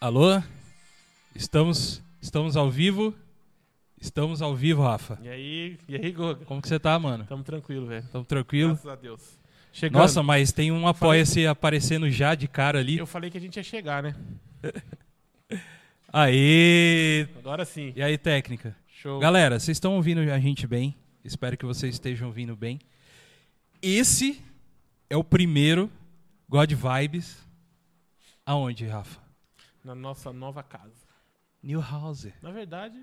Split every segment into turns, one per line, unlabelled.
Alô? Estamos, estamos ao vivo? Estamos ao vivo, Rafa.
E aí, e aí, Goga?
Como que você tá, mano?
Tamo tranquilo, velho.
Tamo tranquilo?
Graças a Deus. Chegando.
Nossa, mas tem um apoia-se aparecendo já de cara ali.
eu falei que a gente ia chegar, né?
Aê!
Agora sim.
E aí, técnica?
Show.
Galera, vocês estão ouvindo a gente bem? Espero que vocês estejam ouvindo bem. Esse é o primeiro God Vibes. Aonde, Rafa?
Na nossa nova casa.
New House.
Na verdade,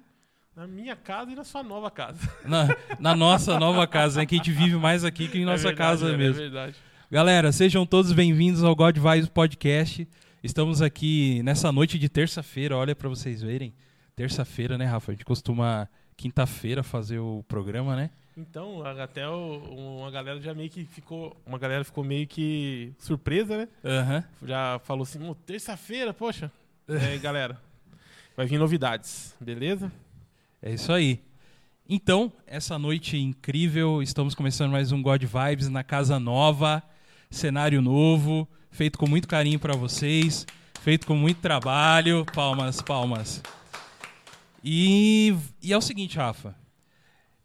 na minha casa e na sua nova casa.
Na, na nossa nova casa, né? Que a gente vive mais aqui que em nossa
É verdade,
casa
velho,
mesmo.
É verdade.
Galera, sejam todos bem-vindos ao God Vibes Podcast. Estamos aqui nessa noite de terça-feira, olha pra vocês verem. Terça-feira, né, Rafa? A gente costuma quinta-feira fazer o programa, né?
Então, a- até o- uma galera já meio que ficou. Uma galera ficou meio que surpresa, né?
Aham.
Já falou assim, "Ô, terça-feira, poxa. É, galera. Vai vir novidades, beleza?
É isso aí. Então, essa noite incrível, estamos começando mais um God Vibes na casa nova, cenário novo, feito com muito carinho pra vocês, feito com muito trabalho. Palmas, palmas. E, e é o seguinte, Rafa.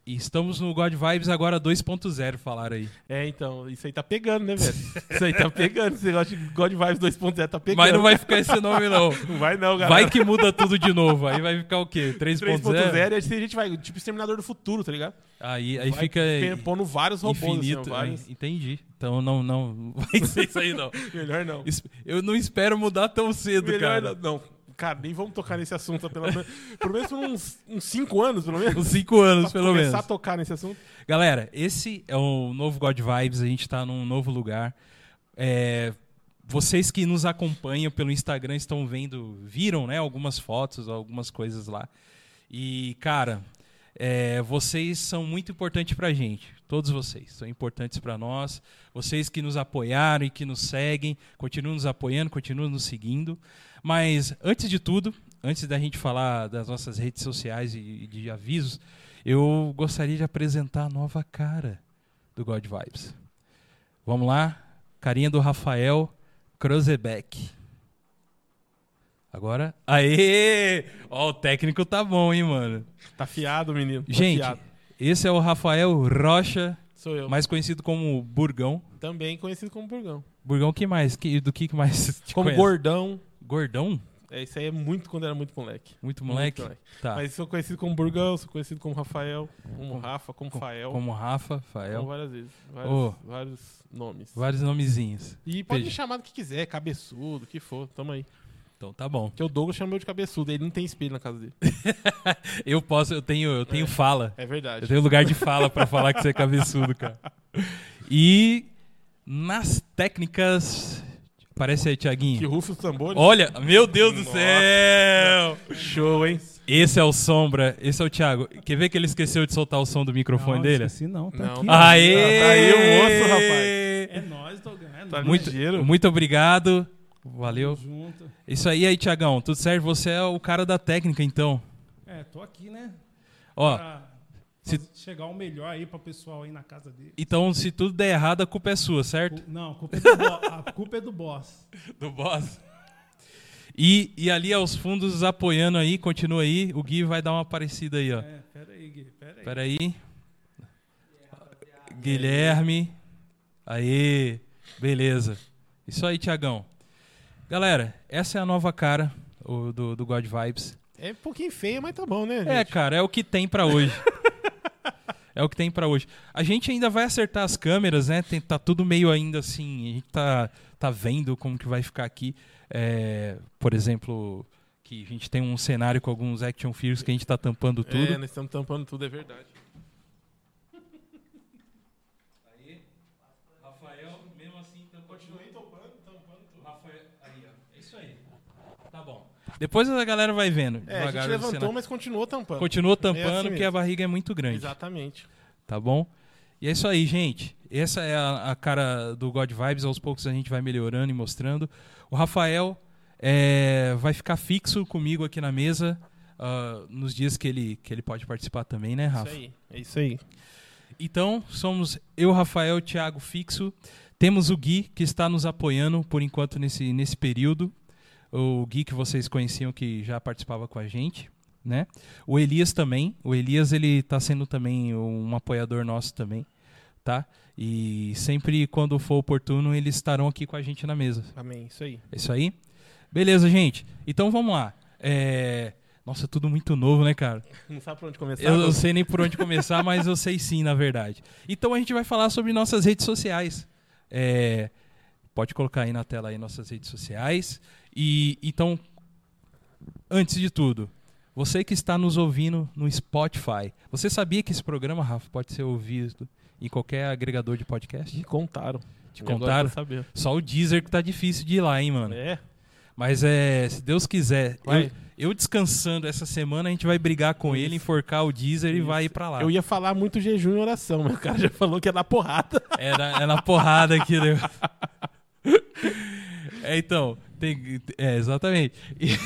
Estamos no God Vibes agora 2.0, falaram aí.
É, então, isso aí tá pegando, né, velho? Isso aí tá pegando. Esse negócio de God Vibes 2.0 tá pegando.
Mas não vai ficar esse nome, não.
Não vai não, galera.
Vai que muda tudo de novo. Aí vai ficar o quê? 3.0?
3.0 e assim a gente vai, tipo, Exterminador do Futuro, tá ligado?
Aí, aí
vai
fica.
pe- pondo vários robôs, assim, ó,
Infinito, né?
vários.
en- entendi. Então não, não vai ser isso aí não.
Melhor não.
Es- Eu não espero mudar tão cedo,
Melhor
cara.
não. Não, Cara, nem vamos tocar nesse assunto, pelo menos, pelo menos por uns- uns 5 anos, pelo menos.
Uns cinco anos, pelo
Começar
menos.
a tocar nesse assunto.
Galera, esse é o novo God Vibes, a gente tá num novo lugar. É, vocês que nos acompanham pelo Instagram estão vendo, viram, né, algumas fotos, algumas coisas lá. E, cara, é, vocês são muito importantes pra gente. Todos vocês são importantes pra nós. Vocês que nos apoiaram e que nos seguem, continuam nos apoiando, continuam nos seguindo. Mas, antes de tudo, antes da gente falar das nossas redes sociais e e de avisos, eu gostaria de apresentar a nova cara do God Vibes. Vamos lá, carinha do Rafael Crozebeck. Agora, aê! Ó, o técnico tá bom, hein, mano?
Tá fiado, menino. Tá
Gente,
fiado.
esse é o Rafael Rocha,
Sou eu.
mais conhecido como Burgão.
Também conhecido como Burgão.
Burgão, que mais? Que- do que que mais? Te
Como
conhece?
Gordão.
Gordão?
É, isso aí é muito quando era muito moleque.
Muito moleque.
Muito moleque.
tá.
Mas sou conhecido como Burgão, sou conhecido como Rafael, como Rafa, como Fael.
Como Rafa,
Então,
Fael.
várias vezes. Vários,
Ô.
vários nomes.
Vários nomezinhos.
E pode me
Veja.
chamar do que quiser, cabeçudo, o que for, tamo aí.
Então tá bom.
Que o Douglas chamou eu de cabeçudo, ele não tem espelho na casa dele.
Eu posso, eu tenho, eu tenho fala.
É
Eu
verdade.
tenho lugar de fala pra falar que você é cabeçudo, cara. E nas técnicas. Aparece aí,
Que né?
Tiaguinho.
rufa os tambores.
Olha, meu Deus do
Nossa.
céu!
Show, hein?
Esse é o Sombra, esse é o Thiago. Quer ver que ele esqueceu de soltar o som do microfone
não,
dele?
Esqueci, não, tá
Não,
aqui.
tá.
Aê!
Aí, moço, rapaz.
É nóis, Dogão. É
Tá
nóis.
Muito,
ligeiro.
muito obrigado. Valeu.
Tamo junto.
Isso aí, aí, Tiagão. Tudo certo? Você é o cara da técnica, então.
É, tô aqui, né?
Ó,
Pra
se-
fazer- chegar o melhor aí pro pessoal aí na casa dele.
então se tudo der errado, a culpa é sua, certo?
Cu- Não, a culpa é do bo- a culpa é do boss.
Do boss. E, e ali aos fundos, apoiando aí, continua aí. O Gui vai dar uma parecida aí, ó.
É, pera aí, Gui, pera aí.
Espera aí. Guilherme. Aê. Beleza. Isso aí, Tiagão. Galera, essa é a nova cara o- do, do God Vibes.
É um pouquinho feio, mas tá bom, né?
É,
gente?
cara, é o que tem pra hoje. É o que tem pra hoje. A gente ainda vai acertar as câmeras, né? Tem- tá tudo meio ainda assim. A gente tá, tá vendo como que vai ficar aqui. É, por exemplo, que a gente tem um cenário com alguns action figures que a gente tá tampando tudo.
É, nós estamos tampando tudo, é verdade.
Rafael, mesmo assim, então continuei topando, tampando tudo. Rafael, aí, ó. É isso aí. Tá bom. Depois a galera vai vendo.
É, a gente
devagar,
levantou,
você não-
mas continuou tampando.
Continuou tampando,
assim
porque
mesmo.
a barriga é muito grande.
Exatamente.
Tá bom? E é isso aí, gente. Essa é a, a cara do God Vibes. Aos poucos a gente vai melhorando e mostrando. O Rafael é, vai ficar fixo comigo aqui na mesa. ah, nos dias que ele, que ele pode participar também, né,
Isso
Rafa?
aí. É isso aí.
Então, somos eu, Rafael, Thiago Fixo. Temos o Gui, que está nos apoiando por enquanto nesse, nesse período. o Gui que vocês conheciam que já participava com a gente, né? O Elias também. O Elias ele tá sendo também um apoiador nosso também, tá? E sempre quando for oportuno eles estarão aqui com a gente na mesa.
Amém, isso aí.
É isso aí? Beleza, gente. Então vamos lá. É, Nossa, tudo muito novo, né, cara?
Não sabe por onde começar?
Eu não
não?
sei nem por onde começar, mas eu sei sim, na verdade. Então a gente vai falar sobre nossas redes sociais. É, Pode colocar aí na tela aí nossas redes sociais. E então, antes de tudo, você que está nos ouvindo no Spotify, você sabia que esse programa, Rafa, pode ser ouvido em qualquer agregador de podcast?
Te contaram. Te
contaram?
Saber.
Só o Deezer que tá difícil de ir lá, hein, mano.
É.
Mas é, se Deus quiser,
Vai.
eu, eu descansando essa semana, a gente vai brigar com ele, enforcar o Deezer e vai ir pra lá.
Eu ia falar muito jejum e oração, mas o cara já falou que é na porrada.
É na, é na porrada aqui, né? É, então, tem- é, exatamente. E-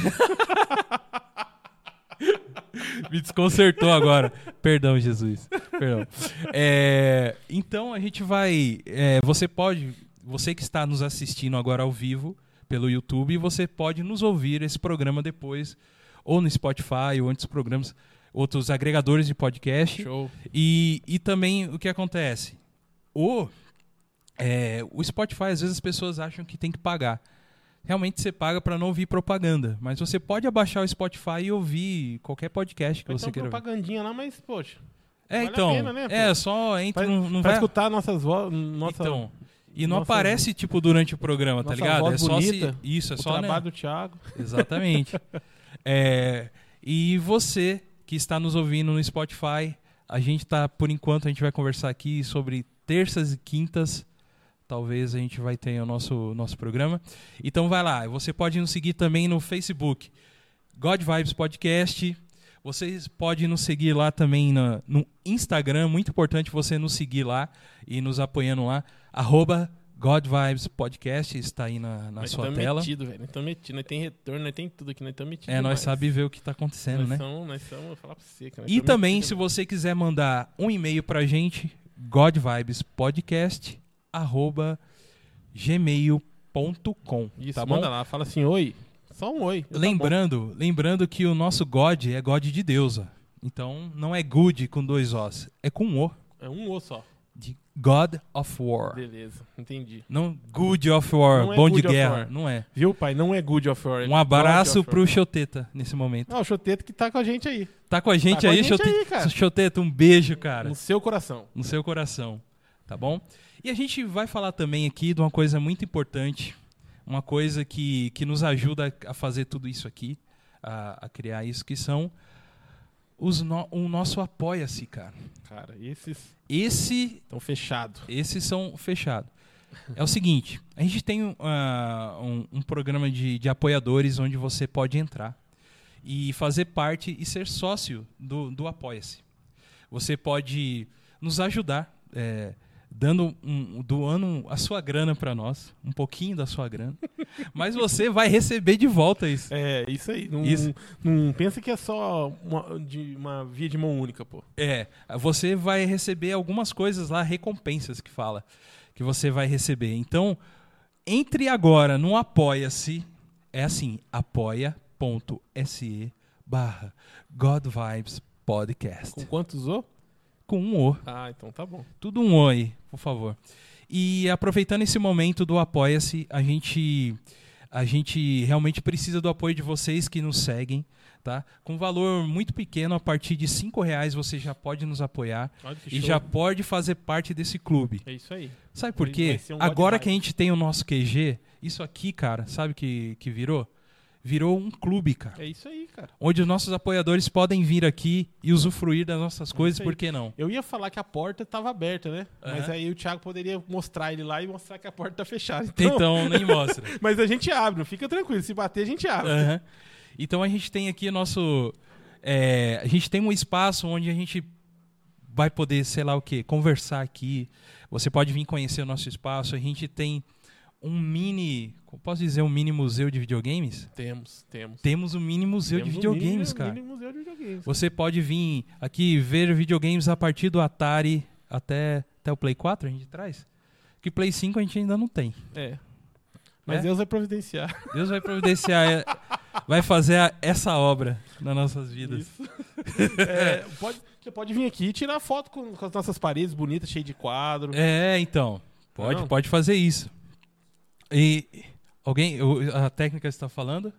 Me desconcertou agora. Perdão, Jesus. Perdão. É, então a gente vai. é, você pode. Você que está nos assistindo agora ao vivo pelo YouTube, você pode nos ouvir esse programa depois, ou no Spotify, ou outros programas, outros agregadores de podcast.
Show.
E, e também o que acontece? O, é, o Spotify, às vezes, as pessoas acham que tem que pagar. Realmente você paga para não ouvir propaganda, mas você pode abaixar o Spotify e ouvir qualquer podcast que
Então,
você queira. ouvir.
propagandinha lá, mas, poxa.
É,
vale a
então.
pena, né, pô?
é, só entra,
Pra,
não, não
pra
vai.
escutar nossas vozes. Nossa,
então, e não
nossa-
aparece tipo durante o programa, tá
nossa
ligado?
voz
é só
bonita,
se isso, é
o
só né?
trabalho do Thiago.
Exatamente. É, e você que está nos ouvindo no Spotify, a gente tá, por enquanto, a gente vai conversar aqui sobre terças e quintas. Talvez a gente vai ter o nosso, nosso programa. Então vai lá, você pode nos seguir também no Facebook, God Vibes Podcast. Vocês podem nos seguir lá também na- no Instagram, muito importante você nos seguir lá e nos apoiando lá. Arroba God Vibes Podcast, está aí na, na
Nós
sua
tamo
tela.
metido, velho. Nós estamos metidos. Nós tem retorno, nós tem tudo aqui. Nós estamos metidos.
É, nós
demais.
sabemos ver o que está acontecendo,
né? Nós
né?
somos, nós somos, eu vou falar pra você, cara.
E também, se você quiser mandar um e-mail pra gente, godvibespodcast.gmail.com,
Isso,
tá bom?
manda lá, fala assim, oi. Só um oi. Tá
Lembrando, lembrando que o nosso God é God de deusa. Então, não é good com dois Os, é com O,
bom. É um ou só.
de God of War.
Beleza, entendi.
Não good of war,
Não é
bom
good
de
of
guerra,
war.
não é.
Viu, pai? Não é good of war. é
Um abraço
God of war.
pro Choteta nesse momento.
Ah, o Choteto que tá com a gente aí.
Tá com a gente
com a
aí,
gente
Chote-
aí, cara.
Choteta, um beijo, cara.
No seu coração.
no seu coração, tá bom? E a gente vai falar também aqui de uma coisa muito importante, uma coisa que, que nos ajuda a fazer tudo isso aqui, a, a criar isso, que são os no- o nosso apoia-se, cara.
Cara, esses
Esse
estão fechados.
esses são fechados. É o seguinte, a gente tem ah, um, um programa de, de apoiadores onde você pode entrar e fazer parte e ser sócio do, do Apoia-se. Você pode nos ajudar eh, dando um, doando a sua grana para nós, um pouquinho da sua grana, mas você vai receber de volta isso.
É, isso aí. Não,
Isso.
não pensa que é só uma, de uma via de mão única, pô.
É, você vai receber algumas coisas lá, recompensas que fala, que você vai receber. Então, entre agora no Apoia-se, é assim, apoia.se barra God Vibes
Com
Podcast.
quantos usou?
Com um O,
Ah, então tá bom.
tudo um O aí, por favor. E aproveitando esse momento do Apoia-se, a gente, a gente realmente precisa do apoio de vocês que nos seguem, tá? Com valor muito pequeno, a partir de R$ reais você já pode nos apoiar
Olha que
e
show.
já pode fazer parte desse clube.
É isso aí.
Sabe por
Vai-
quê?
vai ser um God
Agora que a
Vibes.
gente tem o nosso QG, isso aqui, cara, sabe que que virou? Virou um clube, cara.
É isso aí, cara.
Onde os nossos apoiadores podem vir aqui e usufruir das nossas coisas,
aí.
por que não?
Eu ia falar que a porta tava aberta, né? Mas
Aham.
aí o Thiago poderia mostrar ele lá e mostrar que a porta tá fechada. Então,
Então, nem mostra.
Mas a gente abre, não fica tranquilo. Se bater, a gente abre.
Aham. Então a gente tem aqui nosso. é, a gente tem um espaço onde a gente vai poder, sei lá o quê, conversar aqui. Você pode vir conhecer o nosso espaço. A gente tem um mini. como Posso dizer um mini museu de videogames?
Temos, temos.
Temos um mini museu de
Temos um
videogames,
mini-
cara.
mini museu de videogames.
Você pode vir aqui ver videogames a partir do Atari até, até o Play 4, a gente traz. Que Play 5 a gente ainda não tem.
É. Mas
É?
Deus vai providenciar.
Deus vai providenciar, é, vai fazer a- essa obra nas nossas vidas.
Isso. É, pode- você pode vir aqui e tirar foto com, com as nossas paredes bonitas, cheias de quadro.
É, então. Pode,
Não?
pode fazer isso. E alguém, o- a técnica está falando?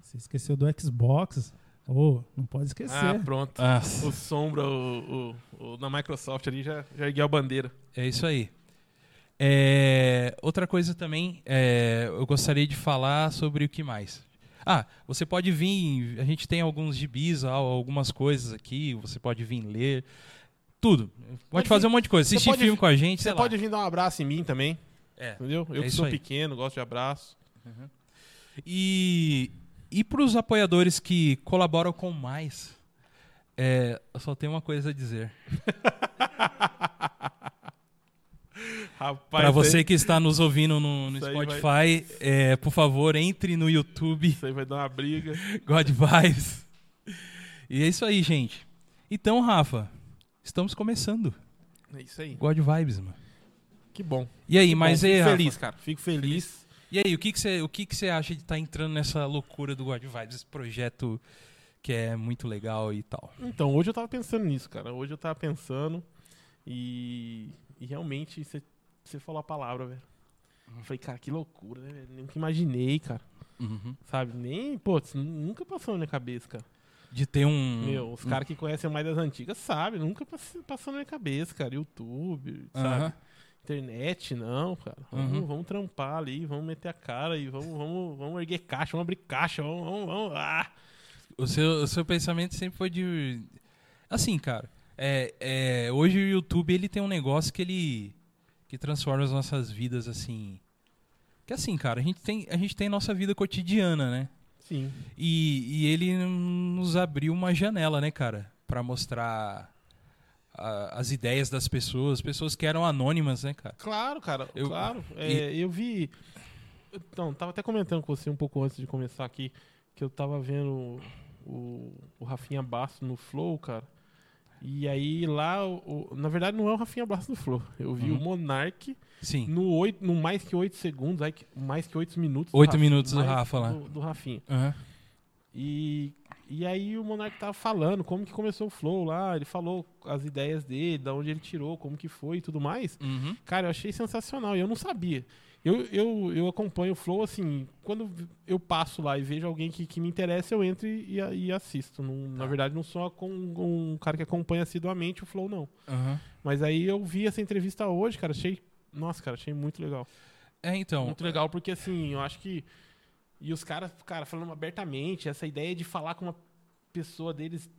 Você esqueceu do Xbox? Ô, não pode esquecer.
ah, pronto.
Ah,
O Sombra, o, o- o- na Microsoft ali, já, já ergueu a bandeira.
é isso aí. É, outra coisa também, é, eu gostaria de falar sobre o que mais. Ah, você pode vir, a gente tem alguns gibis, al- algumas coisas aqui, você pode vir ler, tudo. Pode,
Pode
fazer
vir.
um monte de coisa,
Você
assistir
pode
filme
vir-
com a gente,
Você
sei
pode vir dar um abraço em mim também,
lá. É.
entendeu? Eu
É
que
isso
sou
aí.
pequeno, gosto de abraço.
E, e para os apoiadores que colaboram com mais, é, eu só tenho uma coisa a dizer.
Rapaz,
Para
isso aí-
você que está nos ouvindo no, no
isso aí
Spotify, é, por favor, entre no YouTube
Isso aí vai dar uma briga.
God Vibes. E é isso aí, gente. Então, Rafa, estamos começando.
É isso aí.
God Vibes, mano.
Que bom.
E aí,
Que
mas
bom.
e aí,
Fico
Rafa?
feliz, cara. Fico feliz.
E aí, o que que você o que que você acha de estar entrando nessa loucura do God Vibes, esse projeto que é muito legal e tal?
Então, hoje eu tava pensando nisso, cara. Hoje eu tava pensando e, e realmente você você falou a palavra, velho. Eu falei, cara, que loucura, né? velho? Nunca imaginei, cara.
Uhum.
Sabe? Nem, pô, isso nunca passou na minha cabeça, cara.
De ter um
Meu, os caras que conhecem mais das antigas sabem, nunca pass- passou na minha cabeça, cara. YouTube, sabe?
Aham.
Internet, não, cara. Vamos,
Uhum.
vamos trampar ali, vamos meter a cara e vamos, vamos, vamos erguer caixa, vamos abrir caixa, vamos, vamos, vamos. Ah!
O seu, o seu pensamento sempre foi de. Assim, cara. É, é, hoje o YouTube ele tem um negócio que ele. que transforma as nossas vidas, assim. Que assim, cara, a gente tem, a gente tem nossa vida cotidiana, né?
Sim.
E, e ele hum, nos abriu uma janela, né, cara? Pra mostrar a- as ideias das pessoas, pessoas que eram anônimas, né, cara?
Claro, cara,
Eu-
claro. É, Eu vi. Então, tava até comentando com você um pouco antes de começar aqui, que eu tava vendo o, o Rafinha Basso no Flow, cara. E aí lá, o- o- na verdade, não é o Rafinha Basso no Flow. Eu vi
Uhum.
o Monark
Sim.
no, oito, no mais que 8 segundos, aí que- mais que 8 minutos. do
Oito
Rafa-
minutos do
mais
Rafa lá.
Do, do Rafinha.
Aham.
E, e aí o Monark tava falando como que começou o Flow lá, ele falou as ideias dele, da onde ele tirou, como que foi e tudo mais.
Uhum.
Cara, eu achei sensacional. e Eu não sabia. Eu, eu, eu acompanho o Flow, assim, quando eu passo lá e vejo alguém que, que me interessa, eu entro e, e- e assisto. Não- Na verdade, não sou com- um cara que acompanha assiduamente o Flow, não.
Aham.
Mas aí eu vi essa entrevista hoje, cara, achei... Nossa, cara, achei muito legal.
É, então.
Muito legal, porque assim, eu acho que... E os caras, cara, falando abertamente, essa ideia de falar com uma pessoa deles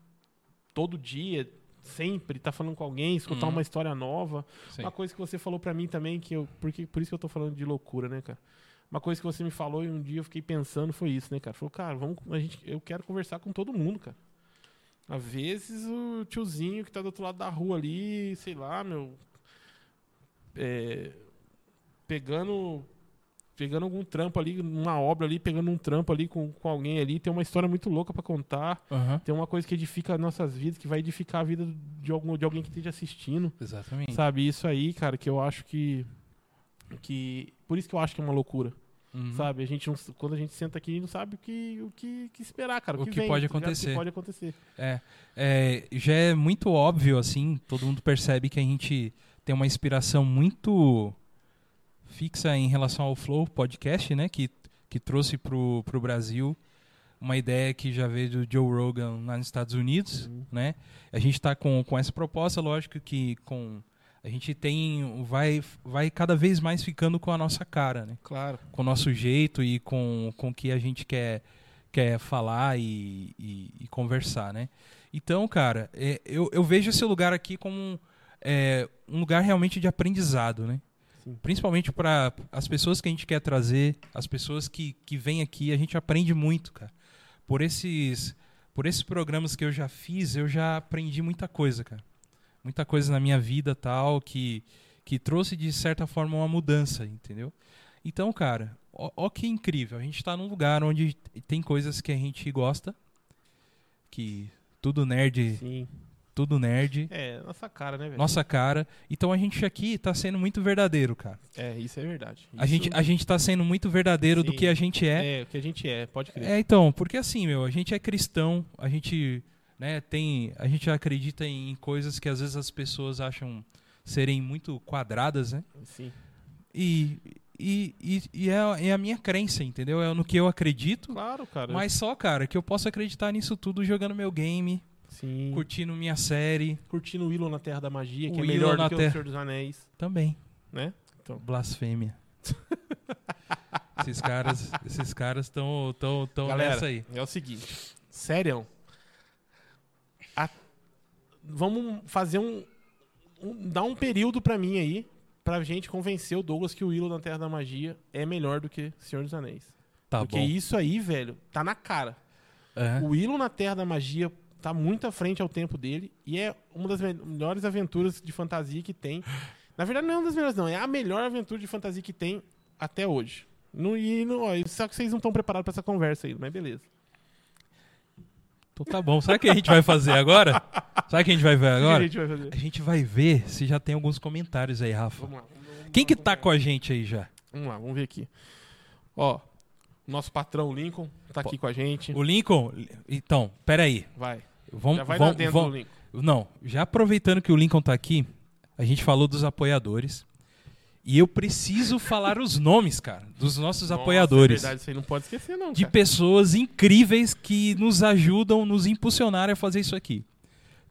todo dia, sempre, tá falando com alguém, escutar
Uhum.
uma história nova...
Sim.
Uma coisa que você falou pra mim também, que eu. Porque, por isso que eu tô falando de loucura, né, cara? Uma coisa que você me falou e um dia eu fiquei pensando foi isso, né, cara? Falou, cara, vamos, a gente, eu quero conversar com todo mundo, cara. Às vezes o tiozinho que tá do outro lado da rua ali, sei lá, meu. é, pegando. Pegando algum trampo ali, numa obra ali, pegando um trampo ali com, com alguém ali, tem uma história muito louca pra contar.
Aham.
Tem uma coisa que edifica nossas vidas, que vai edificar a vida de, algum, de alguém que esteja assistindo.
Exatamente.
Sabe, isso aí, cara, que eu acho que. que por isso que eu acho que é uma loucura.
Uhum.
Sabe? A gente não, quando a gente senta aqui, a gente não sabe o que, o que, que esperar, cara. O,
O
que,
que
vem,
pode
tá ligado? O
acontecer.
que pode acontecer.
É, é, já é muito óbvio, assim, todo mundo percebe que a gente tem uma inspiração muito fixa em relação ao Flow Podcast, né? Que, que trouxe pro, pro Brasil uma ideia que já veio do Joe Rogan lá nos Estados Unidos,
Sim.
né? A gente tá com, com essa proposta, lógico que com... A gente tem... Vai, vai cada vez mais ficando com a nossa cara, né?
Claro.
com o nosso jeito e com, com o que a gente quer, quer falar e, e- e conversar, né? Então, cara, é, eu, eu vejo esse lugar aqui como um, é, um lugar realmente de aprendizado, né?
Sim.
Principalmente para as pessoas que a gente quer trazer, as pessoas que, que vêm aqui, a gente aprende muito, cara. Por esses, por esses programas que eu já fiz, eu já aprendi muita coisa, cara. Muita coisa na minha vida tal, que, que trouxe de certa forma uma mudança, entendeu? Então, cara, ó, ó que incrível. A gente tá num lugar onde tem coisas que a gente gosta, que tudo nerd,
Sim.
tudo nerd,
É, nossa cara, né, velho?
nossa cara. Então a gente aqui tá sendo muito verdadeiro, cara.
É, isso é verdade.
A gente, a gente tá sendo muito verdadeiro do
Sim.
que a gente é.
é. o que a gente é, pode crer.
É, então, porque assim, meu, a gente é cristão, a gente, né, tem, a gente acredita em coisas que às vezes as pessoas acham serem muito quadradas, né?
Sim.
E, e, e, e é, é a minha crença, entendeu? É no que eu acredito,
Claro, cara.
mas só, cara, que eu posso acreditar nisso tudo jogando meu game,
Sim.
curtindo minha série
Curtindo o Willow na Terra da Magia, que
O
é
Willow
melhor
na
do que
Terra-
o Senhor dos Anéis,
também.
né? Então,
Blasfêmia. esses caras, esses caras estão tão, tão
galera,
nessa Então, aí.
é o seguinte. Sério. A- Vamos fazer um, um- Dá um período pra mim aí, pra gente convencer o Douglas que o Willow na Terra da Magia é melhor do que Senhor dos Anéis.
Tá
Porque
bom.
é isso aí, velho, tá na cara.
É.
O Willow na Terra da Magia tá muito à frente ao tempo dele e é uma das me- melhores aventuras de fantasia que tem. Na verdade, não é uma das melhores, não. É a melhor aventura de fantasia que tem até hoje. No, e no, ó, só que vocês não estão preparados pra essa conversa aí, mas beleza.
Então tá bom. Sabe o que a gente vai fazer agora? Sabe o que a gente vai ver
O que a
agora?
gente vai fazer?
A gente vai ver se já tem alguns comentários aí, Rafa.
Vamos lá. vamos- vamos-
Quem que tá com a gente aí já?
Vamos lá, vamos ver aqui. Ó, nosso patrão Lincoln tá aqui com a gente.
O Lincoln? Então, peraí.
Vai.
Vamos,
Já vai lá
vamos,
dentro
vamos-
do Lincoln.
Não, já aproveitando que o Lincoln tá aqui, a gente falou dos apoiadores. E eu preciso falar os nomes, cara, dos nossos
Nossa,
apoiadores.
É verdade, isso aí não pode esquecer, não.
de
cara.
pessoas incríveis que nos ajudam, nos impulsionaram a fazer isso aqui.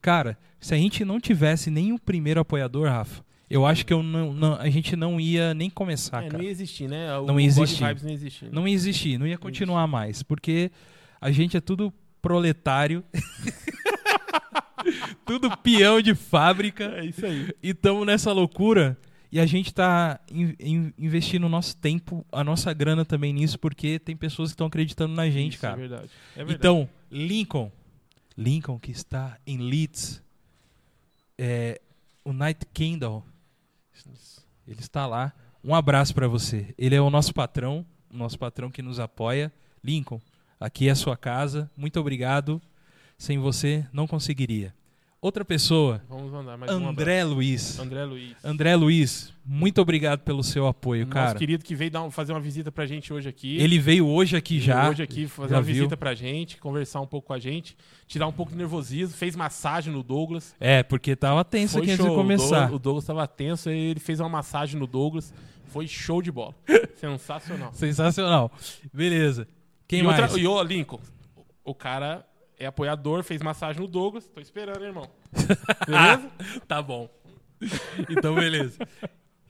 Cara, se a gente não tivesse nenhum primeiro apoiador, Rafa, eu acho que eu não, não- a gente não ia nem começar,
É, não
cara.
ia existir, né? O
Não
God
ia existir.
Vibes não ia existir. né?
Não ia existir, não ia continuar mais, porque a gente é tudo proletário, tudo peão de fábrica
É isso aí.
e estamos nessa loucura. E a gente tá in- in- investindo o nosso tempo, a nossa grana também nisso, porque tem pessoas que estão acreditando na gente,
Isso
cara.
É verdade. É verdade.
Então, Lincoln. Lincoln que está em Leeds. É, o Night Kindle. Ele está lá. Um abraço para você. Ele é o nosso patrão, o nosso patrão que nos apoia. Lincoln, aqui é a sua casa. Muito obrigado. Sem você, não conseguiria. Outra pessoa,
Vamos mandar mais um abraço.
André Luiz.
André Luiz.
André Luiz, muito obrigado pelo seu apoio,
Nosso
cara.
querido que veio dar um- fazer uma visita pra gente hoje aqui.
Ele veio hoje aqui
Veio
já.
Hoje aqui fazer
já
uma
viu.
visita pra gente, conversar um pouco com a gente, tirar um pouco de nervosismo, fez massagem no Douglas.
É, porque tava tenso
Foi
aqui antes
show.
de
O
começar.
Douglas- O Douglas tava tenso, aí ele fez uma massagem no Douglas. Foi show de bola. Sensacional.
Sensacional. Beleza. Quem
e
mais?
outra- e ô, Lincoln, o cara é apoiador, fez massagem no Douglas. Tô esperando, irmão. Beleza?
Tá bom. Então, beleza.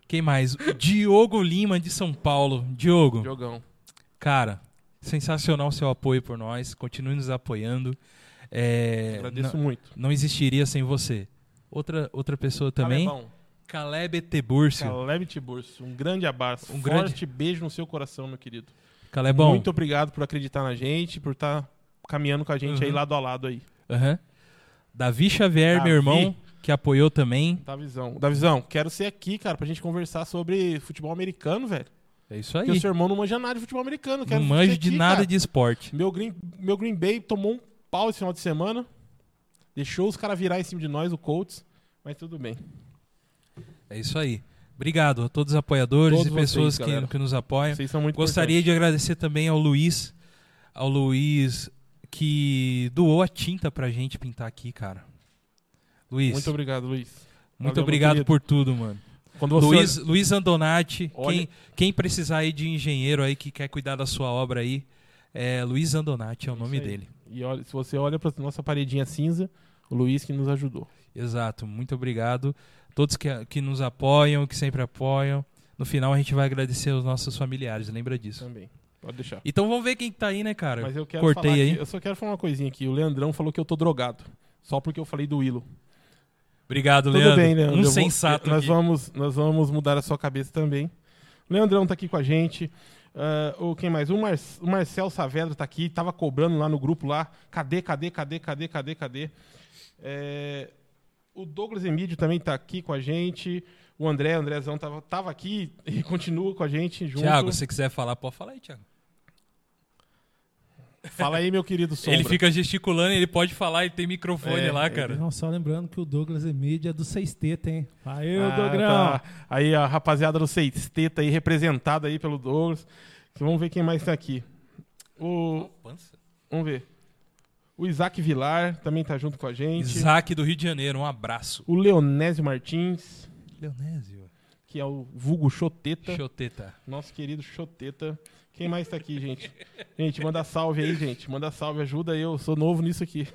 Quem mais? O Diogo Lima, de São Paulo. Diogo,
Jogão.
cara, sensacional seu apoio por nós. Continue nos apoiando. É,
Agradeço
não,
muito.
não existiria sem você. Outra, outra pessoa também,
Calebão.
Caleb Teburcio.
Caleb Tiburcio, um grande abraço.
Um
Um
grande- É
forte beijo no seu coração, meu querido.
Calebão.
Muito obrigado por acreditar na gente, por estar caminhando com a gente
Uhum.
aí lado a lado aí.
Aham. Davi Xavier,
Davi.
meu irmão, que apoiou também.
Davizão. Davizão, quero ser aqui, cara, pra gente conversar sobre futebol americano, velho.
É isso
Porque o
aí.
seu irmão não manja nada de futebol americano. Quero
Não
ser
manjo
aqui,
de nada
cara.
de esporte.
Meu Green, meu Green Bay tomou um pau esse final de semana. Deixou os caras virar em cima de nós, o Colts. Mas tudo bem.
É isso aí. Obrigado a todos os apoiadores
Todos
e pessoas
vocês,
que,
galera.
que nos apoiam.
Vocês são muito
É. Gostaria de agradecer também ao Luiz, ao Luiz que doou a tinta pra gente pintar aqui, cara. Luiz,
importantes.
muito,
Muito obrigado, Luiz. valeu,
obrigado
meu querido.
por tudo, mano.
Quando você
Luiz, Luiz Andonati,
Olha-
quem, quem precisar aí de engenheiro aí que quer cuidar da sua obra aí, é Luiz Andonati é o
Isso
nome
aí.
dele.
E olha, se você olha para nossa paredinha cinza, o Luiz que nos ajudou.
Exato, muito obrigado. Todos que, que nos apoiam, que sempre apoiam. No final a gente vai agradecer aos nossos familiares, lembra disso.
Também. Pode deixar.
Então vamos ver quem tá aí, né, cara?
É. Mas eu quero
Cortei
falar
aí.
aqui- eu só quero falar uma coisinha aqui. O Leandrão falou que eu tô drogado. Só porque eu falei do Willow.
Obrigado,
Tudo
Leandro.
bem, Leandro.
Um
Eu vou-
sensato
nós,
aqui.
vamos, nós vamos mudar a sua cabeça também. O Leandrão tá aqui com a gente. Ah, o, quem mais? O, Mar, o Marcel Saavedra tá aqui. Tava cobrando lá no grupo lá. Cadê, cadê, cadê, cadê, cadê, cadê? É, o Douglas Emídio também tá aqui com a gente. O André, o Andrezão tava, tava aqui e continua com a gente junto.
Tiago, se quiser falar, pode falar aí, Tiago.
Fala aí, meu querido Sombra.
Ele fica gesticulando, ele pode falar, ele tem microfone
É,
lá,
ele-
cara.
Não, só lembrando que o Douglas Emídia é do 6T, tem. Valeu,
Ah,
Dogrão!
tá. Aí a rapaziada do Sexteta aí, representada aí pelo Douglas. Vamos ver quem mais tá aqui. O, vamos ver. O Isaac Vilar também tá junto com a gente.
Isaac do Rio de Janeiro, um abraço.
O Leonésio Martins,
Leonésio.
que é o vulgo Choteta.
Choteta.
Nosso querido Choteta. Quem mais tá aqui, gente? Gente, manda salve aí, gente. Manda salve, ajuda eu. Sou novo nisso aqui.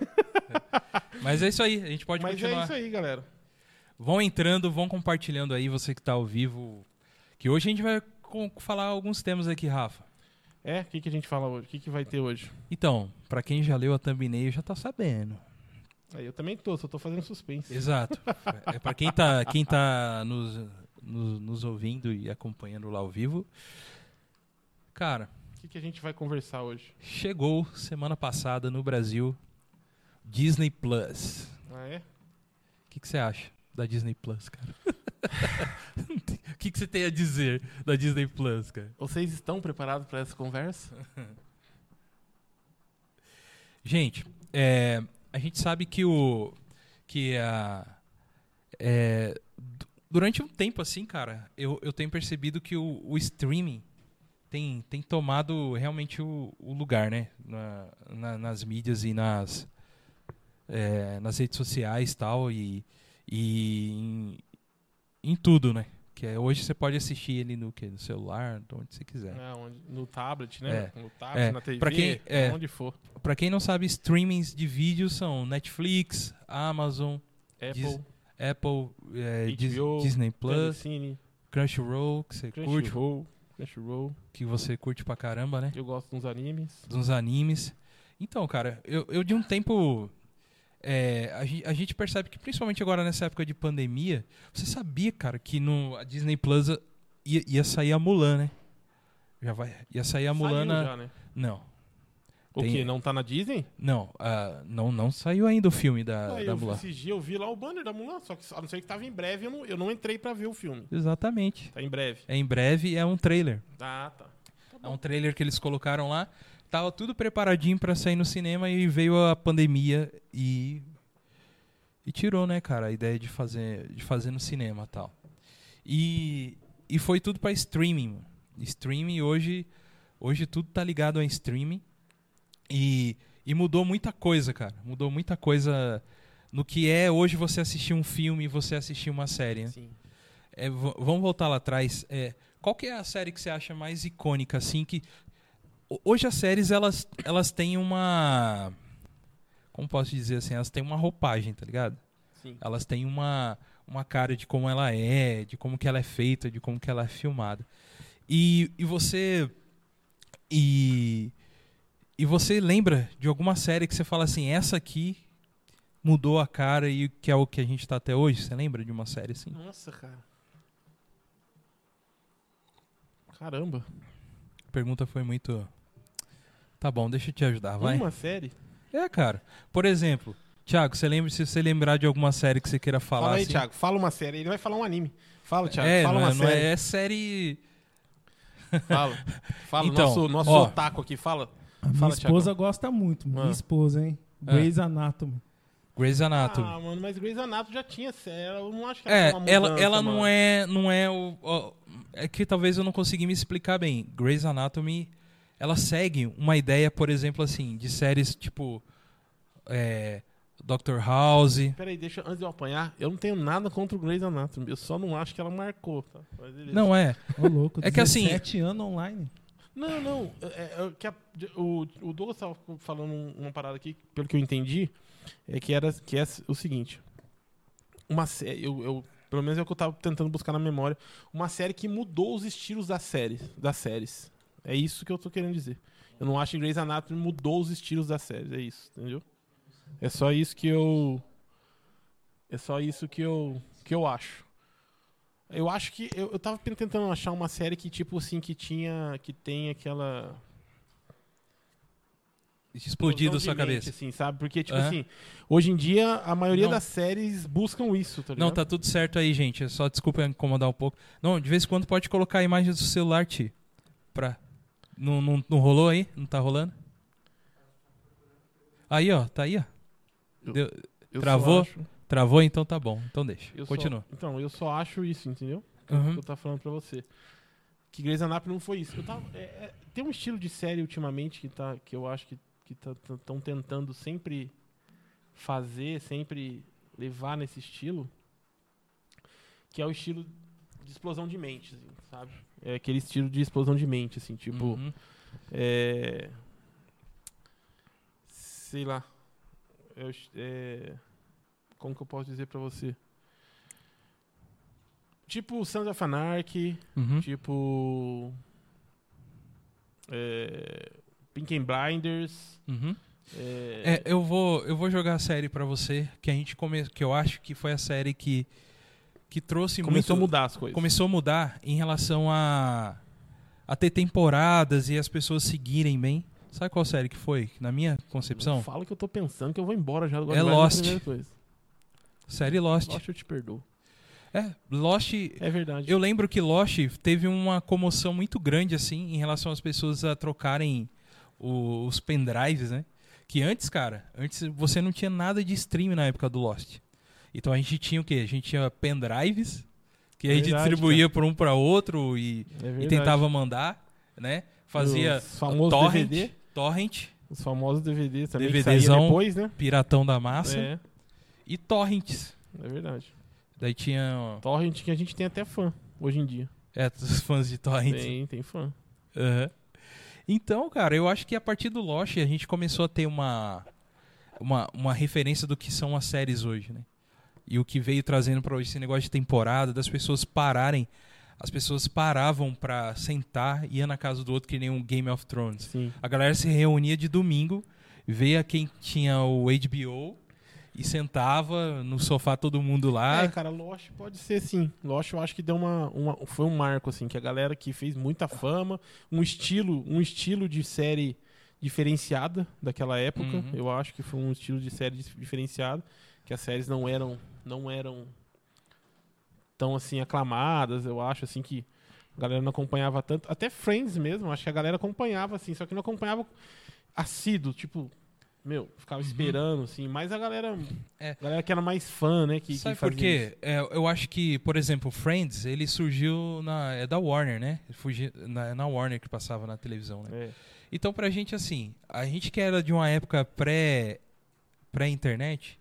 Mas é isso aí, a gente pode
Mas é
continuar.
isso aí, galera.
Vão entrando, vão compartilhando aí, você que tá ao vivo. Que hoje a gente vai com- falar alguns temas aqui, Rafa.
É, o que, que a gente fala hoje? O que, que vai ter hoje?
Então, pra quem já leu a thumbnail já tá sabendo.
Aí eu também tô, só tô fazendo suspense.
Exato. É para quem tá, quem tá nos, nos, nos ouvindo e acompanhando lá ao vivo. Cara,
O que, que a gente vai conversar hoje?
chegou semana passada no Brasil Disney Plus.
Ah, é?
O que que você acha da Disney Plus, cara? O que que você tem a dizer da Disney Plus, cara?
Vocês estão preparados para essa conversa?
Gente, é, a gente sabe que o que a é, du- durante um tempo assim, cara, eu, eu tenho percebido que o, o streaming tem, tem tomado realmente o, o lugar, né, na- na- nas mídias e nas é, nas redes sociais tal e e em, em tudo, né? Que é, hoje você pode assistir ele no que no celular, onde você quiser.
É, onde- no tablet, né? No tablet,
É.
na TV,
Pra quem- é.
onde for.
Pra quem não sabe, streamings de vídeo são Netflix, Amazon,
Apple,
Diz- Apple, é, Dis-
HBO,
Disney Plus,
Telecine,
Crunchyroll, que você curte,
Crunchyroll, Crunchyroll.
que você curte pra caramba, né?
Eu gosto dos animes.
Dos animes. Então, cara, eu, eu de um tempo. é, a, gen- a gente, percebe que, principalmente agora nessa época de pandemia, você sabia, cara, que no a Disney Plus ia, ia sair a Mulan, né? Já vai, ia sair É a Mulan.
Saiu
na-
já, né?
Não,
O
Tem-
quê? Não tá na Disney?
não, ah, não, não saiu ainda o filme da,
Ah,
da
eu,
Mulan.
esses dias eu vi lá o banner da Mulan, só que a não ser que tava em breve, eu não, eu não entrei pra ver o filme.
Exatamente.
Tá em breve.
É em breve, é um trailer.
Ah, tá.
É um trailer que eles colocaram lá. Tava tudo preparadinho pra sair no cinema e veio a pandemia e e tirou, né, cara, a ideia de fazer de fazer no cinema, tal. E e foi tudo pra streaming. mano. Streaming hoje hoje tudo tá ligado a streaming. E e mudou muita coisa, cara. Mudou muita coisa no que é hoje você assistir um filme e você assistir uma série. né?
Sim.
É, v- vamos voltar lá atrás. É, qual que é a série que você acha mais icônica, assim, que... ho- Hoje as séries, elas, elas têm uma... Como posso dizer assim? Elas têm uma roupagem, tá ligado?
Sim.
Elas têm uma, uma cara de como ela é, de como que ela é feita, de como que ela é filmada. E, e você... E... E você lembra de alguma série que você fala assim, essa aqui mudou a cara e que é o que a gente tá até hoje? Você lembra de uma série assim?
Nossa, cara. Caramba.
pergunta foi muito. Tá bom, deixa eu te ajudar, vai.
Uma série?
É, cara. Por exemplo, Thiago, você lembra se você lembrar de alguma série que você queira falar
fala aí,
assim?
Thiago. Fala uma série. Ele vai falar um anime. Fala, Thiago.
é,
fala
não,
uma
é- não
série.
é, é série.
Fala. Fala,
Então,
nosso, nosso
ó.
otaku aqui, fala.
A minha
Fala,
esposa
Thiago.
gosta muito,
Ah.
minha esposa, hein?
Ah.
Grey's Anatomy.
Grey's Anatomy.
Ah, mano, mas Grey's Anatomy já tinha série. Eu não acho que
é,
foi uma
ela,
mudança,
ela
mano.
não é. Não é o. ó, é que talvez eu não consegui me explicar bem. Grey's Anatomy, ela segue uma ideia, por exemplo, assim, de séries tipo. É, Dr. House.
Peraí, deixa, antes de eu apanhar, eu não tenho nada contra o Grey's Anatomy. Eu só não acho que ela marcou, tá? Mas beleza.
Não é.
Ô, louco,
É que assim-
17 anos online.
Não, não. é- é que a- o, o Douglas estava falando um- uma parada aqui, pelo que eu entendi, é que era que é o seguinte. Uma série. Eu, eu- pelo menos é o que eu tava tentando buscar na memória. Uma série que mudou os estilos das séries. Das séries. É isso que eu tô querendo dizer. Eu não acho que Grey's Anatomy mudou os estilos das séries. É isso, entendeu? É só isso que eu. É só isso que eu, que eu acho. Eu acho que. Eu, eu tava pen- tentando achar uma série que, tipo assim, que tinha. Que tem aquela.
Explodido
explosão
a
de
sua
mente,
cabeça.
Assim, sabe? Porque, tipo
Aham.
assim, hoje em dia a maioria
Não.
das séries buscam isso, tá ligado?
Não, tá tudo certo aí, gente. É Só desculpa incomodar um pouco. Não, de vez em quando pode colocar a imagem do celular, Ti. Pra... Não, não, não rolou aí? Não tá rolando? Aí, ó, tá aí, ó.
Eu só
Travou?
acho-
Travou, então tá bom. Então deixa.
eu só-
Continua.
então, eu só acho isso, entendeu?
Uhum.
Que eu tava falando pra você. Que Grey's Anatomy não foi isso. Eu tava- é- é- tem um estilo de série ultimamente que, tá, que eu acho que estão tentando sempre fazer, sempre levar nesse estilo, que é o estilo de explosão de mente, assim, sabe? É aquele estilo de explosão de mente, assim, tipo...
Uhum.
É... Sei lá. Eu, ch- é... Como que eu posso dizer pra você? Tipo Sons of Anarchy,
Uhum.
tipo... É... Pink and Blinders.
Uhum.
É...
É, eu vou, eu vou jogar a série pra você que a gente come, que eu acho que foi a série que que trouxe
Começou
muito,
a mudar as coisas.
começou a mudar em relação a a ter temporadas e as pessoas seguirem bem. Sabe qual série que foi? Na minha
Não
concepção,
fala que eu tô pensando que eu vou embora já.
É
Agora vai na
Lost.
primeira Coisa.
série Lost.
Lost eu te perdoo.
É, Lost.
É verdade.
Eu lembro que Lost teve uma comoção muito grande assim em relação às pessoas a trocarem o- os pendrives, né? Que antes, cara, antes você não tinha nada de stream na época do Lost. Então a gente tinha o quê? A gente tinha pendrives que a gente
Verdade,
distribuía por um para outro e,
É
e
verdade.
tentava mandar, né? Fazia
Os famosos
torrent,
DVD.
torrent,
Os famosos DVDs também que saía
DVDzão.
depois, né?
piratão da massa
É,
e torrents.
é verdade.
Daí tinha
Torrent que a gente tem até fã hoje em dia.
é, os fãs de torrents.
Tem, tem fã.
Aham. Então, cara, eu acho que a partir do Lost a gente começou a ter uma, uma, uma referência do que são as séries hoje, né? E o que veio trazendo pra hoje esse negócio de temporada, das pessoas pararem. As pessoas paravam pra sentar, ia na casa do outro que nem um Game of Thrones.
Sim.
A galera se reunia de domingo, veia quem tinha o HBO e sentava no sofá todo mundo lá.
É, cara, Lost pode ser sim. Lost eu acho que deu uma, uma- foi um marco assim, que a galera que fez muita fama, um estilo, um estilo de série diferenciada daquela época.
Uhum.
Eu acho que foi um estilo de série dif- diferenciado, que as séries não eram não eram tão assim aclamadas, eu acho assim que a galera não acompanhava tanto, até Friends mesmo, acho que a galera acompanhava assim, só que não acompanhava assíduo, tipo, meu, ficava esperando assim, mas a galera
Uhum. É.
a galera que era mais fã, né, que,
Sabe
que
por
fazia isso.
quê? É, eu acho que, por exemplo, Friends, ele surgiu na. É da Warner, né? Fugi, na, na Warner que passava na televisão, né?
É.
Então, pra gente, assim, a gente que era de uma época pré, pré-internet,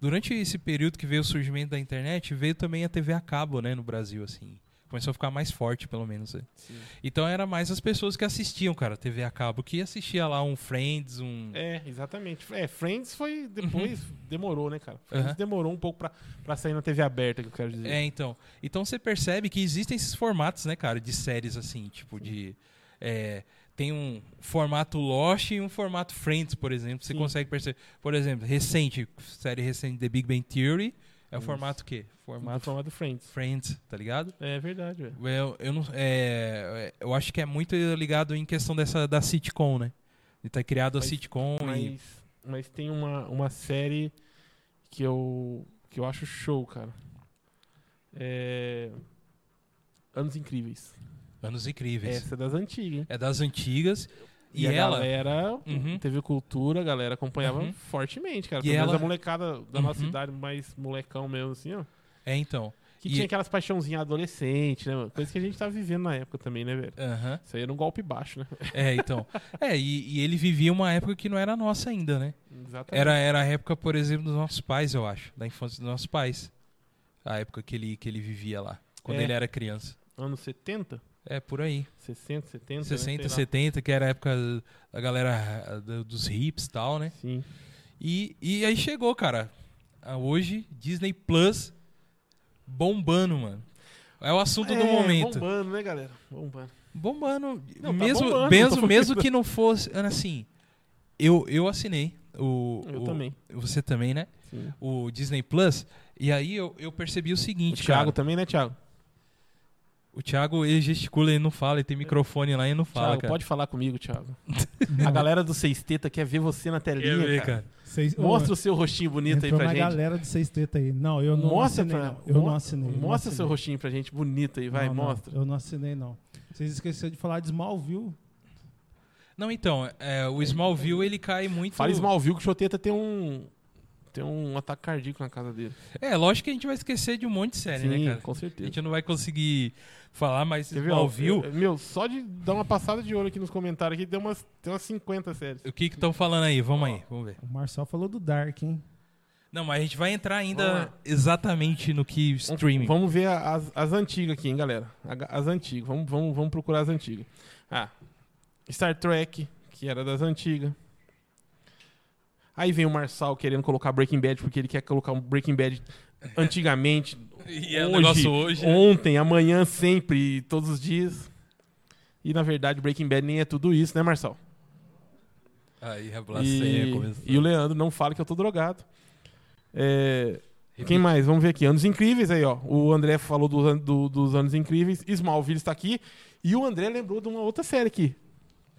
durante esse período que veio o surgimento da internet, veio também a TV a cabo, né, no Brasil, assim. Começou a ficar mais forte, pelo menos. né?
Sim.
Então era mais as pessoas que assistiam, cara, TV a cabo, que assistia lá um Friends, um.
É, exatamente. É, Friends foi depois, demorou, né, cara? Friends
Uhum.
demorou um pouco pra, pra sair na TV aberta, que eu quero dizer.
É, então. Então você percebe que existem esses formatos, né, cara, de séries assim, tipo de. é, tem um formato Lost e um formato Friends, por exemplo. Você
Sim.
consegue perceber. Por exemplo, recente, série recente The Big Bang Theory. É o
Isso.
formato o quê?
Formato,
Formato
formato Friends.
Friends, tá ligado?
É verdade, velho.
Eu, eu, não, é, eu acho que é muito ligado em questão dessa da sitcom, né? De ter criado a
Mas-
sitcom e.
Mas, mas tem uma, uma série que eu, que eu acho show, cara. É... Anos Incríveis.
Anos incríveis.
Essa é das antigas, hein?
É, das antigas. E,
a
ela.
galera
Uhum.
teve cultura, a galera acompanhava
Uhum.
fortemente, cara.
E
Pelo menos
ela-
a molecada da nossa
Uhum.
idade, mais molecão mesmo, assim, ó.
É, então.
Que
E-
tinha aquelas paixãozinhas adolescente, né, mano? Coisa que a gente tá vivendo na época também, né, velho?
Aham.
Isso aí era um golpe baixo, né?
É, então. É, e, e ele vivia uma época que não era nossa ainda, né?
Exatamente.
Era, era a época, por exemplo, dos nossos pais, eu acho. Da infância dos nossos pais. A época que ele, que ele vivia lá. Quando
É.
ele era criança.
Anos 70?
É, por aí.
60, 70,
60,
né? Sei
70, que era a época da galera ah, do- dos hips e tal, né?
lá. Sim.
E, e aí chegou, cara. Ah, Hoje, Disney Plus bombando, mano. É o assunto do
É,
momento.
Bombando, né, galera? Bombando.
Bombando. mesmo,
Não, tá bombando, não tô
mesmo,
falando
mesmo
isso.
que não fosse. Assim, eu, eu assinei o.
Eu
o-
também.
Você também, né?
Sim.
O Disney Plus. E aí eu, eu percebi o
O
seguinte,
Thiago
cara.
também, né, Thiago?
O Thiago, ele gesticula, ele não fala, ele tem microfone lá e não fala,
Thiago,
cara.
pode falar comigo, Thiago. a galera do Sexteta quer ver você na
Quer
telinha,
ver,
cara.
cara.
Seis- ô,
Mostra o seu rostinho bonito aí
entrou
pra
uma
gente.
galera de seis treta aí. Não, eu não
mostra
assinei,
pra-
não. Eu
mo-
não
né?
assinei. eu não
Mostra o seu
assinei.
rostinho pra gente bonito aí, vai,
Não, não,
mostra.
eu não assinei, não. Vocês esqueceram de falar de Smallville.
Não, então, é, o Smallville ele cai muito.
Fala Smallville que o Choteta tem um. Tem um ataque cardíaco na casa dele.
É, lógico que a gente vai esquecer de um monte de série,
Sim,
né, cara?
com
A
certeza.
gente não vai conseguir falar, mas
Quer ver, ó,
Smallville.
eu- Meu, só de dar uma passada de olho aqui nos comentários aqui, deu umas, tem umas 50 séries.
O que que estão falando aí? Vamos aí, vamos ver.
O Marçal falou do Dark, hein?
Não, mas a gente vai entrar
Vamos
ainda
lá.
exatamente no que streaming.
Vamos ver a- as, as antigas aqui, hein, galera. A- As antigas. Vamos, vamos, vamos procurar as antigas. Ah, Star Trek, que era das antigas. Aí vem o Marçal querendo colocar Breaking Bad, porque ele quer colocar um Breaking Bad antigamente.
E é o negócio hoje, né?
Ontem, amanhã, sempre, todos os dias. E na verdade, Breaking Bad nem é tudo isso, né, Marçal?
Aí a blasfêmia
E,
começou.
e o Leandro não fala que eu tô drogado. É, quem mais? Vamos ver aqui. Anos Incríveis aí, ó. O André falou dos, an- do- dos Anos Incríveis. Smallville está aqui. E o André lembrou de uma outra série aqui.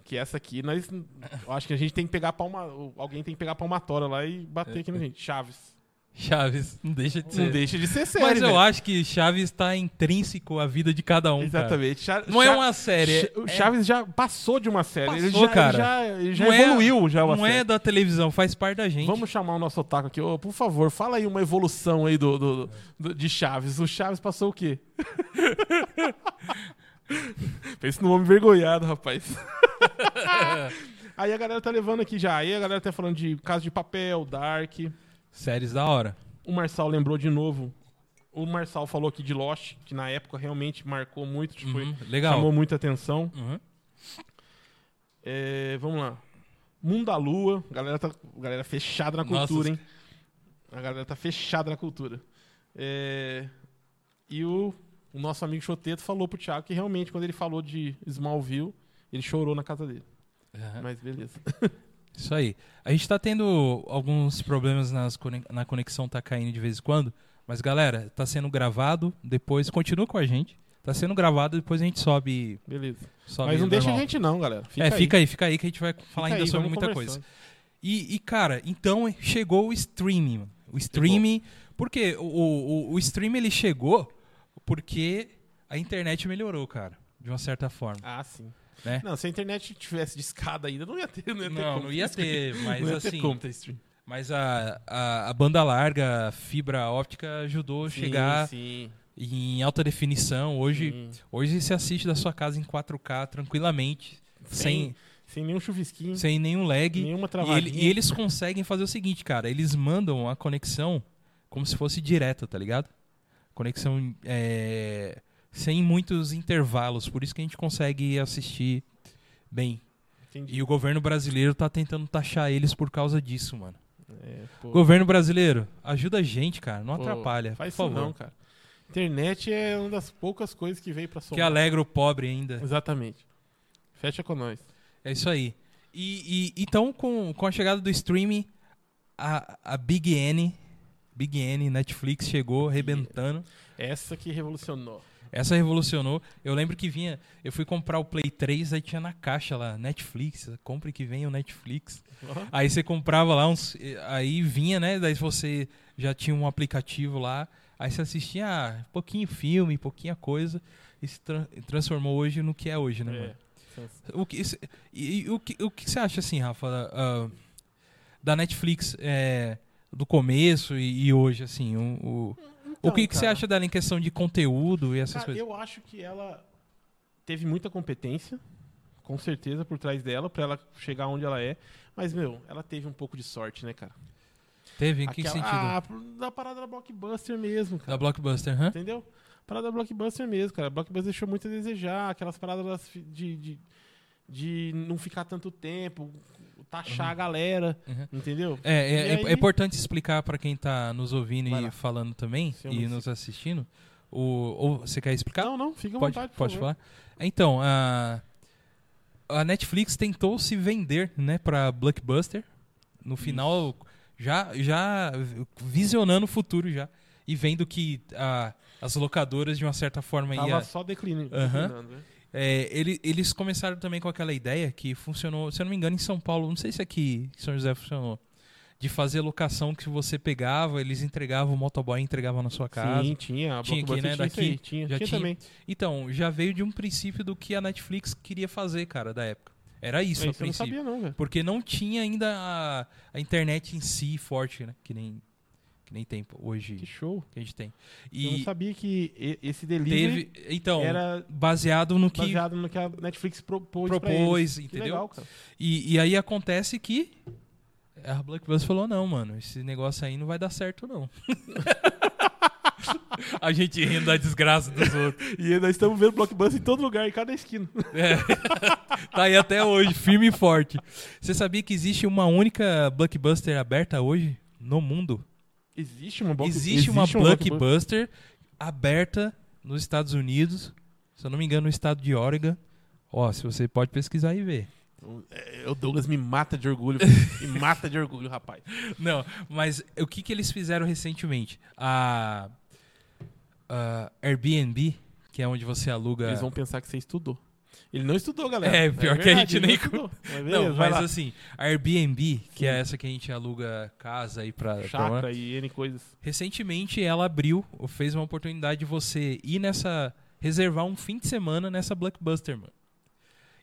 Que é essa aqui, nós. Eu acho que a gente tem que pegar a palma. Alguém tem que pegar a palmatória lá e bater
É.
aqui na gente. Chaves.
Chaves, não deixa de ser.
Não deixa de ser série.
É.
né?
mas eu
velho.
acho que Chaves está intrínseco à vida de cada um. cara.
Exatamente. Cha-
Não é
Cha-
uma série.
Cha- O Chaves já passou de uma série. ele
Passou,
já,
cara.
ele já,
Não
ele
é-
já evoluiu já uma
não
série.
é da televisão, faz parte da gente.
Vamos chamar o nosso otaku aqui. Ô, por favor, fala aí uma evolução aí do, do- do- de Chaves. O Chaves passou o quê? Pensa no homem vergonhado, rapaz. aí a galera tá levando aqui já. Aí a galera tá falando de Casa de Papel, Dark.
Séries da hora.
O Marçal lembrou de novo. O Marçal falou aqui de Lost, que na época realmente marcou muito. que foi-
Uhum, legal.
Chamou muita atenção.
Uhum.
É, vamos lá. Mundo da Lua. A galera, tá, a galera fechada na
Nossa.
cultura, hein? A galera tá fechada na cultura. É, e o, o nosso amigo Choteto falou pro Thiago que realmente, quando ele falou de Smallville, ele chorou na casa dele.
Uhum.
Mas beleza.
Isso aí. A gente tá tendo alguns problemas nas conex- na conexão, tá caindo de vez em quando. Mas, galera, tá sendo gravado, depois continua com a gente. Tá sendo gravado, depois a gente sobe.
Beleza.
sobe
Mas não deixa a
normal.
gente, não, galera. Fica
é,
aí.
fica aí, fica aí que a gente vai falar
Fica
ainda
aí,
sobre
vamos
muita coisa.
conversando.
E, e, cara, então chegou o streaming. mano. O streaming. Porque o, o, o streaming ele chegou porque a internet melhorou, cara. De uma certa forma.
Ah, sim.
Né?
Não, se a internet tivesse de escada ainda, não ia ter, não ia ter
Não,
como
não ia ter, mas
não ia ter
assim-
como ter stream.
Mas a, a, a banda larga, a fibra óptica, ajudou a chegar
Sim, Uhum. sim.
em alta definição. Hoje,
Sim.
hoje você assiste da sua casa em 4K tranquilamente, sem,
Sem nenhum chuvisquinho,
sem nenhum lag.
nenhuma
E,
travadinha.
ele- e eles conseguem fazer o seguinte, cara. Eles mandam a conexão como se fosse direta, tá ligado? Conexão é, sem muitos intervalos. Por isso que a gente consegue assistir bem.
Entendi.
E o governo brasileiro tá tentando taxar eles por causa disso, mano.
É, pô.
Governo brasileiro, ajuda a gente, cara. Não
Pô,
atrapalha,
Faz
por
isso
favor.
não, cara. Internet é uma das poucas coisas que veio pra
que
somar.
alegra o pobre ainda.
Exatamente. Fecha com nós.
É isso aí. E, e- então, com, com a chegada do streaming, a, a Big N, Big N, Netflix chegou arrebentando.
Essa que revolucionou.
Essa revolucionou. Eu lembro que vinha, eu fui comprar o Play 3, aí tinha na caixa lá, Netflix, compre que venha o Netflix. Aí você comprava lá uns. Aí vinha, né? Daí você já tinha um aplicativo lá. Aí você assistia ah, pouquinho filme, pouquinha coisa. E se tran- transformou hoje no que é hoje, né, mano?
É.
O que, cê- e, e o, que, o que você acha, assim, Rafa, da- ah, da Netflix é, do começo e, e hoje, assim? O, o, o que, que você
Então, cara. Ah,
acha dela em questão de conteúdo e essas
Cara,
coisas?
eu acho que ela teve muita competência, com certeza, por trás dela, pra ela chegar onde ela é. Mas, meu, ela teve um pouco de sorte, né, cara?
Teve? Em que
Aquela-
sentido?
Ah, da parada da Blockbuster mesmo, cara.
da Blockbuster, hã?
Entendeu? Parada blockbuster mesmo, cara. Blockbuster deixou muito a desejar. Aquelas paradas fi- de, de, de não ficar tanto tempo, taxar a galera,
Uhum.
entendeu?
É, é,
E
é-
aí-
é importante explicar para quem tá nos ouvindo
Vai
e
lá.
falando também
Seu
e
Luiz.
nos assistindo. O, ou você quer explicar?
Não, não, fica à
pode
vontade, por
pode
favor.
falar. Então, a, a Netflix tentou se vender, né, para Blockbuster. No final, já já visionando o futuro já e vendo que a- as locadoras de uma certa forma
Tava
ia
só declinando.
Aham.
declinando, né?
é, ele- eles começaram também com aquela ideia que funcionou, se eu não me engano, em São Paulo, não sei se aqui em São José funcionou, de fazer locação que você pegava, eles entregavam, o motoboy entregava na sua casa.
Sim, tinha. A
Tinha aqui,
Blockbuster
né,
tinha isso aí,
daqui.
Tinha,
Já
tinha
tinha.
também.
Então, já veio de um princípio do que a Netflix queria fazer, cara, da época. Era isso
É,
a
eu não
princípio.
sabia, não, velho.
Porque não tinha ainda a, a internet em si forte, né? Que nem, que nem tem hoje
Que show.
que a gente tem.
eu não
E
sabia que e- esse delivery
teve. Então,
era
baseado no que
baseado no que a Netflix propôs, pra eles.
propôs,
Que
entendeu?
legal, cara.
E, e aí acontece que a Blockbuster falou: não, mano, esse negócio aí não vai dar certo, não. a gente rindo da desgraça dos outros.
E nós estamos vendo blockbuster em todo lugar, em cada esquina.
É. tá aí até hoje, firme e forte. Você sabia que existe uma única Blockbuster aberta hoje no mundo?
Existe um uma
existe uma Blockbuster aberta nos Estados Unidos, se eu não me engano, no estado de Oregon. Ó, se você pode pesquisar e ver.
É, O Douglas me mata de orgulho. me mata de orgulho, rapaz.
Não, mas o que, que eles fizeram recentemente? A, a Airbnb, que é onde você aluga.
Eles vão pensar que você estudou. Ele não estudou, galera.
É, pior que a gente
ele
nem-
não estudou. Mas beleza,
Não,
vai
mas
lá.
assim, a Airbnb, que é
Sim.
essa que a gente aluga casa aí pra. pra morar,
Chácara e N coisas.
Recentemente ela abriu, ou fez uma oportunidade de você ir nessa. reservar um fim de semana nessa Blockbuster, mano.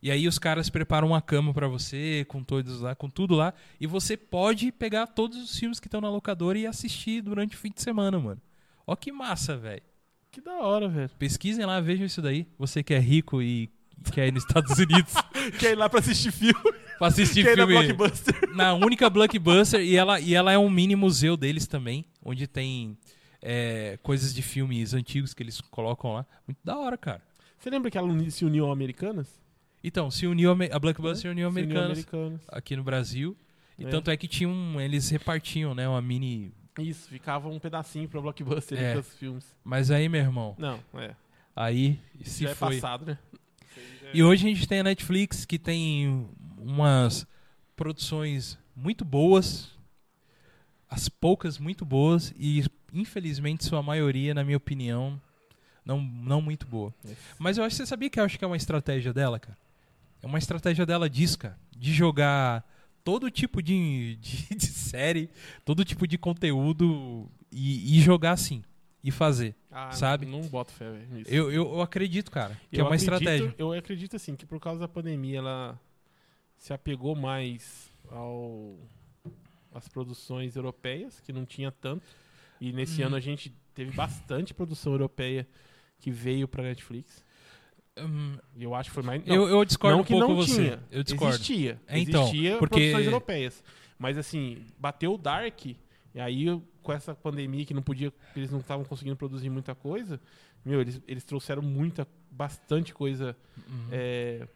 E aí os caras preparam uma cama pra você, com todos lá, com tudo lá, e você pode pegar todos os filmes que estão na locadora e assistir durante o fim de semana, mano. Ó que massa, velho.
Que da hora, velho.
Pesquisem lá, vejam isso daí. Você que é rico e quer ir nos Estados Unidos
Quer ir lá pra assistir filme?
pra assistir
Quer ir na
filme
Blockbuster?
na única blockbuster e ela, e ela é um mini museu deles também, onde tem é, coisas de filmes antigos que eles colocam lá. Muito da hora, cara.
Você lembra que ela uni- se uniu ao Americanas?
Então, se uniu a, a Blockbuster se uniu a
Se uniu ao
Americanas
Americanas.
aqui no Brasil. E
É.
tanto é que tinha um, eles repartiam, né, uma mini.
Isso, ficava um pedacinho pra Blockbuster
É.
é. dos filmes.
Mas aí, meu irmão,
Não, é.
aí se
Já é
foi.
passado, né?
E hoje a gente tem a Netflix que tem umas produções muito boas, as poucas muito boas e infelizmente sua maioria, na minha opinião, não, não muito boa. Mas eu acho que você sabia que eu acho que é uma estratégia dela, cara. É uma estratégia dela disso, cara, de jogar todo tipo de, de, de série, todo tipo de conteúdo e, e jogar assim e fazer.
Ah,
Sabe?
Não boto fé, velho. nisso.
Eu, eu, eu acredito, cara, que é
Eu
uma
acredito-
estratégia.
Eu acredito, assim, que por causa da pandemia ela se apegou mais ao às produções europeias, que não tinha tanto. E nesse
Uhum.
ano a gente teve bastante produção europeia que veio pra Netflix.
Hum,
E eu acho que foi mais... não,
eu, eu discordo
não
um
que
pouco
não
você.
tinha.
Eu discordo.
Existia.
É, então,
existia
porque-
produções europeias. Mas assim, bateu o Dark, e aí eu- com essa pandemia que não podia, que eles não estavam conseguindo produzir muita coisa, meu, eles, eles trouxeram muita, bastante coisa
Uhum.
é,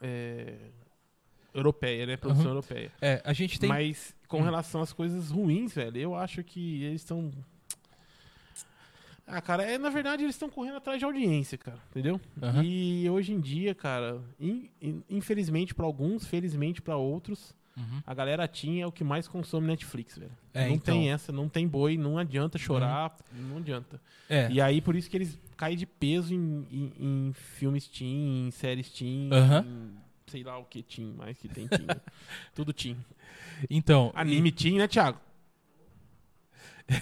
é, europeia, né? Produção
Uhum.
europeia.
É, a gente tem.
Mas com
Hum.
relação às coisas ruins, velho, eu acho que eles estão. Ah, cara, é, na verdade eles estão correndo atrás de audiência, cara, entendeu?
Aham.
E hoje em dia, cara, in- in- infelizmente pra alguns, felizmente pra outros,
Uhum.
a galera tinha é o que mais consome Netflix, velho.
É,
não
então.
tem essa, não tem boi, não adianta chorar, não adianta.
É.
E aí por isso que eles caem de peso em, em, em filmes teen, em séries teen,
Aham.
em sei lá o que teen, mais que tem teen. Tudo teen.
Então.
Anime teen, né, Thiago?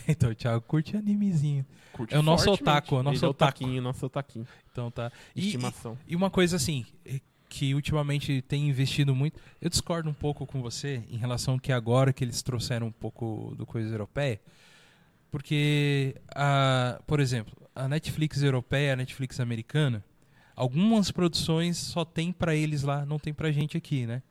Então, Thiago, curte animezinho.
Curte
É o nosso
fortemente.
otaku, é o nosso
Ele é o
otaku.
taquinho, nosso taquinho.
Então tá. E,
Estimação.
e uma coisa assim, é que ultimamente tem investido muito. Eu discordo um pouco com você em relação que agora que eles trouxeram um pouco do coisa europeia. Porque, a, por exemplo, a Netflix europeia, a Netflix americana, algumas produções só tem pra eles lá, não tem pra gente aqui, né?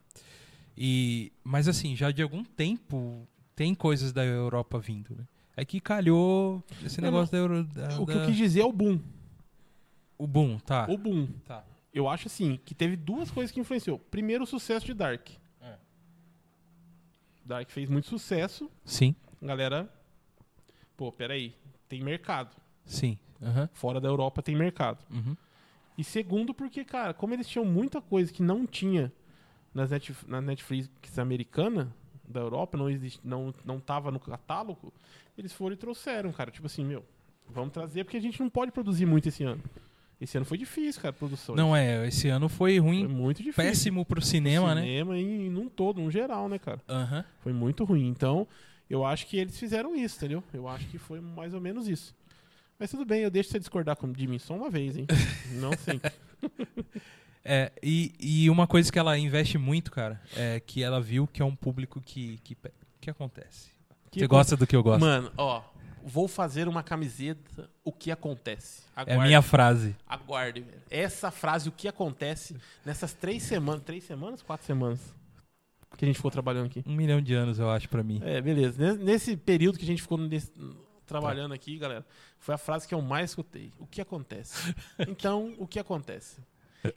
E, mas assim, já de algum tempo tem coisas da Europa vindo, né? É que calhou esse
Não,
negócio da, Euro, da,
O que eu
da-
quis dizer é o boom.
o boom, tá?
O boom.
Tá.
Eu acho assim, que teve duas coisas que influenciou. Primeiro, o sucesso de Dark.
É.
Dark fez muito sucesso.
Sim,
A Galera, pô, peraí, tem mercado.
sim. Aham.
Fora da Europa tem mercado.
Uhum.
E segundo, porque, cara, como eles tinham muita coisa que não tinha nas Netf- na Netflix americana, da Europa, não, existe, não, não tava no catálogo, eles foram e trouxeram, cara. Tipo assim, meu, vamos trazer, porque a gente não pode produzir muito esse ano. Esse ano foi difícil, cara, a produção.
Não é, esse ano foi
foi
ruim,
muito difícil.
péssimo pro cinema, né?
Cinema e num todo, num geral, né, cara?
Aham.
Foi muito ruim. Então, eu acho que eles fizeram isso, entendeu? Eu acho que foi mais ou menos isso. Mas tudo bem, eu deixo você discordar com- de mim só uma vez, hein? Não sempre.
É, e, e uma coisa que ela investe muito, cara, é que ela viu que é um público que. que, pe- que acontece.
Que
Você gosta do que eu gosto.
Mano, ó. Vou fazer uma camiseta, o que acontece?
é
Aguarde,
a minha frase.
aguarde. velho. Essa frase, o que acontece, nessas três semanas, três semanas, quatro semanas que a gente ficou trabalhando aqui.
Um milhão de anos, eu acho, pra mim.
É, beleza. Nes- Nesse período que a gente ficou nesse-
Tá.
trabalhando aqui, galera, foi a frase que eu mais escutei. O que acontece? Então, o que acontece?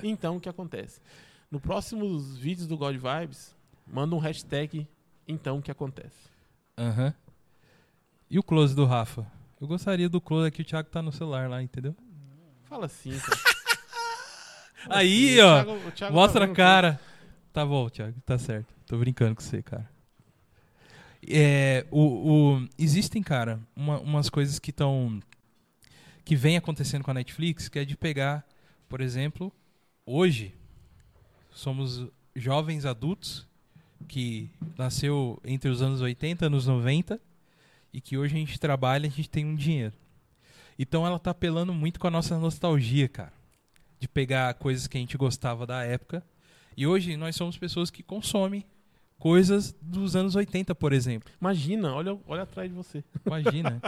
Então, o que acontece? No próximos vídeos do God Vibes, manda um hashtag então o que acontece.
Aham. E o close do Rafa? Eu gostaria do close aqui, o Thiago tá no celular lá, entendeu?
Fala assim, cara. Fala
Aí,
assim. O
ó.
Thiago- o Thiago
Mostra
tá-
a cara. Tá bom, Thiago, tá certo. Tô brincando com você, cara. É, o, o- existem, cara, uma- umas coisas que estão. que vem acontecendo com a Netflix, que é de pegar, por exemplo, hoje, somos jovens adultos que nasceu entre os anos 80 e anos 90 e que hoje a gente trabalha, a gente tem um dinheiro. Então ela tá apelando muito com a nossa nostalgia, cara de pegar coisas que a gente gostava da época. E hoje nós somos pessoas que consomem coisas dos anos 80, por exemplo.
Imagina, olha, olha atrás de você.
Imagina.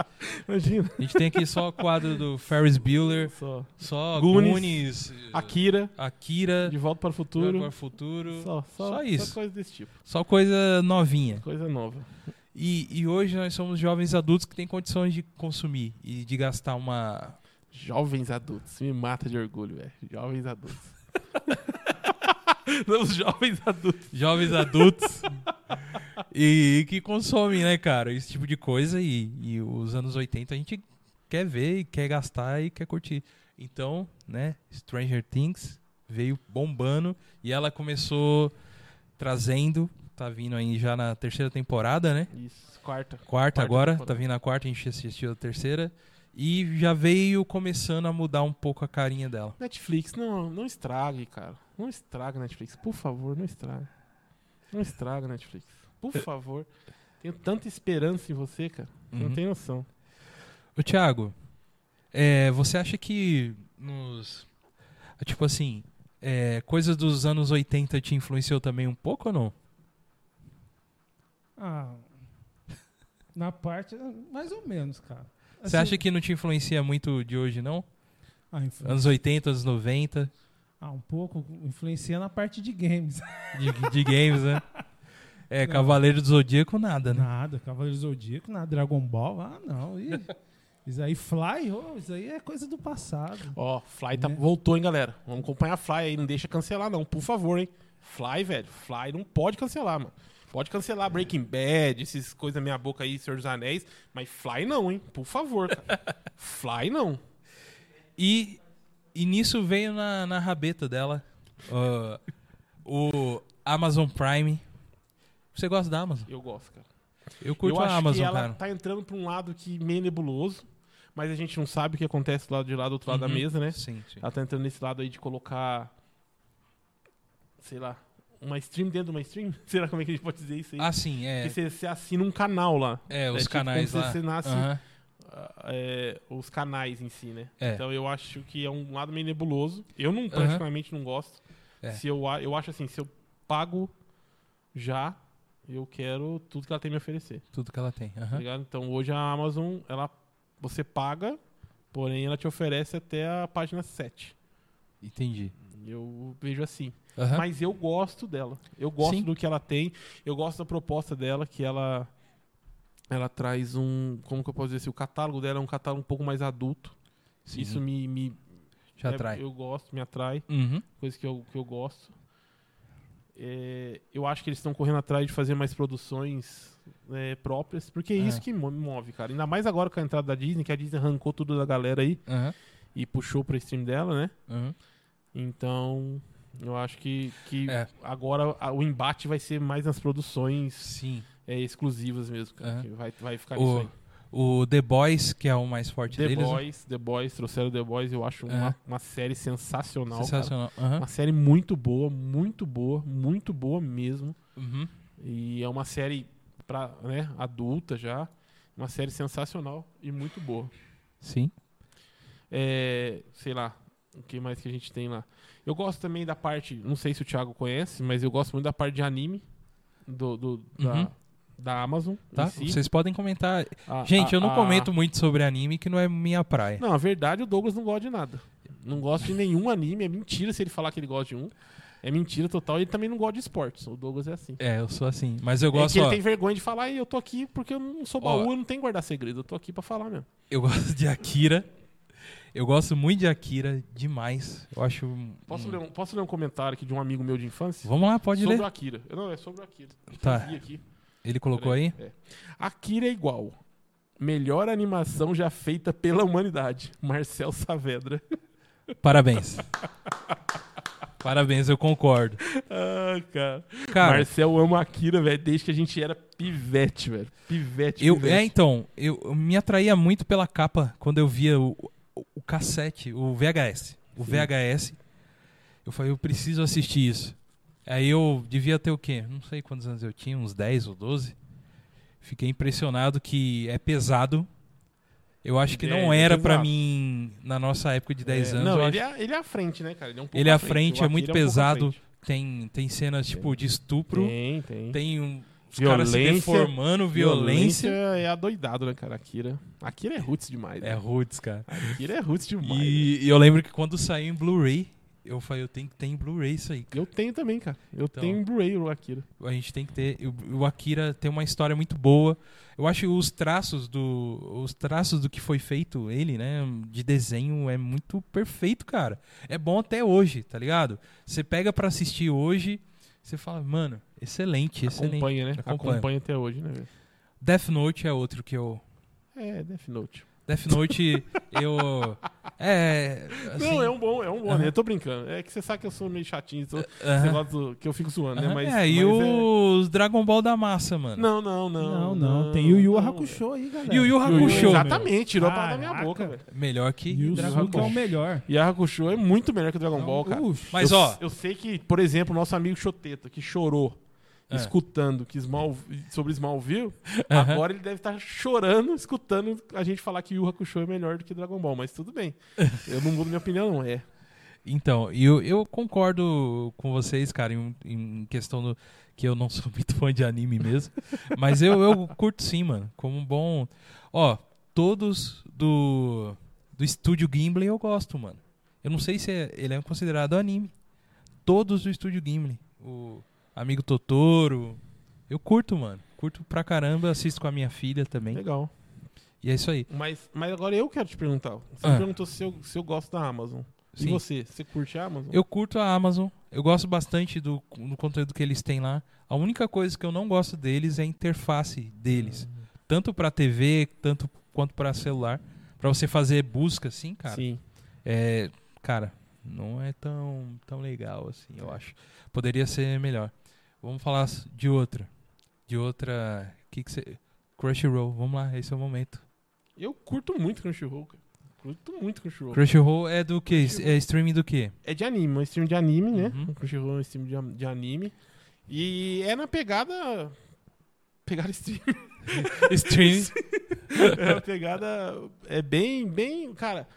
Imagina.
a gente tem aqui só o quadro do Ferris Bueller,
Só.
É só Goonies,
Goonies. Akira,
Akira,
de volta para o
Futuro,
futuro.
Futuro, só.
Só, só,
Só isso.
Só coisa desse tipo.
coisa novinha.
Coisa nova.
E, e hoje nós somos jovens adultos que têm condições de consumir e de gastar uma...
Jovens adultos. Me mata de orgulho, velho. Jovens adultos. Não, os jovens adultos.
Jovens adultos e, que consomem, né, cara, esse tipo de coisa. E, e os anos 80 a gente quer ver, e quer gastar e quer curtir. Então, né, Stranger Things veio bombando e ela começou trazendo, tá vindo aí já na terceira temporada, né?
Isso, quarta.
Quarta
Quarta
agora,
temporada.
tá vindo a quarta, a gente assistiu a terceira. E já veio começando a mudar um pouco a carinha dela.
Netflix, não, não estrague, cara. Não estraga Netflix. Por favor, não estraga. Não estraga Netflix. Por favor. Tenho tanta esperança em você, cara. Você
Uhum.
Não tem noção.
Ô, Thiago, é, você acha que nos. Tipo assim, é, coisas dos anos 80 te influenciou também um pouco ou não?
Ah, na parte, mais ou menos, cara. Assim,
Assim
Você acha que não te influencia muito de hoje, não?
Ah, influ-
Anos 80, anos 90,
ah, um pouco influencia na parte de games.
de, de games, né? É,
Não.
Cavaleiro do Zodíaco, nada, né?
Nada, Cavaleiro do Zodíaco, nada, Dragon Ball, ah, não. E, isso aí, Fly, oh, isso aí é coisa do passado.
Ó, Fly tá,
Né?
voltou, hein, galera. Vamos acompanhar a Fly aí. Não deixa cancelar, não. Por favor, hein. Fly, velho. Fly não pode cancelar, mano. Pode cancelar Breaking Bad, essas coisas meia boca aí, Senhor dos Anéis. Mas Fly não, hein. Por favor, cara. Fly não.
E, e nisso veio na, na rabeta dela ó, o Amazon Prime. Você gosta da Amazon?
Eu gosto, cara.
Eu curto
eu acho
a Amazon,
que ela
cara.
tá entrando pra um lado que meio nebuloso, mas a gente não sabe o que acontece do lado de lá, do outro lado da
Uhum.
mesa, né?
Sim, sim.
Ela tá entrando nesse lado aí de colocar, sei lá, uma stream dentro de uma stream? Será como é que a gente pode dizer isso aí?
Ah, sim, é.
Porque você, você assina um canal lá.
É, os
tipo
canais
como
lá.
se você nasce-
Aham.
ah, é, os canais em si, né?
É.
Então eu acho que é um lado meio nebuloso. Eu não, praticamente não gosto.
É.
Se eu, a- eu acho assim, se eu pago já, eu quero tudo que ela tem a me oferecer.
Tudo que ela tem.
tá
aham.
ligado? Então hoje a Amazon, ela você paga, porém ela te oferece até a página 7.
Entendi.
Eu vejo assim.
Aham.
Mas eu gosto dela. Eu gosto
Sim.
do que ela tem. Eu gosto da proposta dela, que ela ela traz um, como que eu posso dizer, assim, o catálogo dela é um catálogo um pouco mais adulto.
Sim,
Isso me, me
já
é,
atrai.
Eu gosto, me atrai,
Uhum.
coisa que eu, que eu gosto. É, eu acho que eles estão correndo atrás de fazer mais produções né, próprias, porque é,
É.
isso que mo- me move, cara. Ainda mais agora com a entrada da Disney, que a Disney arrancou tudo da galera aí
Aham. Uhum.
e puxou pro stream dela, né?
Aham.
Então, eu acho que, que
É.
agora a- o embate vai ser mais nas produções
Sim.
é, exclusivas mesmo, cara.
Aham.
que Vai, vai ficar tá nisso
É. O,
aí.
o The Boys, que é o mais forte
The
deles. né?
Boys, The Boys, trouxeram The Boys, eu acho
Aham.
uma, uma série sensacional, cara.
Sensacional. Aham.
Uma série muito boa, muito boa, muito boa mesmo.
Uhum.
E é uma série pra, né, adulta já. Uma série sensacional e muito boa.
Sim.
É, sei lá, O que mais que a gente tem lá? Eu gosto também da parte, não sei se o Thiago conhece, mas eu gosto muito da parte de anime do, do- da,
Uhum.
da Amazon.
Tá?
em si.
Vocês podem comentar.
A-
Gente,
a-
eu não
a-
comento muito sobre anime, que não é minha praia.
Não, a verdade, o Douglas não gosta de nada. Não gosta de nenhum anime. É mentira se ele falar que ele gosta de um. É mentira total. Ele também não gosta de esportes. O Douglas é assim.
É, eu sou assim. Mas eu
é que
gosto,
ele
ó,
tem vergonha de falar, e eu tô aqui porque eu não sou baú,
Ó.
eu não tenho que guardar segredo. Eu tô aqui pra falar mesmo.
eu gosto de Akira. Eu gosto muito de Akira, demais. Eu acho.
Posso,
hum.
ler um, posso ler um comentário aqui de um amigo meu de infância?
Vamos lá, pode
sobre
ler.
o Akira. Não, é sobre o Akira.
Tá.
Eu vi aqui.
Ele colocou aí?
Akira é igual. Melhor animação já feita pela humanidade. Marcel Saavedra.
Parabéns. Parabéns, eu concordo.
ah, cara.
Cara,
Marcel ama Akira, velho, desde que a gente era pivete, velho. Pivete,
eu, é,
pivete.
então, eu eu me atraía muito pela capa quando eu via o, o, o cassete, o VHS. O
Sim.
VHS. Eu falei, eu preciso assistir isso. Aí eu devia ter o quê? Não sei quantos anos eu tinha, uns 10 ou 12. Fiquei impressionado que é pesado. Eu acho que não
É, é
era pra
pesado.
mim na nossa época de 10
É,
anos. eu
Não,
acho
ele é, ele é à frente, né, cara? Ele é um pouco
Ele é
à
à frente,
O
é muito
Akira um pouco à
pesado.
frente.
Tem, tem cenas tipo de estupro,
Tem, tem.
tem um, os caras se
Violência.
deformando,
Violência
violência.
é adoidado, né, cara? Akira. Akira é roots demais.
É
né?
roots, cara.
Akira é roots demais. né?
E, e eu lembro que quando saiu em Blu-ray, eu falei, eu tenho que ter em Blu-ray isso aí.
Eu tenho também, cara. Eu
Então.
tenho um Blu-ray o Akira.
A gente tem que ter. o- O Akira tem uma história muito boa. Eu acho os traços do. Os traços do que foi feito ele, né? De desenho é muito perfeito, cara. É bom até hoje, tá ligado? Você pega pra assistir hoje, você fala, mano, excelente, excelente.
Acompanha, né?
Acompanha.
Acompanha. até hoje, né, velho?
Death Note é outro que eu.
É, Death Note.
Death Note, eu. É. assim,
Não, é um bom, é um bom,
Aham.
né? Eu tô brincando. É que você sabe que eu sou meio chatinho, então
aham,
você gosta do- que eu fico zoando, né?
aham.
Mas,
é, e
mas
os Dragon Ball da massa,
é-
mano.
Não, não,
Não,
não.
não. Tem o Yu
não,
Hakusho aí, galera.
Yu Yu
velho. Yu Yu,
Hakusho.
Exatamente, tirou a palavra da minha
Caraca.
boca, velho.
Melhor que
Yu
Dragon
Suzuki é
Ball.
o melhor.
E a Hakusho é muito melhor que o Dragon Ball, cara.
Uxa.
uh, Mas
eu,
ó,
eu sei que, por exemplo, nosso amigo Choteta, que chorou
É.
escutando que Small, sobre Smallville, agora ele deve estar chorando escutando a gente falar que Yu Hakusho é melhor do que Dragon Ball, mas tudo bem. Eu não mudo minha opinião, não é.
então, eu, eu concordo com vocês, cara, em, em questão do que eu não sou muito fã de anime mesmo, mas eu, eu curto sim, mano, como um bom, ó, todos do do estúdio Gimli eu gosto, mano. Eu não sei se é- ele é considerado anime. Todos do estúdio Gimli, o amigo Totoro, eu curto, mano. Curto pra caramba, assisto com a minha filha também.
Legal.
E é isso aí.
Mas, mas agora eu quero te perguntar. Você
Ah.
me perguntou se eu, se eu gosto da Amazon. E
Sim.
você? Você curte a Amazon?
Eu curto a Amazon. Eu gosto bastante do, do conteúdo que eles têm lá. A única coisa que eu não gosto deles é a interface deles. Tanto pra TV, tanto quanto pra celular. Pra você fazer busca, assim, cara.
Ah, Sim.
É, cara, não é tão, tão legal assim, eu acho. Poderia ser melhor. Vamos falar s- de outra. De outra. Que que você... Crunchyroll, vamos lá, esse é o momento.
Eu curto muito Crunchyroll, cara. Curto muito Crunchyroll.
Crunchyroll é do que?
Crunchyroll.
É streaming do que?
É de anime, é um stream de anime, né?
Uhum.
O Crunchyroll é um stream de, de anime. E é na pegada. Pegada stream.
Streaming.
é uma pegada. É bem, bem. Cara.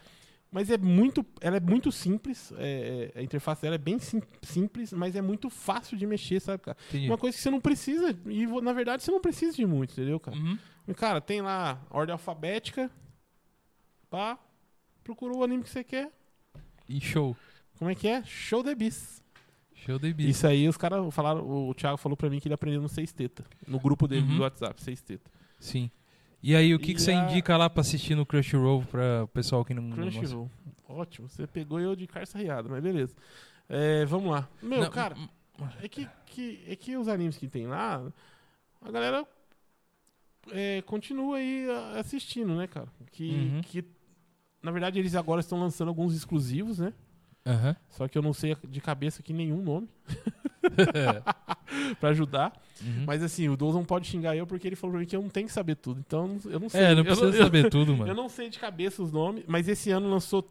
Mas é muito. Ela é muito simples. é- é- a interface dela é bem sim- simples, mas é muito fácil de mexer, sabe, cara?
Entendi.
Uma coisa que você não precisa. E vo- na verdade você não precisa de muito, entendeu, cara?
Uhum.
E, Cara, tem lá ordem alfabética. Pá. Procura o anime que você quer.
E show.
Como é que é? Show the Beast.
Show de bicho.
Isso aí os caras falaram, o Thiago falou pra mim que ele aprendeu no Seis Teta, no grupo dele
Uhum.
do WhatsApp, Seis Teta.
Sim. E aí, o que, que
E
você
a-
indica lá pra assistir no Crunchyroll pra o pessoal que não não gosta?
Crunchyroll. Ótimo, você pegou eu de carça riada, mas beleza. É, vamos lá. Meu,
Não,
cara,
m-
é que, que- é que os animes que tem lá, a galera é, continua aí a- assistindo, né, cara? Que,
Uhum.
que, na verdade, eles agora estão lançando alguns exclusivos, né?
Aham.
Só que eu não sei de cabeça aqui nenhum nome pra ajudar.
É. Uhum.
Mas assim, o Douglas não pode xingar eu porque ele falou pra mim que eu não tenho que saber tudo. Então eu não- eu não sei.
É, não
Eu
precisa
eu-
saber tudo,
Eu
mano.
não sei de cabeça os nomes, mas esse ano lançou.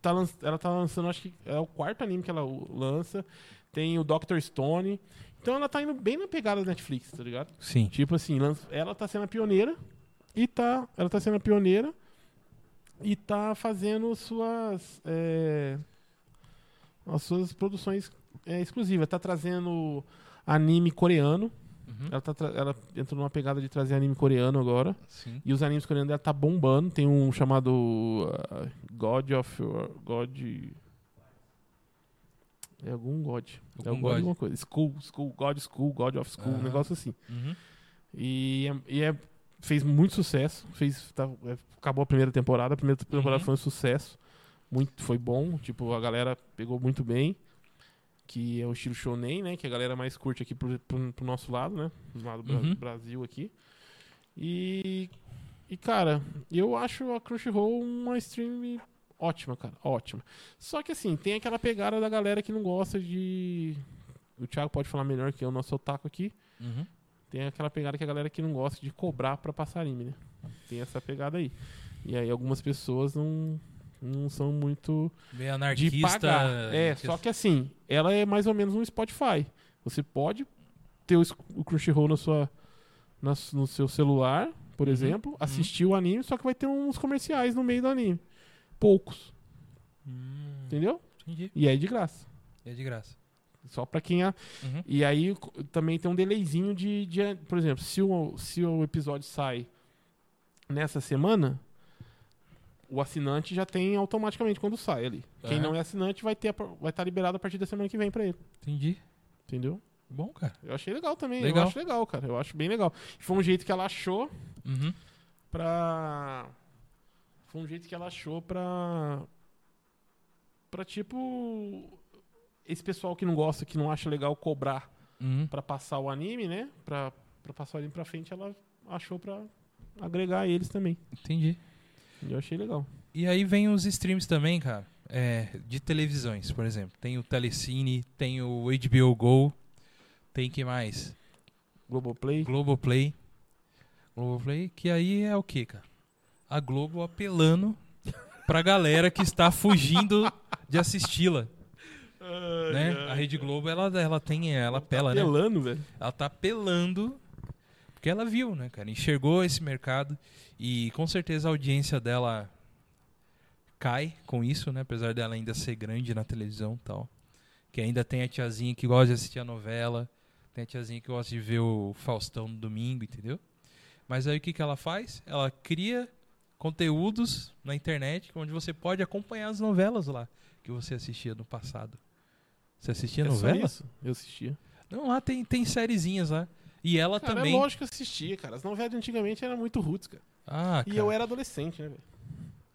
tá lan- ela tá lançando, acho que é o quarto anime que ela o- lança. Tem o Doctor Stone. Então ela tá indo bem na pegada da Netflix, tá ligado?
Sim.
Tipo assim, lança- ela tá sendo a pioneira e tá. Ela tá sendo a pioneira e tá fazendo suas. é, as suas produções é, exclusivas. Tá trazendo anime coreano.
Uhum.
Ela, tá tra- ela entrou numa pegada de trazer anime coreano agora.
Sim.
E os animes coreanos dela tá bombando. Tem um chamado ah, God of God. É algum God.
Algum
é algum God,
God.
alguma coisa. School, School, God School, God of School, um
Ah.
negócio assim.
Uhum.
E, é- e é- fez muito sucesso. Fez, tá- é, acabou a primeira temporada. A primeira temporada
Uhum.
foi um sucesso. Muito, foi bom. Tipo, a galera pegou muito bem. Que é o estilo shonen, né? Que a galera mais curte aqui pro, pro- pro nosso lado, né? Do lado do
Uhum.
Brasil aqui. E, e, cara, eu acho a Crunchyroll uma stream ótima, cara. Ótima. Só que, assim, tem aquela pegada da galera que não gosta de... O Thiago pode falar melhor que eu, nosso otaku aqui.
Uhum.
Tem aquela pegada que a galera que não gosta de cobrar pra passar anime, né? Tem essa pegada aí. E aí algumas pessoas não, não são muito
Meio
de
anarquista.
pagar. É, só que assim, ela é mais ou menos um Spotify. Você pode ter o, sc- o Crunchyroll na sua, na s- no seu celular, por
Uhum,
exemplo, assistir o anime, só que vai ter uns comerciais no meio do anime. Poucos,
Hum,
entendeu?
entendi.
E aí é de graça.
É de graça.
Só pra quem a,
Uhum.
E aí co- também tem um delayzinho de, de- por exemplo, se o, se o episódio sai nessa semana, o assinante já tem automaticamente quando sai ali. Quem
Aham.
não é assinante vai ter a par- vai estar liberado a partir da semana que vem pra ele,
Entendi.
entendeu?
Bom, cara.
Eu achei legal também,
Legal.
eu acho legal, cara, eu acho bem legal. Foi um jeito que ela achou
Uhum.
pra. Foi um jeito que ela achou pra. Pra tipo. Esse pessoal que não gosta, que não acha legal cobrar
Uhum.
pra passar o anime, né? Pra, pra passar o anime pra frente, ela achou pra agregar eles também.
Entendi.
E eu achei legal.
E aí vem os streams também, cara. É, de televisões, por exemplo. Tem o Telecine, tem o HBO Go, tem que mais?
Globoplay.
Globoplay. Globoplay, que aí é o que, cara? A Globo apelando pra galera que está fugindo de assisti-la, né? A Rede Globo, ela, ela tem, ela apela, né?
Pelando, velho.
Ela tá apelando porque ela viu, né, cara? Enxergou esse mercado e com certeza a audiência dela cai com isso, né? Apesar dela ainda ser grande na televisão e tal. Que ainda tem a tiazinha que gosta de assistir a novela, tem a tiazinha que gosta de ver o Faustão no domingo, entendeu? Mas aí o que, que ela faz? Ela cria conteúdos na internet onde você pode acompanhar as novelas lá que você assistia no passado. Você assistia
É só
novela?
isso? Eu assistia.
Não, lá tem, tem sériezinhas lá. E ela
Cara,
também.
é lógico que eu assistia, cara. As novelas de antigamente eram muito roots, cara.
Ah,
E
cara.
eu era adolescente, né, velho?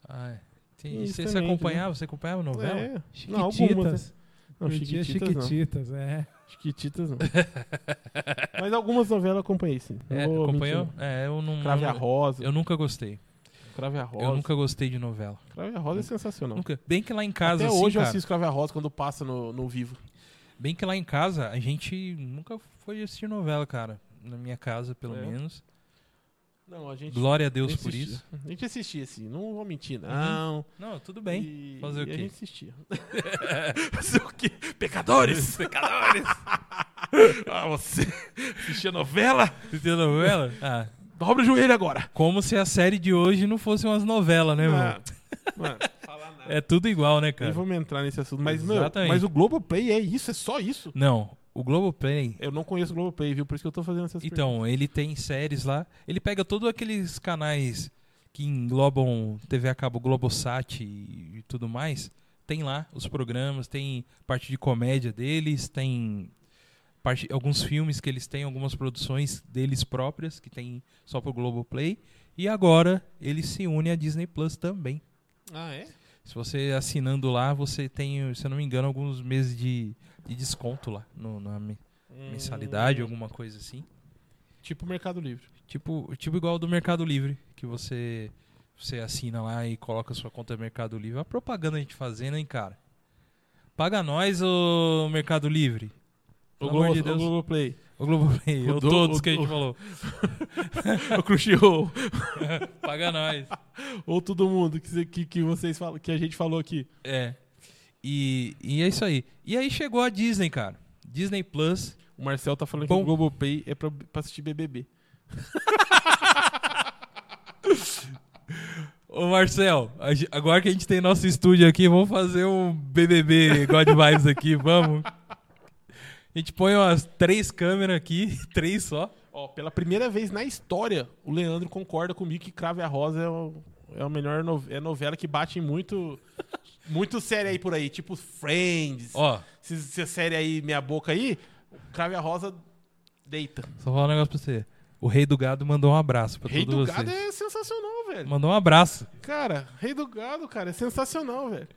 Ah, é. Tem-
Isso
você, você
também,
acompanhava? Você acompanhava a novela?
É. Não, algumas, né?
Chiquititas.
Não,
Curtia
Chiquititas, não.
Chiquititas, é.
Chiquititas não. Mas algumas novelas eu acompanhei, sim. Não
É,
vou
acompanhou?
mentir,
É, eu não.
não. Crave a
eu,
Rosa.
eu nunca gostei.
Crave a Rosa.
Eu nunca gostei de novela.
Crave a Rosa é sensacional.
Nunca. Bem que lá em casa,
Até
assim,
hoje eu
cara,
assisto Crave a Rosa quando passa no, no vivo.
Bem que lá em casa, a gente nunca foi assistir novela, cara. Na minha casa, pelo
É.
menos.
Não, a gente.
Glória a Deus
Nem
por
assistia.
isso.
A gente assistia, assim, não vou mentir,
Uhum.
não.
Não, tudo bem.
E-
Fazer o
e
quê?
A gente assistia. Fazer o quê? Pecadores! Pecadores! ah, você assistia novela?
Assistir novela? Ah,
Dobra o joelho agora!
como se a série de hoje não fosse umas novelas, né,
Ah,
mano?
mano,
É tudo igual, né, cara?
nem vamos entrar nesse assunto, mas, meu,
Exatamente.
mas o Globoplay é isso, é só isso.
Não, o Globoplay.
Eu não conheço o Globoplay, viu? Por isso que eu tô fazendo essas
Então, ele tem séries lá. Ele pega todos aqueles canais que englobam TV a cabo, Globosat e, e tudo mais. Tem lá os programas, tem parte de comédia deles, tem parte, alguns filmes que eles têm, algumas produções deles próprias, que tem só pro Globoplay. E agora ele se une à Disney Plus também.
perguntas. Ah, é?
Se você assinando lá, você tem, se eu não me engano, alguns meses de, de desconto lá no, na me- mensalidade,
Hum,
alguma coisa assim.
Tipo Mercado Livre.
Tipo, tipo igual ao do Mercado Livre, que você você assina lá e coloca sua conta Mercado Livre. A propaganda a gente fazendo, hein, cara? Paga nós, ô Mercado Livre.
O,
Pelo amor
Globo,
de
o
Deus.
Globoplay.
O Globoplay,
O
ou
do-
todos
o
que a gente
do-
falou.
o Crunchyroll.
Paga nós.
Ou todo mundo que, que, que vocês falam, que a gente falou aqui.
É. E, e é isso aí. E aí chegou a Disney, cara. Disney Plus.
O Marcel tá falando
Bom.
que o Globopay é pra, pra assistir BBB.
Ô, Ô Marcel, a ge- agora que a gente tem nosso estúdio aqui, vamos fazer um BBB God Vibes aqui, vamos? A gente põe umas três câmeras aqui, três só.
Ó, pela primeira vez na história, o Leandro concorda comigo que Crave a Rosa é o, é a melhor no- é novela que bate em muito, muito série aí por aí, tipo Friends.
Ó,
Se, se a série aí, Meia Boca aí, Crave a Rosa deita.
só falar um negócio pra você. O Rei do Gado mandou um abraço pra
Rei
todos
do
vocês.
Gado é sensacional, velho.
Mandou um abraço.
Cara, Rei do Gado, cara, é sensacional, velho.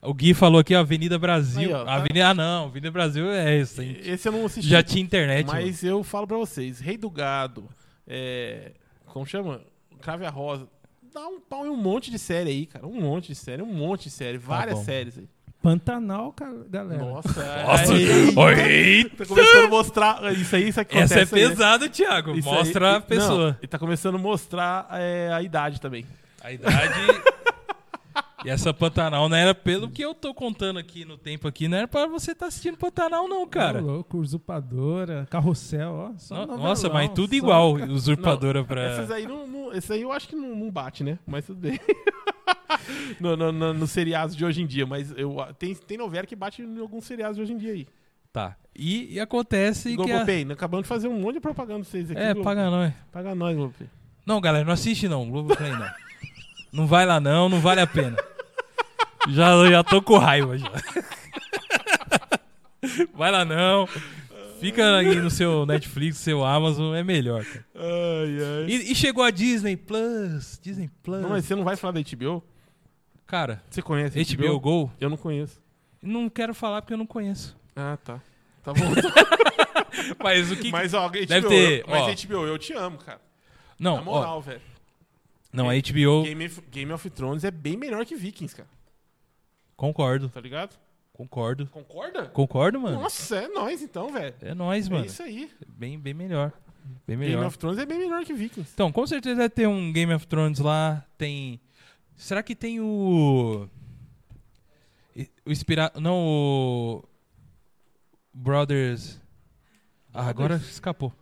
O Gui falou aqui, ó, Avenida Brasil.
Aí, ó, tá.
Avenida, ah, não, Avenida Brasil é essa. hein?
Esse eu não assisti.
Já tinha internet. mano.
Mas eu falo pra vocês, Rei do Gado, é, como chama? Crave a Rosa. Dá um pau em um monte de série aí, cara. Um monte de série, um monte de série. Várias
Tá bom. É.
séries aí.
Pantanal, cara, galera.
Nossa,
Nossa,
aí,
oi!
tá começando a mostrar. Isso aí, isso acontece.
Essa é
aí.
pesada, Thiago.
Isso aí-
Mostra a
não,
pessoa.
E tá começando a mostrar é, a idade também.
A idade. e essa Pantanal não era pelo que eu tô contando aqui no tempo aqui, não era pra você estar assistindo Pantanal, não, cara.
Ô, louco, usurpadora, carrossel, ó. só
No-
novelão,
Nossa, mas tudo
só-
igual, usurpadora
Essas é
pra.
aí, não, não- esses aí eu acho que não, não bate, né? Mas tudo bem. no, no, no, nos seriados de hoje em dia. Mas eu, tem, tem novela que bate em alguns seriados de hoje em dia aí.
Tá. E, e acontece que. A...
GloboPay, acabamos de fazer um monte de propaganda pra vocês aqui.
É,
Globo.
paga não, é.
Paga nós, GloboPay.
Não, galera, não assiste não, Globoplay não. não vai lá não, não vale a pena. Já, já tô com raiva já. vai lá não. Fica aí no seu Netflix, seu Amazon, é melhor, cara.
Ai, ai.
E, e chegou a Disney Plus, Disney Plus.
Não, mas você não vai falar da HBO?
Cara,
Você conhece
HBO, Go,
Eu não conheço.
não quero falar porque eu não conheço.
Ah, tá. Tá bom.
Mas o que...
mas, ó, HBO,
Deve ter,
eu- mas
ó.
HBO, eu te amo, cara.
não,
Na
ó,
moral, velho.
não, a HBO,
Game, of- Game of Thrones é bem melhor que Vikings, cara.
concordo,
Tá ligado?
concordo,
Concorda?
concordo, mano.
Nossa, é nóis então, velho.
É nóis,
É
mano.
isso aí.
Bem, bem melhor, bem
Game
melhor.
of Thrones é bem melhor que Vikings.
Então, com certeza deve ter um Game of Thrones lá, tem... Será que tem o... O inspira... Não, o... Brothers... Ah, agora escapou.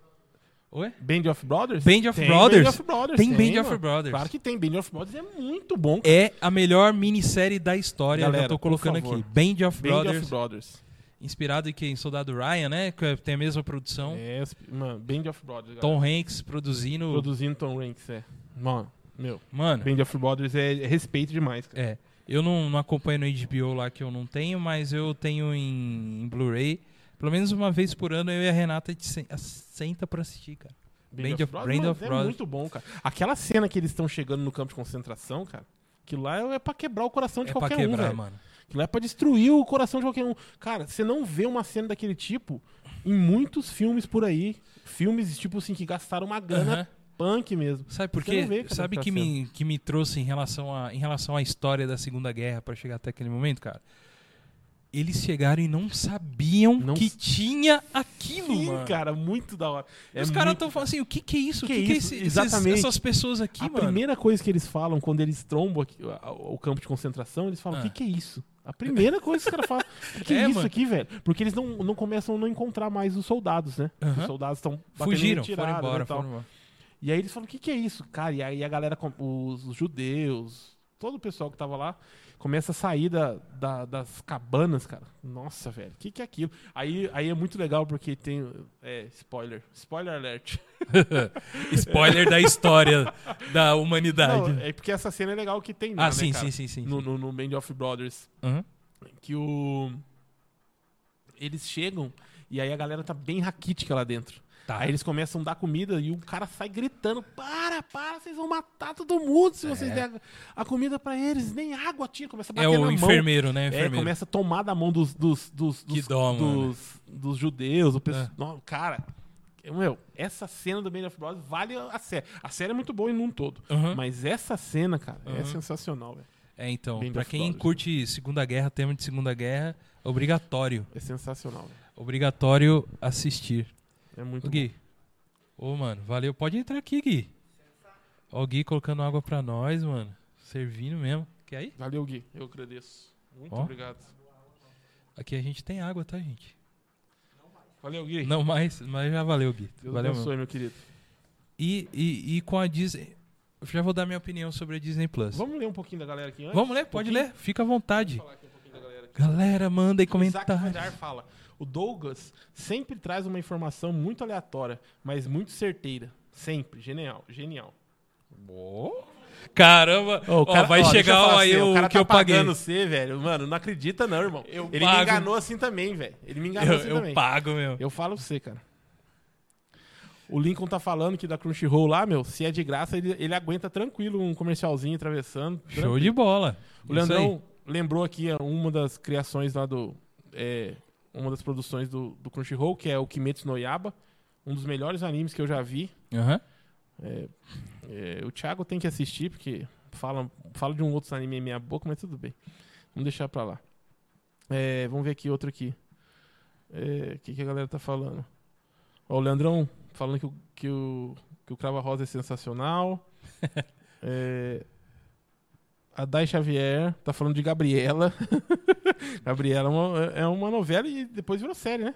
Oi?
Band of Brothers?
Band of
Tem
Brothers?
Band of Brothers.
Tem Band of
mano.
Brothers.
Claro que tem. Band of Brothers é muito bom, cara.
É a melhor minissérie da história,
Galera,
eu já tô
por
colocando
favor.
aqui. Band of
Band
Brothers,
of Brothers.
inspirado em quem? Soldado Ryan, né? Que é- tem a mesma produção.
É, os- mano, Band of Brothers.
Tom
galera.
Hanks produzindo.
Produzindo Tom Hanks, é. Mano, meu.
Mano,
Band of Brothers é, é respeito demais, cara.
é. Eu não, não acompanho no HBO lá que eu não tenho, mas eu tenho em, em Blu-ray. Pelo menos uma vez por ano eu e a Renata a gente sen- a- senta pra assistir, cara. Band of- Band
mano,
of
é
Brothers.
muito bom, cara. Aquela cena que eles estão chegando no campo de concentração, cara. Que lá é pra quebrar o coração de
É pra
qualquer um,
quebrar,
velho.
mano.
Que lá é pra destruir o coração de qualquer um. Cara, você não vê uma cena daquele tipo em muitos filmes por aí. Filmes, tipo assim, que gastaram uma grana
Aham.
punk mesmo.
Sabe
Você
por quê?
não vê, é cara,
Sabe
aquela
que me, que me trouxe em relação, a, em relação à história da Segunda Guerra pra chegar até aquele momento, cara? Eles chegaram e não sabiam
Não
que
s-
tinha aquilo,
Sim,
mano.
cara, muito da hora.
E os caras estão falando assim, o que que é isso? O
Que
que,
que é
que é
isso?
esse- esses-
Exatamente.
essas pessoas aqui,
a
mano?
primeira coisa que eles falam quando eles trombam aqui, a- a- o campo de concentração, eles falam: o
Ah.
que, que é isso? A primeira coisa que os caras falam: o que, que é,
É,
isso
mano.
aqui, velho? Porque eles não, não começam a não encontrar mais os soldados, né?
Aham.
Os soldados estão
Fugiram, foram embora,
e, né, tal.
foram embora.
e aí eles falam: o que, que é isso? Cara, e aí a galera, com- os, os judeus, todo o pessoal que tava lá, começa a sair da, da- das cabanas, cara. Nossa, velho, o que, que é aquilo? Aí, aí é muito legal porque tem. É, spoiler. Spoiler alert.
Spoiler da história da humanidade.
Não, é porque essa cena é legal que tem lá,
ah,
né,
sim,
cara?
sim, sim, sim.
No, no, no Band of Brothers.
Aham.
Que o. Eles chegam e aí a galera tá bem raquítica lá dentro.
Tá.
Aí eles começam a dar comida e o cara sai gritando: Para, para, vocês vão matar todo mundo se vocês
É.
derem a, a comida pra eles, nem água tira, começa a bater
É
na
o
mão.
enfermeiro, né?
É,
enfermeiro.
começa a tomar da mão dos, dos, dos,
Que
dos,
dó, mano.
dos, dos judeus, o pessoal.
É.
Não, Cara, meu, essa cena do Band of Brothers vale a série. A série é muito boa em um todo.
Aham.
Mas essa cena, cara, é
Uhum.
sensacional, velho.
É, então,
Band
pra
of
quem
Brothers.
curte Segunda Guerra, tema de Segunda Guerra, obrigatório.
É sensacional, velho.
Obrigatório assistir.
É muito
Ô, Gui. Ô, mano, valeu. Pode entrar aqui, Gui. Ó, o Gui colocando água pra nós, mano. Servindo mesmo. Quer aí?
bom. Valeu, Gui. Eu agradeço. Muito
Ó.
obrigado.
Aqui a gente tem água, tá, gente?
Valeu, Gui.
Não, mas, mas já valeu, Gui.
Deus
valeu,
abençoe, meu querido.
E, e, e com a Disney. Eu já vou dar minha opinião sobre a Disney Plus.
Vamos ler um pouquinho da galera aqui antes?
Vamos ler? Pode
Pouquinho?
ler, fica à vontade.
Vamos falar aqui um pouquinho da galera aqui.
Galera, mandem
Isaac Radar
comentários.
fala: O Douglas sempre traz uma informação muito aleatória, mas muito certeira. Sempre. Genial, genial.
Ó. Caramba,
Ô, o
ó,
cara-
vai
ó, deixa eu
chegar
falar
aí
pra você,
o,
cara
que
tá
eu paguei.
pagando você, velho. Mano, não acredita não, irmão.
Eu
Ele
pago.
me enganou assim também, velho. Ele me enganou
Eu,
assim
eu
também.
pago, meu.
Eu falo pra você, cara. O Lincoln tá falando que da Crunchyroll lá, meu, se é de graça, ele, ele aguenta tranquilo um comercialzinho atravessando.
Show de bola.
O
Isso aí.
Leandrão lembrou aqui ó, uma das criações lá do. é, uma das produções do, do Crunchyroll, que é o Kimetsu no Yaba. Um dos melhores animes que eu já vi.
Aham.
É, é, o Thiago tem que assistir, porque fala, fala de um outro anime em minha boca, mas tudo bem. Vamos deixar pra lá. É, vamos ver aqui outro aqui. É, O que, que a galera tá falando? Ó, o Leandrão falando que o, que o, que o Crava Rosa é sensacional. É, a Dai Xavier tá falando de Gabriela. Gabriela é uma, é uma novela e depois virou série, né?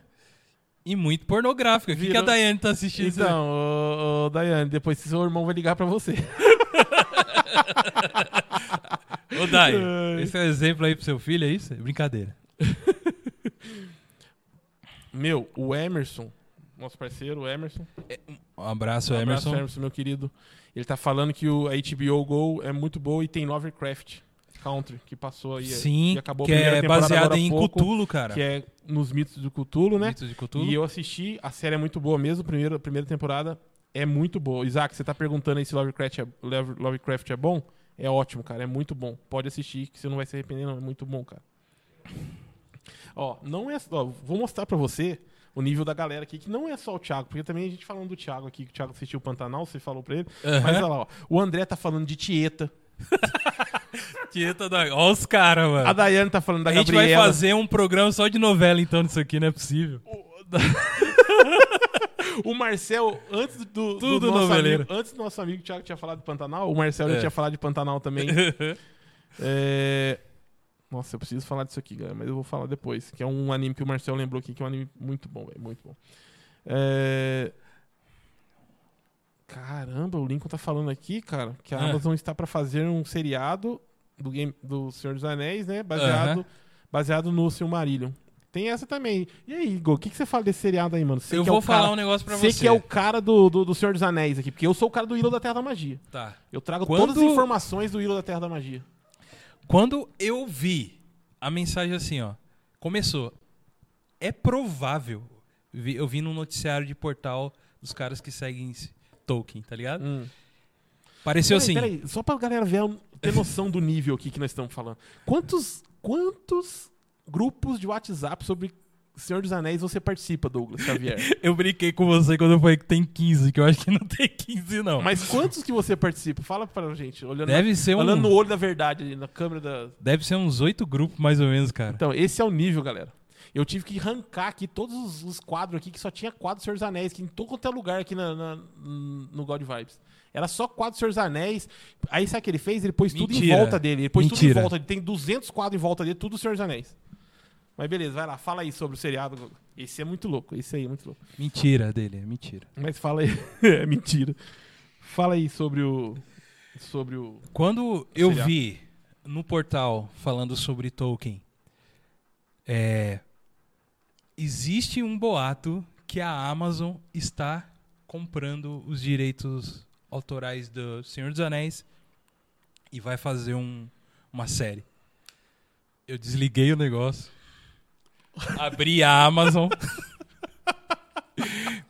E muito pornográfico. O que, que a
Virou-
Daiane tá assistindo? isso aí?
Então, ô, ô, Daiane, depois seu irmão vai ligar pra você.
Ô, Dai,
Ai.
esse é um exemplo aí pro seu filho, é isso? Brincadeira.
Meu, o Emerson, nosso parceiro, o Emerson.
Um abraço,
Um abraço,
Emerson.
Emerson, meu querido. Ele tá falando que o a HBO Go é muito boa e tem Lovecraft Country, que passou aí.
Sim,
e acabou a
que
primeira
é
temporada
baseado
agora há
em
pouco,
Cthulhu, cara.
Que é nos mitos do Cthulhu, né?
Mitos de Cthulhu.
E eu assisti, a série é muito boa mesmo, primeira, primeira temporada é muito boa. Isaac, você tá perguntando aí se Lovecraft é, Love- Lovecraft é bom? É ótimo, cara, é muito bom. Pode assistir que você não vai se arrepender não, é muito bom, cara. Ó, não é, ó, vou mostrar pra você o nível da galera aqui, que não é só o Thiago, porque também a gente falando do Thiago aqui, que o Thiago assistiu o Pantanal, você falou pra ele.
Aham.
Mas olha lá, ó, o André tá falando de Tieta,
Tieta da... Ó os caras, mano.
a
É. A,
Dayane tá falando da
gente
Gabriela.
vai fazer um programa só de novela, então, disso aqui, não é possível.
O Marcel, antes do, do
Tudo
nosso
noveleiro.
amigo, antes do nosso amigo Thiago tinha falado de Pantanal, o Marcel
É.
já tinha falado de Pantanal também. É, Nossa, eu preciso falar disso aqui, galera, mas eu vou falar depois. Que é um anime que o Marcel lembrou aqui, que é um anime muito bom, velho. Muito bom. É, Caramba, o Lincoln tá falando aqui, cara, que a
Ah.
Amazon está pra fazer um seriado do, game, do Senhor dos Anéis, né? Baseado, baseado no Silmarillion. Tem essa também. E aí, Igor, o que, que você fala desse seriado aí, mano? Você
eu
que é
vou
o
falar
cara-
um negócio pra
você
você.
que é o cara do, do, do Senhor dos Anéis aqui, porque eu sou o cara do Hilo da Terra da Magia.
Tá.
Eu trago
Quando-
todas as informações do Hilo da Terra da Magia.
Quando eu vi a mensagem assim, ó, começou. É provável. vi- Eu vi num noticiário de portal dos caras que seguem esse Tolkien, tá ligado? Pareceu assim.
Hum. Peraí, só pra galera ver, ter noção do nível aqui que nós estamos falando. Quantos, quantos grupos de WhatsApp sobre Senhor dos Anéis você participa, Douglas Xavier?
Eu brinquei com você quando eu falei que tem 15, que eu acho que não tem 15, não.
Mas quantos que você participa? Fala pra gente, olhando,
Deve ser um-
olhando no olho da verdade, ali, na câmera da...
Deve ser uns oito grupos, mais ou menos, cara.
Então, esse é o nível, galera. Eu tive que arrancar aqui todos os, os quadros aqui, que só tinha quadro do Senhor dos Anéis, que em todo quanto é lugar aqui na- na- no God Vibes. Era só quadro do Senhor dos Anéis. Aí sabe o que ele fez? Ele pôs tudo em
Mentira.
volta dele. Ele pôs tudo
Mentira.
em volta. Ele tem 200 quadros em volta dele, tudo do Senhor dos Anéis. Mas beleza, vai lá. Fala aí sobre o seriado. Gogo. Esse é muito louco. Esse aí é muito louco.
Mentira dele, é mentira.
Mas fala aí. é mentira. Fala aí sobre o... Sobre o...
Quando eu
Serial.
vi no portal falando sobre Tolkien, é, existe um boato que a Amazon está comprando os direitos autorais do Senhor dos Anéis e vai fazer um- uma série. Eu desliguei o negócio, abri a Amazon,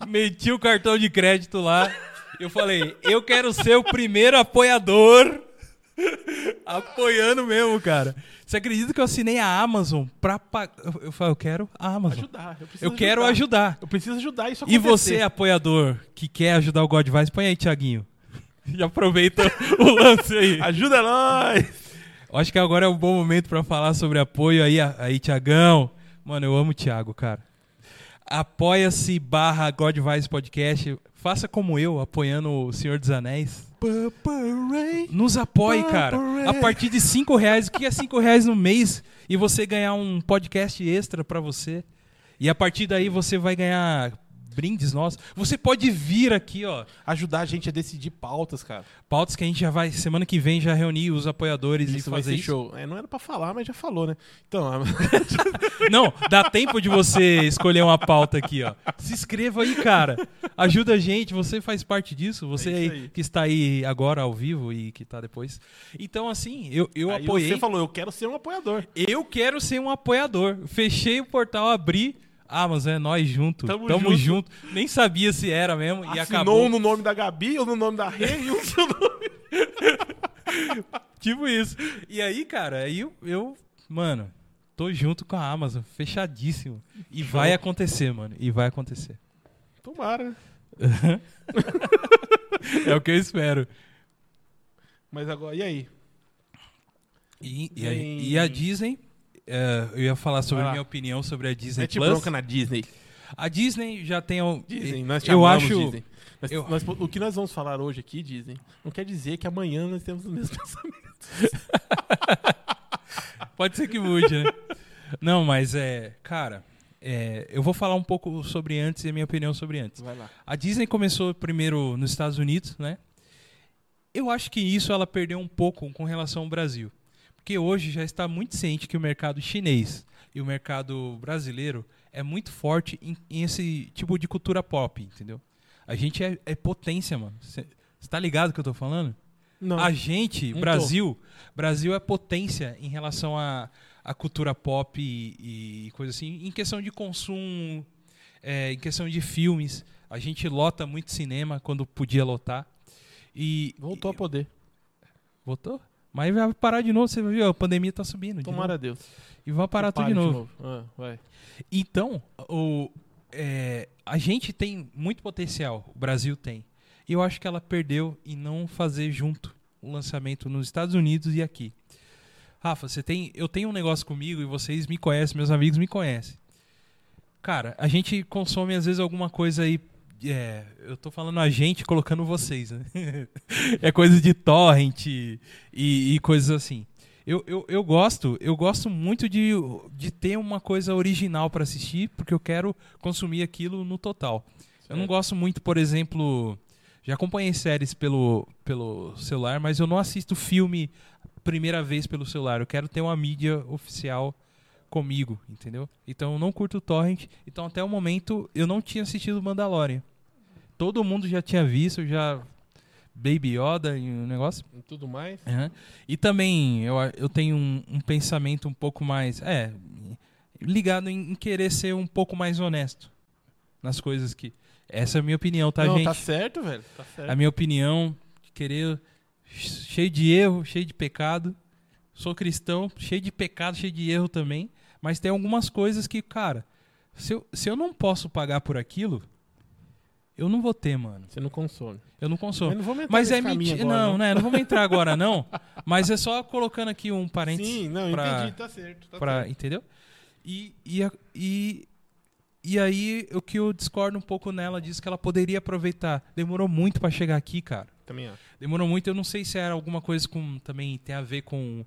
meti o cartão de crédito lá. Eu falei, eu quero ser o primeiro apoiador. Apoiando mesmo, cara. Você acredita que eu assinei a Amazon pra pagar? Eu falei, eu quero a Amazon.
Ajudar. Eu, preciso
Eu quero ajudar.
Eu preciso ajudar isso
E
acontecer.
você, apoiador, que quer ajudar o God Vice, põe aí, Thiaguinho. E aproveita o lance aí.
Ajuda nós!
Eu Acho que agora é um bom momento pra falar sobre apoio aí, a- aí Tiagão. Mano, eu amo o Thiago, cara. Apoia-se barra God Vice Podcast. Faça como eu, apoiando o Senhor dos Anéis. Nos apoie, cara. A partir de 5 reais, o que é 5 reais no mês? E você ganhar um podcast extra pra você. E a partir daí você vai ganhar brindes nossos. Você pode vir aqui, ó.
Ajudar a gente a decidir pautas, cara.
Pautas que a gente já vai, semana que vem, já reunir os apoiadores e
isso vai
fazer
ser
isso.
show. É, não era pra falar, mas já falou, né? Então, a-
Não, dá tempo de você escolher uma pauta aqui, ó. Se inscreva aí, cara. Ajuda a gente, você faz parte disso. Você
É isso aí.
que está aí agora ao vivo e que tá depois. Então, assim, eu, eu
aí
apoiei.
você falou, eu quero ser um apoiador.
Eu quero ser um apoiador. Fechei o portal, abri. Ah, mas é nós junto.
Tamo
Tamo,
junto.
junto. Nem sabia se era mesmo. e
Assinou
acabou.
um no nome da Gabi, ou no nome da Rê, e um no seu nome.
Tipo isso. E aí, cara, aí eu, eu, mano, tô junto com a Amazon, fechadíssimo. E vai acontecer, mano. E vai acontecer.
Tomara, né?
É o que eu espero.
Mas agora, e aí?
E, e a,
Bem-
e a Disney, é, eu ia falar sobre
Vai lá. É
a minha opinião sobre a Disney
Mete
Plus.
bronca na Disney.
A Disney já tem o.
Disney, nós te
eu
amamos,
acho.
Disney. Nós-
eu-
nós- o que nós vamos falar hoje aqui, Disney, não quer dizer que amanhã nós temos o mesmo pensamento.
Pode ser que mude, né? Não, mas é. Cara, é, eu vou falar um pouco sobre antes e a minha opinião sobre antes.
Vai lá.
A Disney começou primeiro nos Estados Unidos, né? Eu acho que isso ela perdeu um pouco com relação ao Brasil. Porque hoje já está muito ciente que o mercado chinês e o mercado brasileiro é muito forte em, em esse tipo de cultura pop, entendeu? A gente é, é potência, mano. Você tá ligado que eu tô falando?
Não.
A gente,
Não tô.
Brasil, Brasil é potência em relação à à cultura pop e, e coisa assim, em questão de consumo, é, em questão de filmes. A gente lota muito cinema quando podia lotar. E.
Voltou a poder.
Voltou? Mas vai parar de novo, você viu? A pandemia tá subindo. de
Tomara a Deus.
novo. E vai parar tudo
Pare
de novo.
Ah, vai.
Então, o, é, a gente tem muito potencial, o Brasil tem. E eu acho que ela perdeu em não fazer junto o lançamento nos Estados Unidos e aqui. Rafa, você tem, eu tenho um negócio comigo e vocês me conhecem, meus amigos me conhecem. Cara, a gente consome às vezes alguma coisa aí. é, eu tô falando a gente colocando vocês, né? é coisa de torrent e, e coisas assim. Eu, eu, eu gosto, eu gosto muito de, de ter uma coisa original pra assistir, porque eu quero consumir aquilo no total. Eu
É,
não gosto muito, por exemplo, já acompanhei séries pelo, pelo celular, mas eu não assisto filme primeira vez pelo celular. Eu quero ter uma mídia oficial comigo, entendeu? Então eu não curto o torrent. Então até o momento eu não tinha assistido Mandalorian. Todo mundo já tinha visto, já Baby Yoda e o negócio.
E tudo mais.
Aham. E também eu, a- eu tenho um, um pensamento um pouco mais. É. Ligado em, em querer ser um pouco mais honesto nas coisas que. Essa é a minha opinião, tá,
não,
gente?
tá certo, velho. Tá certo.
A minha opinião, de querer. Cheio de erro, cheio de pecado. Sou cristão, cheio de pecado, cheio de erro também. Mas tem algumas coisas que, cara, se eu, se eu não posso pagar por aquilo, eu não vou ter, mano.
Você não consome.
Eu não consumo.
Mas não vamos entrar
Mas
nesse
é
caminho
mentira.
agora,
Não, né? Não vamos entrar agora, não. Mas é só colocando aqui um parênteses.
Sim, não,
pra-
entendi, tá certo. Tá
pra-
certo.
entendeu? E, e, a- e, e aí, o que eu discordo um pouco nela diz que ela poderia aproveitar. Demorou muito pra chegar aqui, cara.
Também acho.
Demorou muito. Eu não sei se era alguma coisa com também tem a ver com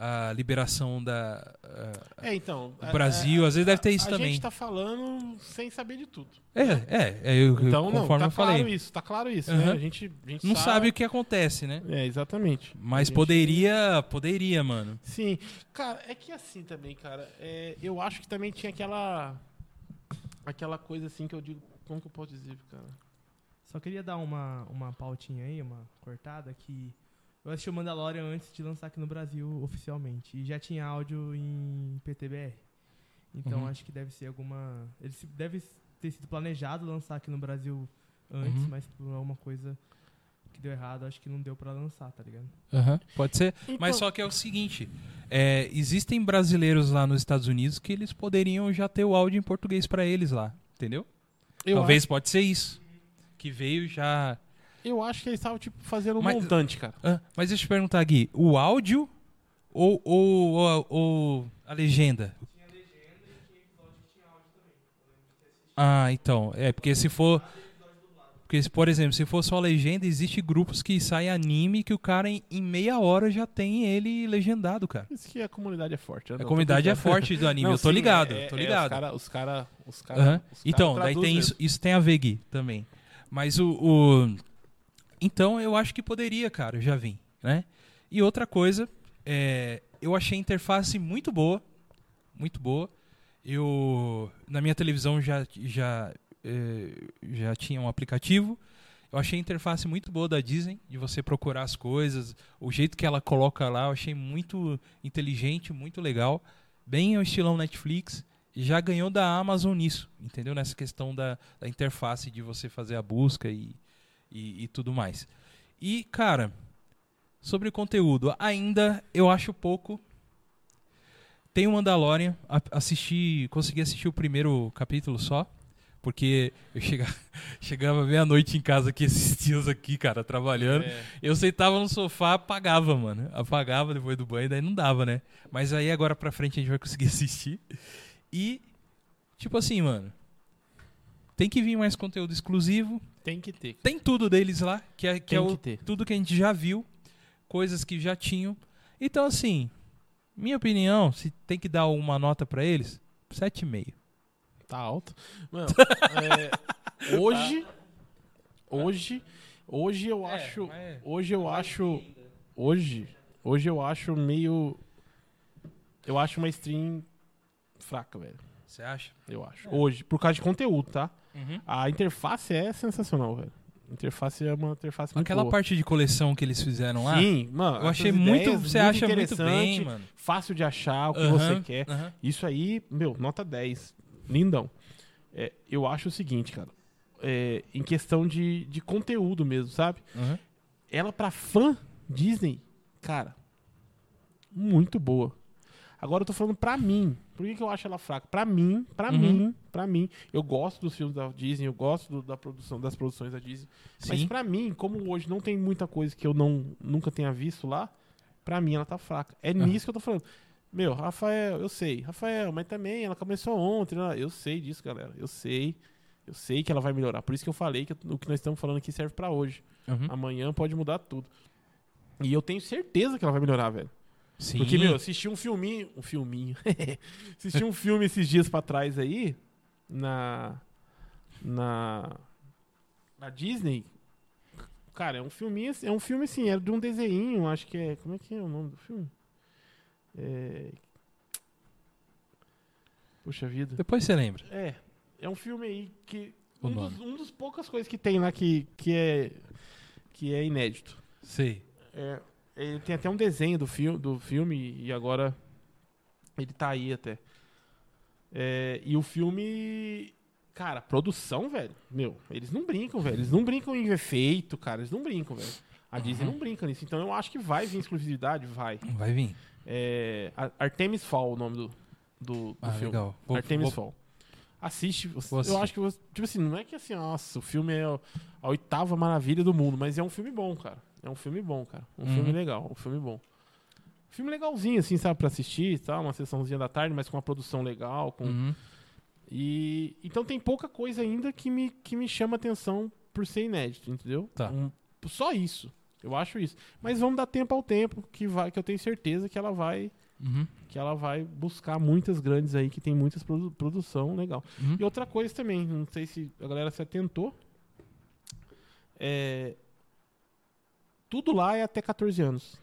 a liberação da. ah,
É, então.
do
a-
Brasil, às vezes deve ter isso
a
também.
gente tá falando sem saber de tudo.
É, é, é, eu, eu-
Então, não,
conforme
tá
eu falei.
claro isso, tá claro isso, né?
Aham.
A gente, a gente
Não sabe o que acontece, né?
É, exatamente. A
Mas
gente-
poderia, poderia, mano.
Sim. Cara, é que assim também, cara, é, eu acho que também tinha aquela. Aquela coisa assim que eu digo. Como que eu posso dizer, cara?
Só queria dar uma, uma pautinha aí, uma cortada, que eu assisti o Mandalorian antes de lançar aqui no Brasil oficialmente. E já tinha áudio em PTBR. Então
Uhum.
acho que deve ser alguma. Ele se- deve ter sido planejado lançar aqui no Brasil antes,
Uhum.
mas por alguma coisa que deu errado, acho que não deu pra lançar, tá ligado?
Aham, Pode ser. Mas
Então-
só que é o seguinte: é, existem brasileiros lá nos Estados Unidos que eles poderiam já ter o áudio em português pra eles lá, entendeu?
Eu
Talvez pode ser isso. Que veio já.
acho- eu acho que eles estavam, tipo, fazendo um
Mas-
montante, cara.
Ah, mas deixa eu te perguntar, Gui: o áudio ou, ou- ou- ou a legenda? Ah, então. É, porque se for. Porque, se- por exemplo, se for só legenda, existe grupos que saem anime que o cara em, em meia hora já tem ele legendado, cara.
Isso que a comunidade é forte.
a comunidade é forte do anime, eu tô ligado, tô ligado.
é, os caras. Os cara, né?
Aham. Então, daí tem isso, isso tem a ver, Gui, também. Mas o, o- Então, eu acho que poderia, cara, eu já vim, né? E outra coisa, é, eu achei a interface muito boa, muito boa. Eu, na minha televisão, já, já, eh, já tinha um aplicativo. Eu achei a interface muito boa da Disney, de você procurar as coisas. O jeito que ela coloca lá, eu achei muito inteligente, muito legal. Bem ao estilão Netflix e já ganhou da Amazon nisso, entendeu? Nessa questão da, da interface de você fazer a busca e, e, e tudo mais. E, cara, sobre o conteúdo, ainda eu acho pouco. Tem o Mandalorian, a- assisti, consegui assistir o primeiro capítulo só, porque eu chega, chegava meia-noite em casa aqui esses dias aqui, cara,
É,
trabalhando. Eu sentava no sofá, apagava, mano. Apagava depois do banho, daí não dava, né? Mas aí agora pra frente a gente vai conseguir assistir. E, tipo assim, mano. Tem que vir mais conteúdo exclusivo.
Tem que ter.
Tem tudo deles lá, que é, que
Tem
é
que
o,
ter.
tudo que a gente já viu, coisas que já tinham. Então, assim, minha opinião, se tem que dar uma nota pra eles, 7,5.
Tá alto. Mano, é, hoje. Hoje. Hoje
É,
eu acho. Hoje eu acho. Hoje. Hoje eu acho meio. Eu acho uma stream fraca, velho.
Você acha?
Eu acho. Hoje. Por causa de conteúdo, tá?
Uhum.
A interface é sensacional, velho. A interface é uma interface muito
Aquela
boa.
parte de coleção que eles fizeram lá,
Sim, mano.
eu achei
essas
muito.
ideias
Você acha muito
interessante,
bem, mano.
Fácil de achar o que
Aham,
você quer.
aham.
Isso aí, meu, nota 10. Lindão. É, eu acho o seguinte, cara. É, em questão de, de conteúdo mesmo, sabe?
Aham.
Ela, pra fã Disney, cara, muito boa. Agora eu tô falando pra mim. Por que, que eu acho ela fraca? Pra mim, pra
Uhum.
mim, pra mim. Eu gosto dos filmes da Disney, eu gosto do- da produção, das produções da Disney. Mas
Sim.
pra mim, como hoje não tem muita coisa que eu não, nunca tenha visto lá, pra mim ela tá fraca. É nisso que eu tô falando. Meu, Rafael, eu sei. Rafael, mas também ela começou ontem. né? Eu sei disso, galera. Eu sei. Eu sei que ela vai melhorar. Por isso que eu falei que o que nós estamos falando aqui serve pra hoje.
Uhum.
Amanhã pode mudar tudo. E eu tenho certeza que ela vai melhorar, velho.
Sim.
Porque, meu, assisti um filminho. Um filminho. assisti um filme esses dias pra trás aí. Na. Na. Na Disney. Cara, é um filminho. assim- É um filme assim, é de um desenho, acho que é. Como é que é o nome do filme? É. Puxa vida.
Depois você lembra.
É. É um filme aí que.
O
Um
nome.
dos, um dos poucas coisas que tem lá que, que é. Que é inédito.
Sei.
É, ele tem até um desenho do filme, do filme e agora ele tá aí até. É, e o filme. Cara, produção, velho. Meu, eles não brincam, velho. Eles não brincam em efeito, cara. Eles não brincam, velho. A Disney não brinca nisso. Então eu acho que vai vir exclusividade, vai.
Vai vir.
É, Ar- Artemis Fall, o nome do, do, do
Ah,
filme.
legal. Vou-
Artemis
vou-
Fall. Assiste. você-
Vou
eu
assistir.
acho que você. Tipo assim, não é que assim, nossa, o filme é o- a oitava maravilha do mundo, mas é um filme bom, cara. É um filme bom, cara. Um
Uhum.
filme legal, um filme bom. Filme legalzinho, assim, sabe, pra assistir e tal, uma sessãozinha da tarde, mas com uma produção legal. Com...
Uhum.
E. Então tem pouca coisa ainda que me, que me chama atenção por ser inédito, entendeu?
Tá.
Um- só isso. Eu acho isso. Mas vamos dar tempo ao tempo, que vai, que eu tenho certeza que ela vai.
Uhum.
Que ela vai buscar muitas grandes aí, que tem muitas produ- produção legal.
Uhum.
E outra coisa também, não sei se a galera se atentou. É, Tudo lá é até 14 anos.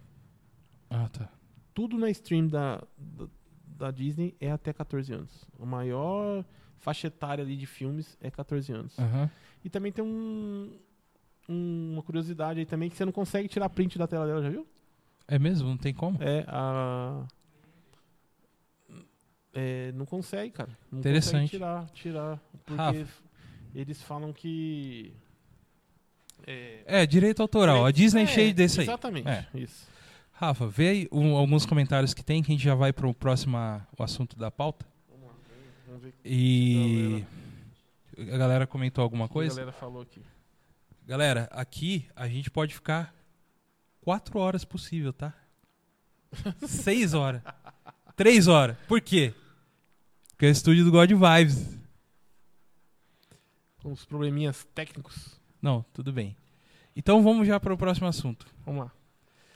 Ah, tá.
Tudo na stream da, da, da Disney é até 14 anos. A maior faixa etária ali de filmes é 14 anos.
Aham.
E também tem um, um- uma curiosidade aí também que você não consegue tirar print da tela dela, já viu?
É mesmo? Não tem como?
É a. É, não consegue, cara. Não
Interessante.
Consegue tirar, tirar. Porque
Rafa.
eles falam que. É,
É, direito autoral. A Disney é
é,
cheia desse aí.
Exatamente.
É.
Isso.
Rafa, vê aí um- alguns comentários que tem, que a gente já vai pro próximo o assunto da pauta.
Vamos ver o que
E. A galera comentou alguma
a
coisa?
galera falou aqui.
Galera, aqui a gente pode ficar quatro horas possível, tá? Seis horas. Três horas. Por quê? Porque é o estúdio do God Vibes.
Com os probleminhas técnicos.
Não, tudo bem. Então vamos já para o próximo assunto.
Vamos lá.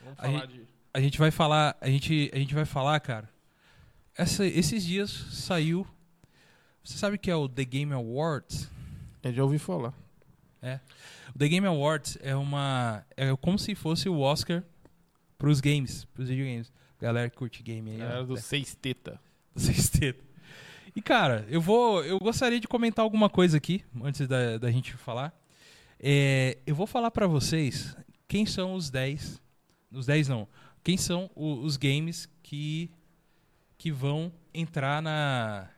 Vamos
A
falar de.
A gente vai falar, a gente, a gente vai falar, cara. Essa- esses dias saiu. Você sabe que é o The Game Awards?
Eu É, já ouvi falar.
O The Game Awards é uma. É como se fosse o Oscar pros games, pros videogames. Galera que curte game aí. né? ó.
Era do Seis Teta.
do sexteto. E cara, eu vou, eu gostaria de comentar alguma coisa aqui antes da, da gente falar. É, eu vou falar pra vocês quem são os 10, os 10 não, quem são o- os games que que vão entrar na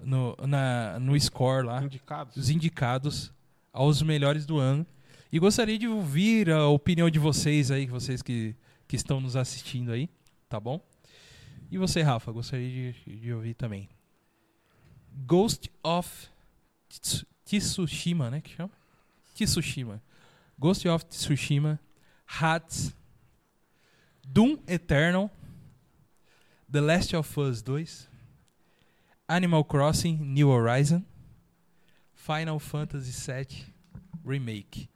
no, na, no score lá
Indicados?
os indicados aos melhores do ano. E gostaria de ouvir a opinião de vocês aí, vocês que, que estão nos assistindo aí, tá bom? E você, Rafa, gostaria de, de ouvir também. Ghost of Tsu- Tsushima, né? Que chama? Tsushima. Ghost of Tsushima, Hats, Doom Eternal, The Last of Us 2, Animal Crossing New Horizon, Final Fantasy VII Remake.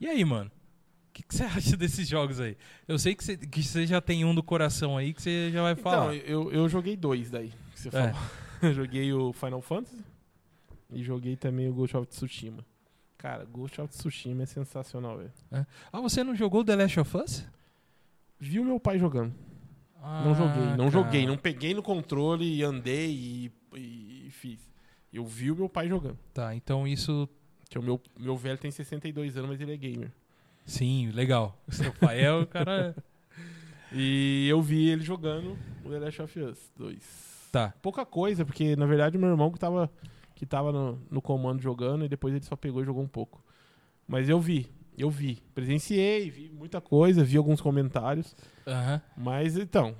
E aí, mano? O que que você acha desses jogos aí? Eu sei que você que você já tem um do coração aí que você já vai falar.
Então, eu, eu joguei dois daí, que você
É.
falou. Eu joguei o Final Fantasy e joguei também o Ghost of Tsushima. Cara, Ghost of Tsushima é sensacional, velho.
Ah, você não jogou The Last of Us?
Vi o meu pai jogando. Não
Ah,
joguei, não
cara.
joguei. Não peguei no controle e andei e, e- e fiz. Eu vi o meu pai jogando.
Tá, então isso.
Que o meu, meu velho tem 62 anos, mas ele é gamer.
Sim, legal. O seu pai é o cara.
E eu vi ele jogando o The Last of Us 2.
Tá.
Pouca coisa, porque na verdade o meu irmão que tava, que tava no, no comando jogando e depois ele só pegou e jogou um pouco. Mas eu vi, eu vi. Presenciei, vi muita coisa, vi alguns comentários.
Aham.
Mas então,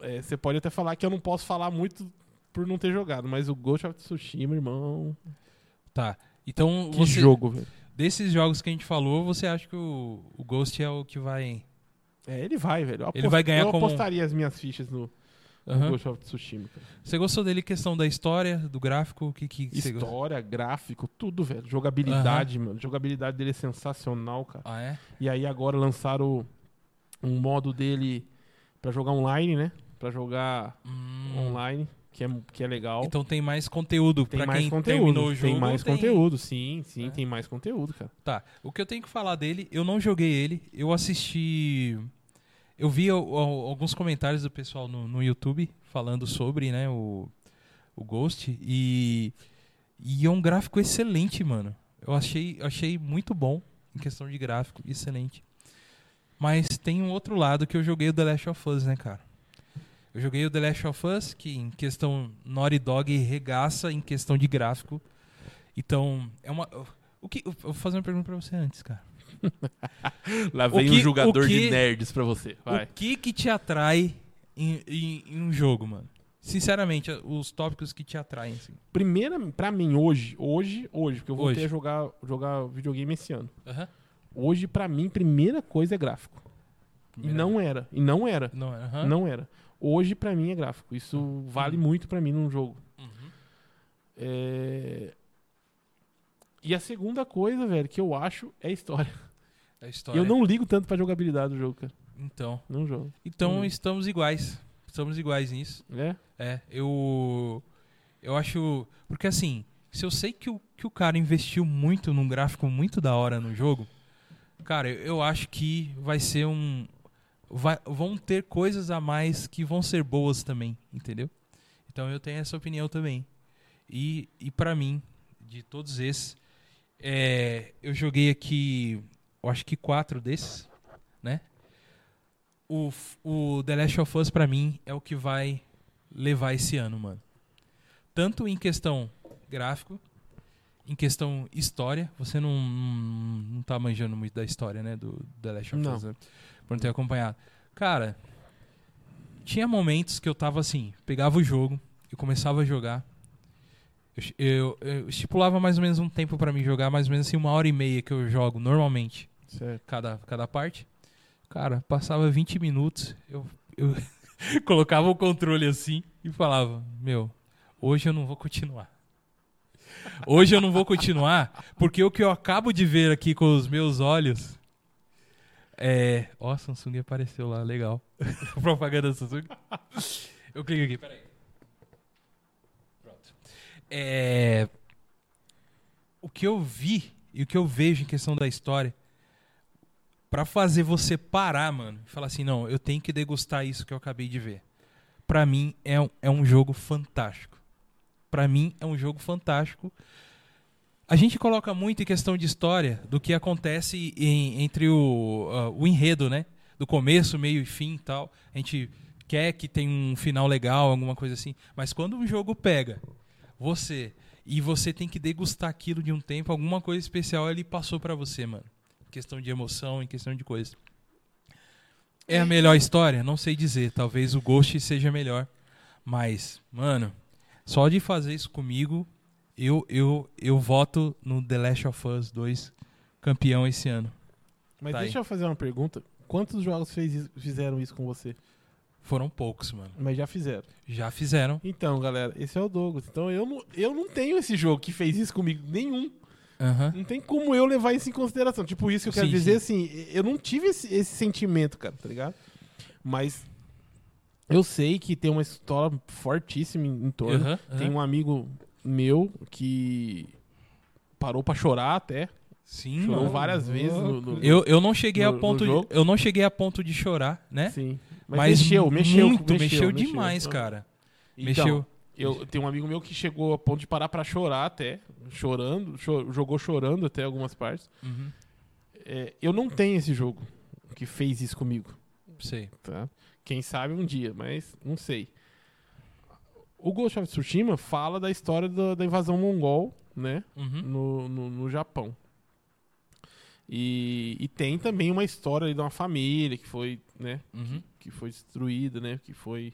é, você pode até falar que eu não posso falar muito por não ter jogado, mas o Ghost of Tsushima, irmão.
Tá. Então,
Que
você,
jogo, velho.
desses jogos que a gente falou, você acha que o, o Ghost é o que vai.
É, ele vai, velho. Eu
Ele vai ganhar
Eu
como- um-
apostaria as minhas fichas no, no
Aham.
Ghost of Tsushima. cara.
Você gostou dele? Questão da história, do gráfico? O que, que você gostou?
História, gráfico, tudo, velho. Jogabilidade, mano. Jogabilidade dele é sensacional, cara.
Ah, é?
E aí agora lançaram um modo dele pra jogar online, né? Pra jogar
Hum.
online, que é, que é legal.
Então tem mais conteúdo
tem
pra
mais
quem
conteúdo.
terminou o jogo.
tem mais conteúdo, sim, sim,
É.
tem mais conteúdo, cara.
Tá. O que eu tenho que falar dele, eu não joguei ele, eu assisti. Eu vi al- al- alguns comentários do pessoal no, no YouTube falando sobre, né, o, o Ghost. E, e é um gráfico excelente, mano. Eu achei, achei muito bom em questão de gráfico, excelente. Mas tem um outro lado que eu joguei o The Last of Us, né, cara? Eu joguei o The Last of Us, que em questão Naughty Dog regaça em questão de gráfico. Então, é uma. O que, eu vou fazer uma pergunta pra você antes, cara.
Lá
vem um julgador de
nerds pra você.
O que que te atrai em, em- em um jogo, mano? Sinceramente, os tópicos que te atraem, assim.
Primeira, pra mim, hoje, hoje, hoje, porque eu voltei
Hoje.
a jogar, jogar videogame esse ano.
Aham.
Hoje, pra mim, primeira coisa é gráfico. E não era. E não era.
Não, é, aham.
Não era. Hoje, pra mim, é gráfico. Isso vale muito pra mim num jogo.
Uhum.
É... E a segunda coisa, velho, que eu acho é a história.
É A história.
Eu não ligo tanto pra jogabilidade do jogo, cara.
Então,
Não jogo.
então
Hum.
estamos iguais. Estamos iguais nisso.
É?
É, eu. Eu acho. Porque assim, se eu sei que o, que o cara investiu muito num gráfico muito da hora no jogo, cara, eu, eu acho que vai ser um. vai- vão ter coisas a mais que vão ser boas também, entendeu? Então eu tenho essa opinião também. E, e para mim, de todos esses, é, eu joguei aqui, eu acho que quatro desses, né? O, f- o The Last of Us, pra mim, é o que vai levar esse ano, mano. Tanto em questão gráfico, em questão história. Você não, não, não tá manjando muito da história, né? Do The Last of
Não.
Us, né? Por não ter acompanhado. Cara, tinha momentos que eu tava assim, pegava o jogo, eu começava a jogar. Eu, ch- eu- eu estipulava mais ou menos um tempo pra mim jogar, mais ou menos assim, uma hora e meia que eu jogo normalmente
Certo.
cada, cada parte. Cara, passava 20 minutos, eu, eu colocava o controle assim e falava: Meu, hoje eu não vou continuar. Hoje eu não vou continuar, porque o que eu acabo de ver aqui com os meus olhos. É. Ó, a Samsung apareceu lá, legal. Propaganda da Samsung. Eu clico aqui, peraí. Pronto. É. O que eu vi e o que eu vejo em questão da história. Pra fazer você parar, mano, e falar assim, não, eu tenho que degustar isso que eu acabei de ver. Pra mim é um, é um jogo fantástico. Pra mim é um jogo fantástico. A gente coloca muito em questão de história do que acontece em- entre o, ah, o enredo, né? Do começo, meio e fim e tal. A gente quer que tenha um final legal, alguma coisa assim. Mas quando um jogo pega você e você tem que degustar aquilo de um tempo, alguma coisa especial ele passou pra você, mano. Em questão de emoção, em questão de coisa. É a melhor história? Não sei dizer. Talvez o Ghost seja melhor. Mas, mano, só de fazer isso comigo, eu, eu, eu voto no The Last of Us 2 campeão esse ano.
Mas
Tá aí.
deixa eu fazer uma pergunta. Quantos jogos fez isso- fizeram isso com você?
Foram poucos, mano.
Mas já fizeram.
Já fizeram.
Então, galera, esse é o Douglas. Então eu não, eu não tenho esse jogo que fez isso comigo. Nenhum.
Aham.
Não tem como eu levar isso em consideração. Tipo, isso que eu quero
Sim,
dizer, assim, eu não tive esse, esse sentimento, cara, tá ligado? Mas eu sei que tem uma história fortíssima em, em torno.
Aham, aham.
Tem um amigo meu que parou pra chorar até.
Sim,
chorou
mano.
várias vezes no, no-
Eu, eu não cheguei
No-
a
no
ponto de,
jogo?
eu não cheguei a ponto de chorar, né?
Sim. Mas, mexeu, mexeu,
muito, mexeu, demais,
Então,
cara.
Então,
mexeu.
Eu tenho um amigo meu que chegou a ponto de parar pra chorar até, chorando, cho- jogou chorando até algumas partes.
Uhum.
É, eu não tenho esse jogo que fez isso comigo,
Sei.
tá? Quem sabe um dia, mas não sei. O Ghost of Tsushima fala da história da, da invasão mongol, né,
Uhum.
no, no, no Japão. E, e tem também uma história ali de uma família que foi, né,
Uhum.
que foi destruída, né? Que foi.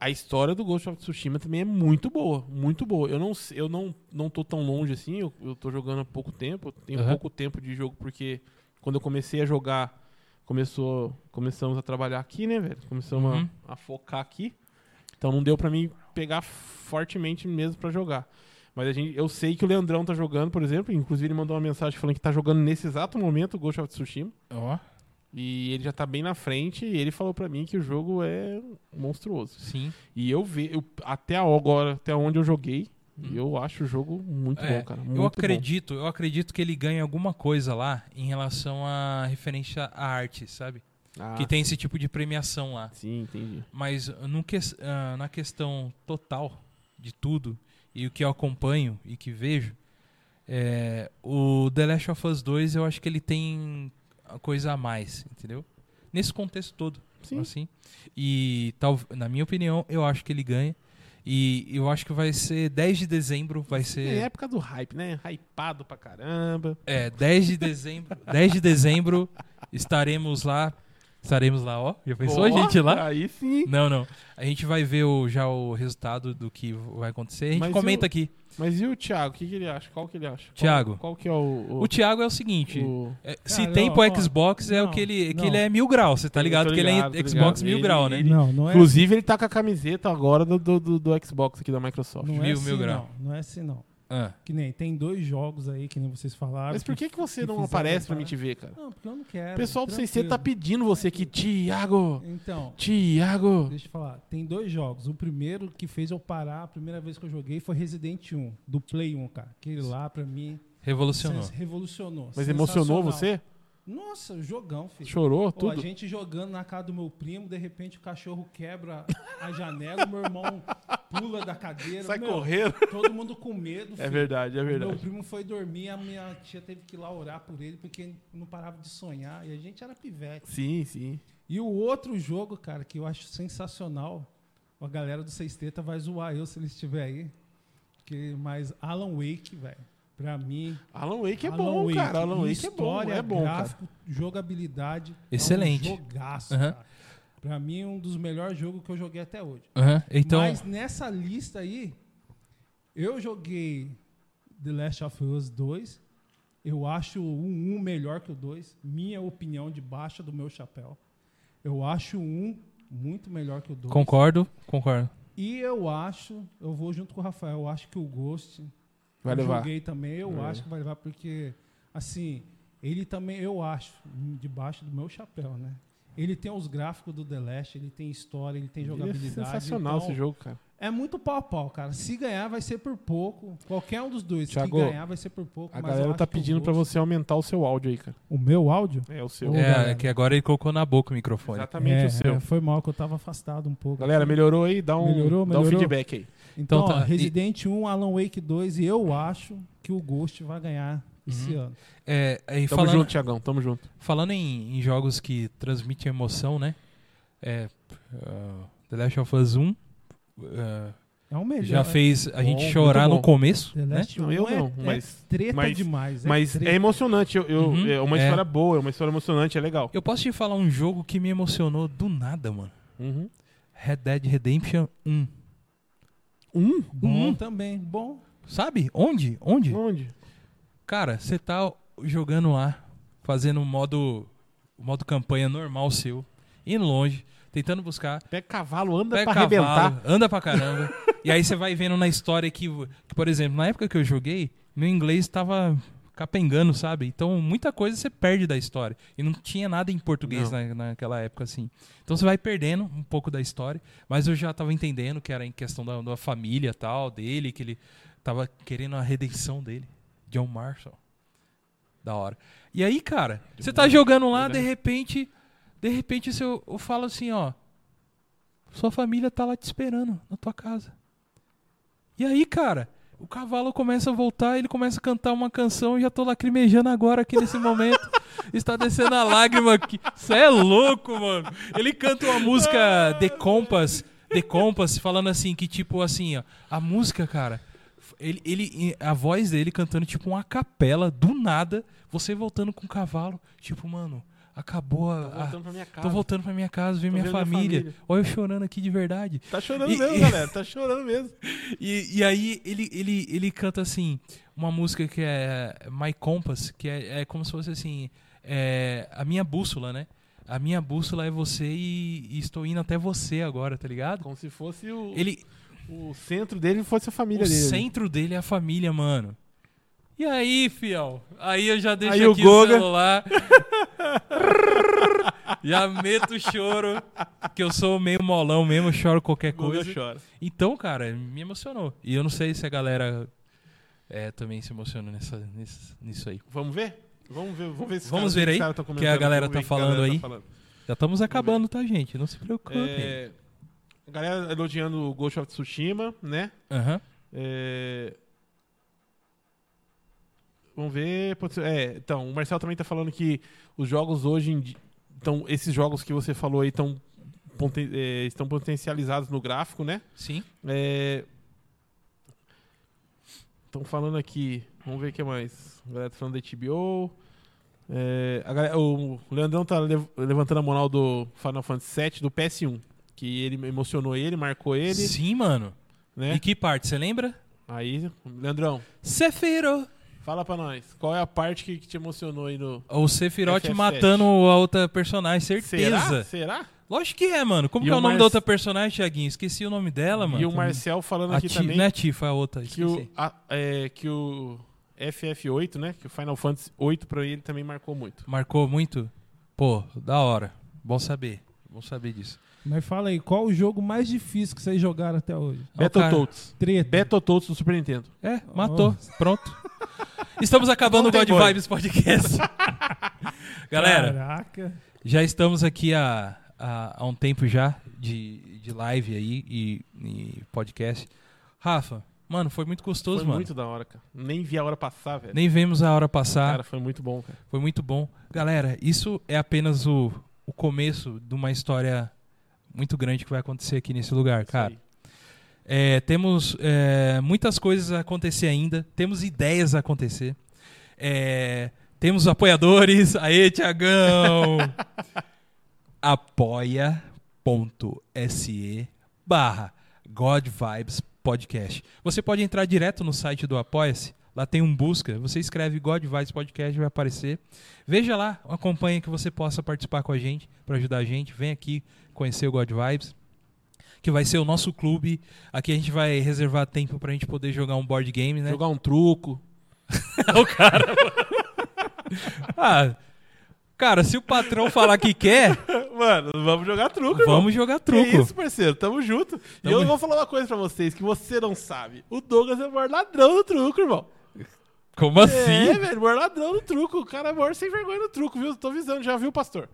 A história do Ghost of Tsushima também é muito boa, muito boa. Eu não, se- eu não, não tô tão longe assim, eu, eu tô jogando há pouco tempo, eu tenho
Aham.
pouco tempo de jogo, porque quando eu comecei a jogar, começou, começamos a trabalhar aqui, né, velho? Começamos a-
Uhum.
a, focar aqui. Então não deu pra mim pegar fortemente mesmo pra jogar. Mas a gente, eu sei que o Leandrão tá jogando, por exemplo, inclusive ele mandou uma mensagem falando que tá jogando nesse exato momento o Ghost of Tsushima.
Ó,
E ele já tá bem na frente e ele falou pra mim que o jogo é monstruoso.
sim.
E eu vi, eu- até agora, até onde eu joguei,
Hum.
eu acho o jogo muito
É,
bom, cara.
eu
muito bom.
acredito, eu acredito que ele ganha alguma coisa lá em relação à referência à arte, sabe?
Ah,
que tem esse tipo de premiação lá.
Sim, entendi.
Mas no que- ah, na questão total de tudo e o que eu acompanho e que vejo, é, o The Last of Us 2 eu acho que ele tem a coisa a mais, entendeu? Nesse contexto todo,
Sim.
assim. E tal, na minha opinião, eu acho que ele ganha. E eu acho que vai ser 10 de dezembro, vai
É
ser
época do hype, né? Hypado pra caramba.
é, 10 de dezembro, 10 de dezembro estaremos lá, estaremos lá, ó. Já pensou a
Ó,
gente lá?
Aí sim.
Não, não. A gente vai ver o- já o resultado do que vai acontecer. A gente
Mas
comenta
eu-
aqui.
Mas e o Thiago? O que, que ele acha? Qual que ele acha? Qual-
Thiago.
Qual, que é o. o,
O Thiago é o seguinte:
o- Ah,
é, se
Cara,
tem
ó,
pro
ó,
Xbox, é o
não,
que ele, que
não.
ele é mil grau. Você tá
Eu tô
ligado,
ligado,
que
tô
ele é Xbox
ligado.
mil
Ele-
grau, né?
ele-
Não, não é,
Inclusive, ele tá com a camiseta agora do, do, do- do Xbox aqui da Microsoft.
não é
Mil,
assim,
mil grau.
não. Não é assim, não.
Ah,
Que nem tem dois jogos aí, que nem vocês falaram.
Mas por que, que você
que
não
fizeram
aparece pra mim
para-
te ver, cara?
Não, porque eu não quero.
O pessoal do CC
tranquilo.
tá pedindo você aqui, Thiago!
Então,
Tiago!
deixa eu falar. Tem dois jogos. O primeiro que fez eu parar, a primeira vez que eu joguei, foi Resident 1, do Play 1, cara. Aquele lá, pra mim,
revolucionou.
sens- revolucionou.
Mas emocionou
sensacional.
você?
Nossa, jogão, filho.
Chorou
Pô, a
tudo?
gente jogando na casa do meu primo, de repente o cachorro quebra a janela, meu irmão pula da cadeira. meu,
correndo.
Todo mundo com medo.
É
filho.
verdade, é
Meu
verdade.
primo foi dormir, a minha tia teve que ir lá orar por ele, porque não parava de sonhar. E a gente era pivete.
Sim, sim.
E o outro jogo, cara, que eu acho sensacional, a galera do Sexteta vai zoar eu se ele estiver aí. Que, mas Alan Wake, velho, pra mim.
Alan Wake é
Alan
bom,
Wake,
cara. Alan Wake é bom,
história,
é bom, cara.
gráfico, jogabilidade.
Excelente.
É um jogaço,
Aham.
cara. Pra mim, um dos melhores jogos que eu joguei até hoje.
Aham, Então,
Mas nessa lista aí, eu joguei The Last of Us 2. Eu acho o 1 melhor que o 2. Minha opinião de baixa do meu chapéu. Eu acho o 1 muito melhor que o 2.
concordo, concordo.
E eu acho, eu vou junto com o Rafael, eu acho que o Ghost
Vai
eu
levar.
joguei também, eu
Vai
acho que vai levar, porque, assim, ele também, eu acho, hum, debaixo do meu chapéu, né? Ele tem os gráficos do The Last, ele tem história, ele tem jogabilidade.
É sensacional
então,
esse jogo, cara.
É muito pau a pau, cara. Se ganhar, vai ser por pouco. Qualquer um dos dois.
Thiago,
que ganhar, vai ser por pouco.
A
mas eu
galera
acho
tá
que os
pedindo pra
outros-
você aumentar o seu áudio aí, cara.
O meu áudio?
É, o seu.
É,
É, é que agora ele colocou na boca o microfone.
Exatamente
É,
o seu.
é, foi mal que eu tava afastado um pouco.
Galera, melhorou aí? Dá um,
Melhorou,
dá um
melhorou.
feedback aí.
Então
Então,
tá,
ó, Resident 1, Alan Wake 2 e eu acho que o Ghost vai ganhar esse
Uhum.
ano.
É, e
Tamo
falando,
junto, Tiagão. Tamo junto.
falando em, em jogos que transmitem emoção, né? É, ah, The Last of Us 1 ah,
É o melhor.
já
né?
fez a
Bom,
gente
muito
chorar no
bom.
começo,
The
né?
Last
Não,
1
eu
é,
não,
é
mas-
treta
mas-
demais. é
Mas
treta.
é emocionante. Eu, eu-
Uhum,
é uma
é.
história boa, é uma história emocionante, é legal.
Eu posso te falar um jogo que me emocionou do nada, mano.
Uhum.
Red Dead Redemption 1.
Um?
Bom
Hum.
também, bom.
Sabe? Onde? Onde?
Onde?
Cara, você tá jogando lá, fazendo o modo, o modo campanha normal seu, indo longe, tentando buscar,
Pega cavalo, anda
pega
pra
cavalo,
arrebentar.
anda pra caramba. e aí você vai vendo na história que, que, por exemplo, na época que eu joguei, meu inglês tava capengando, sabe? Então muita coisa você perde da história. E não tinha nada em português na, naquela época, assim. Então você vai perdendo um pouco da história, mas eu já tava entendendo que era em questão da, da família tal, dele, que ele tava querendo a redenção dele. John Marshall. Da hora. E aí, cara, você tá jogando lá, de repente, de repente você- eu, eu falo assim, ó, sua família tá lá te esperando na tua casa. E aí, cara, o cavalo começa a voltar, ele começa a cantar uma canção e já tô lacrimejando agora aqui nesse momento. Está descendo a lágrima aqui. Você é louco, mano. Ele canta uma música The Compass, The Compass, falando assim, que tipo assim, ó, a música, cara, ele, ele, a voz dele cantando tipo uma capela, do nada, você voltando com o cavalo, tipo, mano, acabou a... a-
pra minha casa.
Tô voltando pra minha casa, ver minha
vendo minha
família.
família.
Olha eu chorando aqui de verdade.
Tá chorando
E-
mesmo,
e-
galera. Tá chorando mesmo.
E, e aí ele, ele, ele canta assim, uma música que é My Compass, que é, é como se fosse assim, é, a minha bússola, né? A minha bússola é você e, e estou indo até você agora, tá ligado?
Como se fosse o,
Ele,
o centro dele fosse a família
o
dele.
centro dele é a família, mano. E aí, fiel? Aí eu já deixo
Aí o
aqui o
Goga.
celular. já meto o choro, que eu sou meio molão mesmo, é choro qualquer
Guga
coisa.
chora.
Então, cara, me emocionou. E eu não sei se a galera é, também se emociona nessa, nisso, nisso aí.
Vamos ver? Vamos ver, vamos ver se
Vamos ver aí
o
que a galera tá falando aí. Já estamos acabando, tá, gente? Não se preocupe.
É, a galera elogiando o Ghost of Tsushima, né?
Aham.
É, Vamos ver. pode ser- É, então, o Marcel também tá falando que os jogos hoje em dia. Então, esses jogos que você falou aí tão, ponte- é, estão potencializados no gráfico, né?
Sim.
Estão falando aqui. Vamos ver o que mais. A galera tá falando da HBO. É, a galera- o Leandrão tá lev- levantando a moral do Final Fantasy VII do PS1. Que ele emocionou ele, marcou ele,
Sim, mano.
né?
E que parte? Você lembra?
Aí, Leandrão,
Sephiroth.
fala pra nós. Qual é a parte que, que te emocionou aí no...
O Sephiroth
FF7.
matando a outra personagem, certeza.
Será? Será?
Lógico que é, mano. Como
E
que é o
o
nome
Marce-
da outra personagem, Thiaguinho? Esqueci o nome dela, mano.
E o Marcel falando
a
aqui
Ti-
também
Não é Tifa, a outra.
que, o,
esqueci.
a- é, que o FF8, né? Que o Final Fantasy 8 pra ele também marcou muito.
Marcou muito? Pô, da hora. Bom saber. Bom saber disso.
Mas fala aí, qual o jogo mais difícil que vocês jogaram até hoje?
Ó, o cara-
Battletoads.
Treta.
Battletoads do Super Nintendo.
É, matou. Pronto. Estamos acabando o
Oh. Não tem
God
boi.
Vibes Podcast. Galera,
Caraca.
já estamos aqui há, há, há um tempo já de, de live aí e, e podcast. Rafa, mano, foi muito gostoso,
Foi
mano.
muito da hora, cara. Nem vi a hora passar, velho.
Nem vemos a hora passar.
Cara, foi muito bom, cara.
Foi muito bom. Galera, isso é apenas o, o começo de uma história muito grande que vai acontecer aqui nesse lugar,
Isso
cara.
aí.
É, temos é, muitas coisas a acontecer ainda, temos ideias a acontecer. É, temos apoiadores. Aê, Tiagão! apoia.se barra God Vibes Podcast. Você pode entrar direto no site do Apoia-se, lá tem um busca, você escreve God Vibes Podcast, vai aparecer. Veja lá, acompanha que você possa participar com a gente, para ajudar a gente. Vem aqui conhecer o God Vibes. que vai ser o nosso clube. Aqui a gente vai reservar tempo pra gente poder jogar um board game, né?
Jogar um truco.
o cara. ah, cara, se o patrão falar que quer,
Mano, vamos jogar truco, irmão.
vamos jogar
Que
truco.
É isso, parceiro. Tamo junto. E
Tamo
eu
junto.
vou falar uma coisa pra vocês que você não sabe. O Douglas é o maior ladrão do truco, irmão.
Como
É,
assim?
velho, o maior ladrão do truco. O cara é o maior sem vergonha no truco, viu? Tô avisando, já viu, pastor?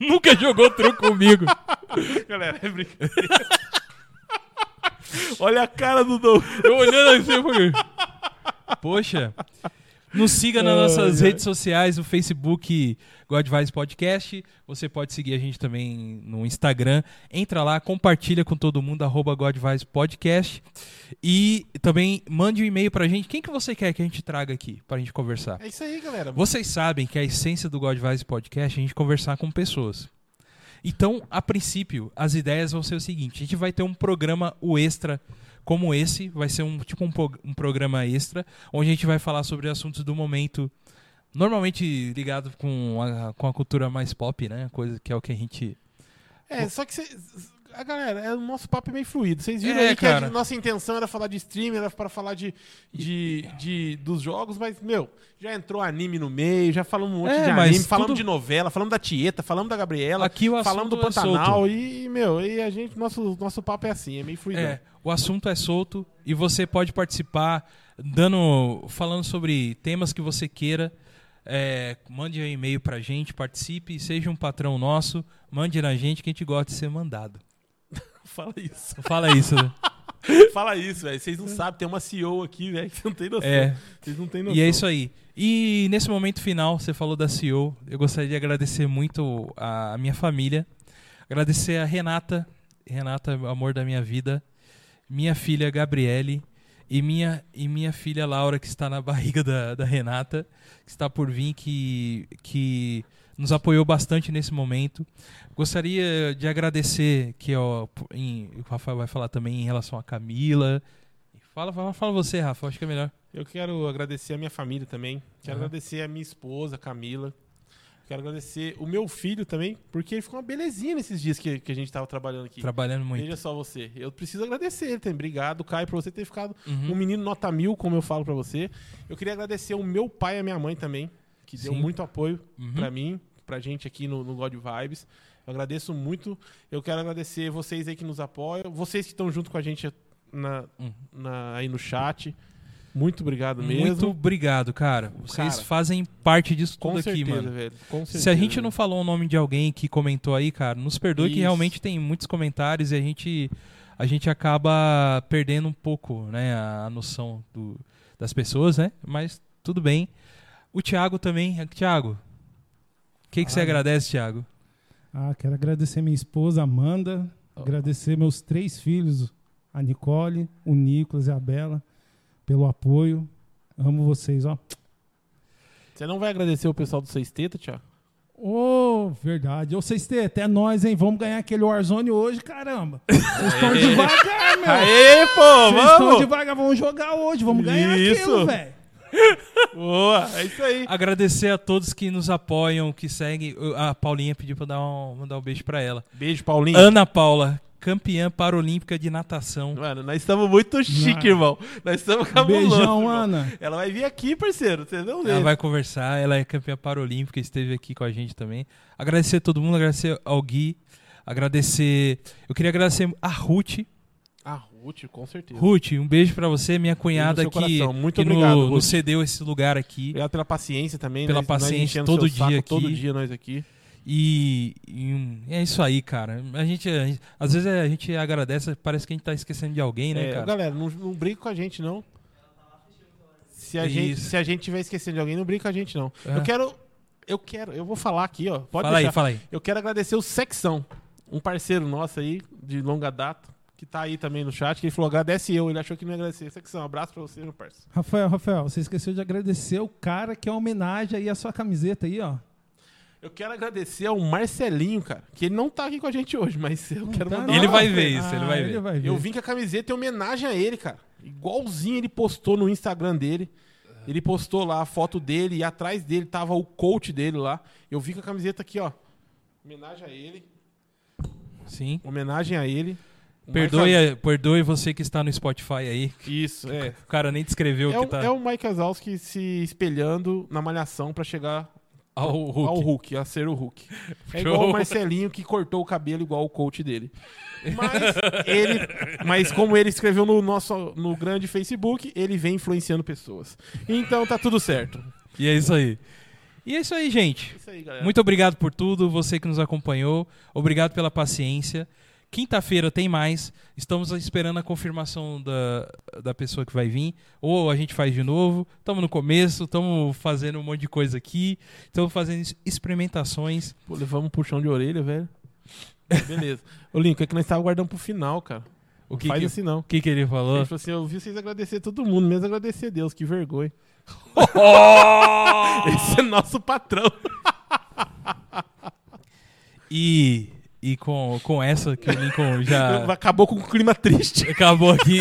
Nunca jogou truco comigo.
Galera, é brincadeira. Olha a cara do Douglas.
Eu olhando assim, eu falei, Poxa. Nos siga nas nossas redes sociais, o Facebook Godvice Podcast. Você pode seguir a gente também no Instagram. Entra lá, compartilha com todo mundo, arroba Godvice Podcast. E também mande um e-mail pra gente. Quem que você quer que a gente traga aqui pra gente conversar?
É isso aí, galera.
Vocês sabem que a essência do Godvice Podcast é a gente conversar com pessoas. Então, a princípio, as ideias vão ser o seguinte: a gente vai ter um programa o extra como esse, vai ser um tipo um, po- um programa extra, onde a gente vai falar sobre assuntos do momento, normalmente ligado com a, com a cultura mais pop, né? Coisa que é o que a gente.
É, só que cê, a galera, é, o nosso papo é meio fluido. Vocês viram
É,
aí que a
cara.
gente- nossa intenção era falar de streamer, era para falar de, de, de- dos jogos, mas, meu, já entrou anime no meio, já falamos um monte
É,
de
mas
anime, falamos
tudo-
de novela, falamos da Tieta, falamos da Gabriela,
Aqui o
falamos do
assunto é
Pantanal e, meu, e a gente, nosso, nosso papo é assim, é meio fluido.
É, o assunto é solto e você pode participar dando, falando sobre temas que você queira. É, mande um e-mail pra gente, participe, seja um patrão nosso, mande na gente que a gente gosta de ser mandado.
Fala isso.
Fala isso, né?
Fala isso, velho. Vocês não sabem, tem uma CEO aqui, velho, que não tem noção.
É.
Vocês não têm noção.
E é isso aí. E nesse momento final, você falou da CEO. Eu gostaria de agradecer muito a a minha família. Agradecer a Renata. Renata, o amor da minha vida. Minha filha, Gabriele. E minha, e minha filha, Laura, que está na barriga da, da Renata. Que está por vir, que, que nos apoiou bastante nesse momento. Gostaria de agradecer, que ó, p- em- o Rafael vai falar também em relação a Camila. Fala, fala, fala você, Rafa. Acho que é melhor.
Eu quero agradecer a minha família também. Quero
Aham.
agradecer a minha esposa, Camila. Quero agradecer o meu filho também, porque ele ficou uma belezinha nesses dias que, que a gente tava trabalhando aqui.
Trabalhando muito.
Veja só você. Eu preciso agradecer ele também. Obrigado, Caio, por você ter ficado
Uhum.
um menino nota mil, como eu falo pra você. Eu queria agradecer o meu pai e a minha mãe também, que deu
Sim.
muito apoio
Uhum.
pra mim, pra gente aqui no, no God Vibes. Eu agradeço muito. Eu quero agradecer vocês aí que nos apoiam, vocês que estão junto com a gente na-
Uhum.
na- aí no chat. Muito obrigado mesmo.
Muito obrigado, cara. Vocês
Cara.
fazem parte disso
com
tudo aqui,
certeza,
mano.
velho. Com certeza,
Se a gente
velho.
não falou o nome de alguém que comentou aí, cara, nos perdoe que
Isso.
realmente tem muitos comentários e a gente, a gente acaba perdendo um pouco, né, a, a noção do- das pessoas, né? Mas tudo bem. O Thiago também. Thiago, o que, que você
Ai.
agradece, Thiago?
Ah, quero agradecer minha esposa, Amanda. Agradecer meus três filhos, a Nicole, o Nicolas e a Bela, pelo apoio. Amo vocês, ó.
Você não vai agradecer o pessoal do Seis Teta, Thiago?
Ô, verdade. Ô, vocês têm até nós, hein? Vamos ganhar aquele Warzone hoje, caramba. Vocês estão devagar, meu.
Aê, pô,
Vocês estão
vamos!
devagar, vamos jogar hoje, vamos ganhar
Isso.
aquilo, velho.
Boa, é isso aí.
Agradecer a todos que nos apoiam, que seguem. Eu- A Paulinha pediu pra dar um, mandar um beijo pra ela.
Beijo, Paulinho.
Ana Paula, campeã paralímpica de natação.
Mano, nós estamos muito chique, irmão. Nós estamos cabuloso.
Beijão,
irmão.
Ana.
Ela vai vir aqui, parceiro. Vocês não
Ela
vê.
vai conversar, ela é campeã paralímpica, esteve aqui com a gente também. Agradecer a todo mundo, agradecer ao Gui, agradecer. Eu queria agradecer a Ruth.
Ah, Ruth, com certeza.
Ruth, um beijo pra você, minha cunhada
seu
que,
coração. Muito
que no-
obrigado,
nos
Ruth. É.
cedeu esse lugar aqui.
Obrigado pela paciência também. né?
Pela
nós- nós
paciência
enchendo
todo
seu
dia
saco,
aqui.
Todo dia nós aqui.
E, e, hum, é isso aí, cara. A gente, a gente- às vezes a gente agradece, parece que a gente tá esquecendo de alguém, né,
É,
cara?
Galera, não, não brinca com a gente, não. Se a,
Isso.
gente, se a gente tiver esquecendo de alguém, não brinca com a gente, não.
É.
Eu quero. Eu quero. Eu vou falar aqui, ó. Pode
fala
deixar.
aí, fala aí.
Eu quero agradecer o Sexão, um parceiro nosso aí, de longa data, que tá aí também no chat, que ele falou, agradece eu. Ele achou que não ia agradecer. Sexão, abraço pra você, meu parceiro.
Rafael, Rafael, você esqueceu de agradecer o cara que é uma homenagem aí à sua camiseta aí, ó.
Eu quero agradecer ao Marcelinho, cara, que ele não tá aqui com a gente hoje, mas eu quero
Tá
mandar
não.
Ele
um
vai
abraço
ver
pra
isso, ele vai ver.
Ah, vai ver.
Eu vim com a camiseta em homenagem a ele, cara. Igualzinho ele postou no Instagram dele. Ele postou lá a foto dele e atrás dele tava o coach dele lá. Eu vim com a camiseta aqui, ó. Homenagem a ele.
Sim.
Homenagem a ele. O
Perdoe,
Mike
a- perdoe você que está no Spotify aí.
Wazowski- Isso, é.
O cara nem descreveu que
É o,
tá
é o Mike Wazowski se espelhando na malhação pra chegar
ao Hulk.
ao Hulk, a ser é o Hulk. É
Show.
igual o Marcelinho que cortou o cabelo igual o coach dele. Mas ele, mas como ele escreveu no nosso no grande Facebook, ele vem influenciando pessoas. Então tá tudo certo.
E é isso aí. E é isso aí, gente.
Isso aí, galera.
Muito obrigado por tudo, você que nos acompanhou. Obrigado pela paciência. Quinta-feira tem mais. Estamos esperando a confirmação da, da pessoa que vai vir. Ou a gente faz de novo. Estamos no começo, estamos fazendo um monte de coisa aqui. Estamos fazendo es- experimentações.
Pô, levamos um puxão de orelha, velho. Beleza. Ô, Lincoln, é que nós estávamos guardando pro final, cara.
O que,
Faz
que,
assim não.
o que que ele falou?
Ele falou assim, eu vi vocês agradecer todo mundo, menos agradecer a Deus, que vergonha. Esse é nosso patrão.
E, e com, com essa que o Lincoln já
Acabou com o clima triste.
acabou aqui.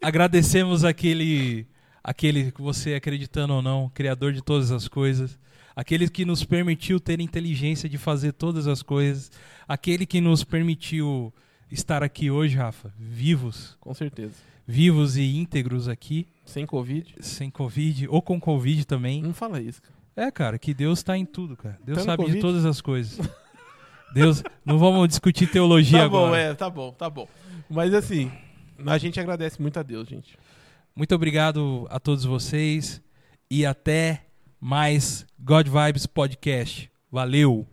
Agradecemos aquele, aquele que você acreditando ou não, criador de todas as coisas, aquele que nos permitiu ter inteligência de fazer todas as coisas, aquele que nos permitiu estar aqui hoje, Rafa, vivos,
Com certeza.
vivos e íntegros aqui,
Sem Covid.
sem Covid ou com Covid também.
Não fala isso, cara.
É, cara, que Deus tá em tudo, cara. Deus
Tá no
sabe de
Covid?
todas as coisas. Deus, não vamos discutir teologia
tá
agora.
bom, é, tá bom, tá bom. Mas assim, a gente agradece muito a Deus, gente.
Muito obrigado a todos vocês e até mais God Vibes Podcast. Valeu!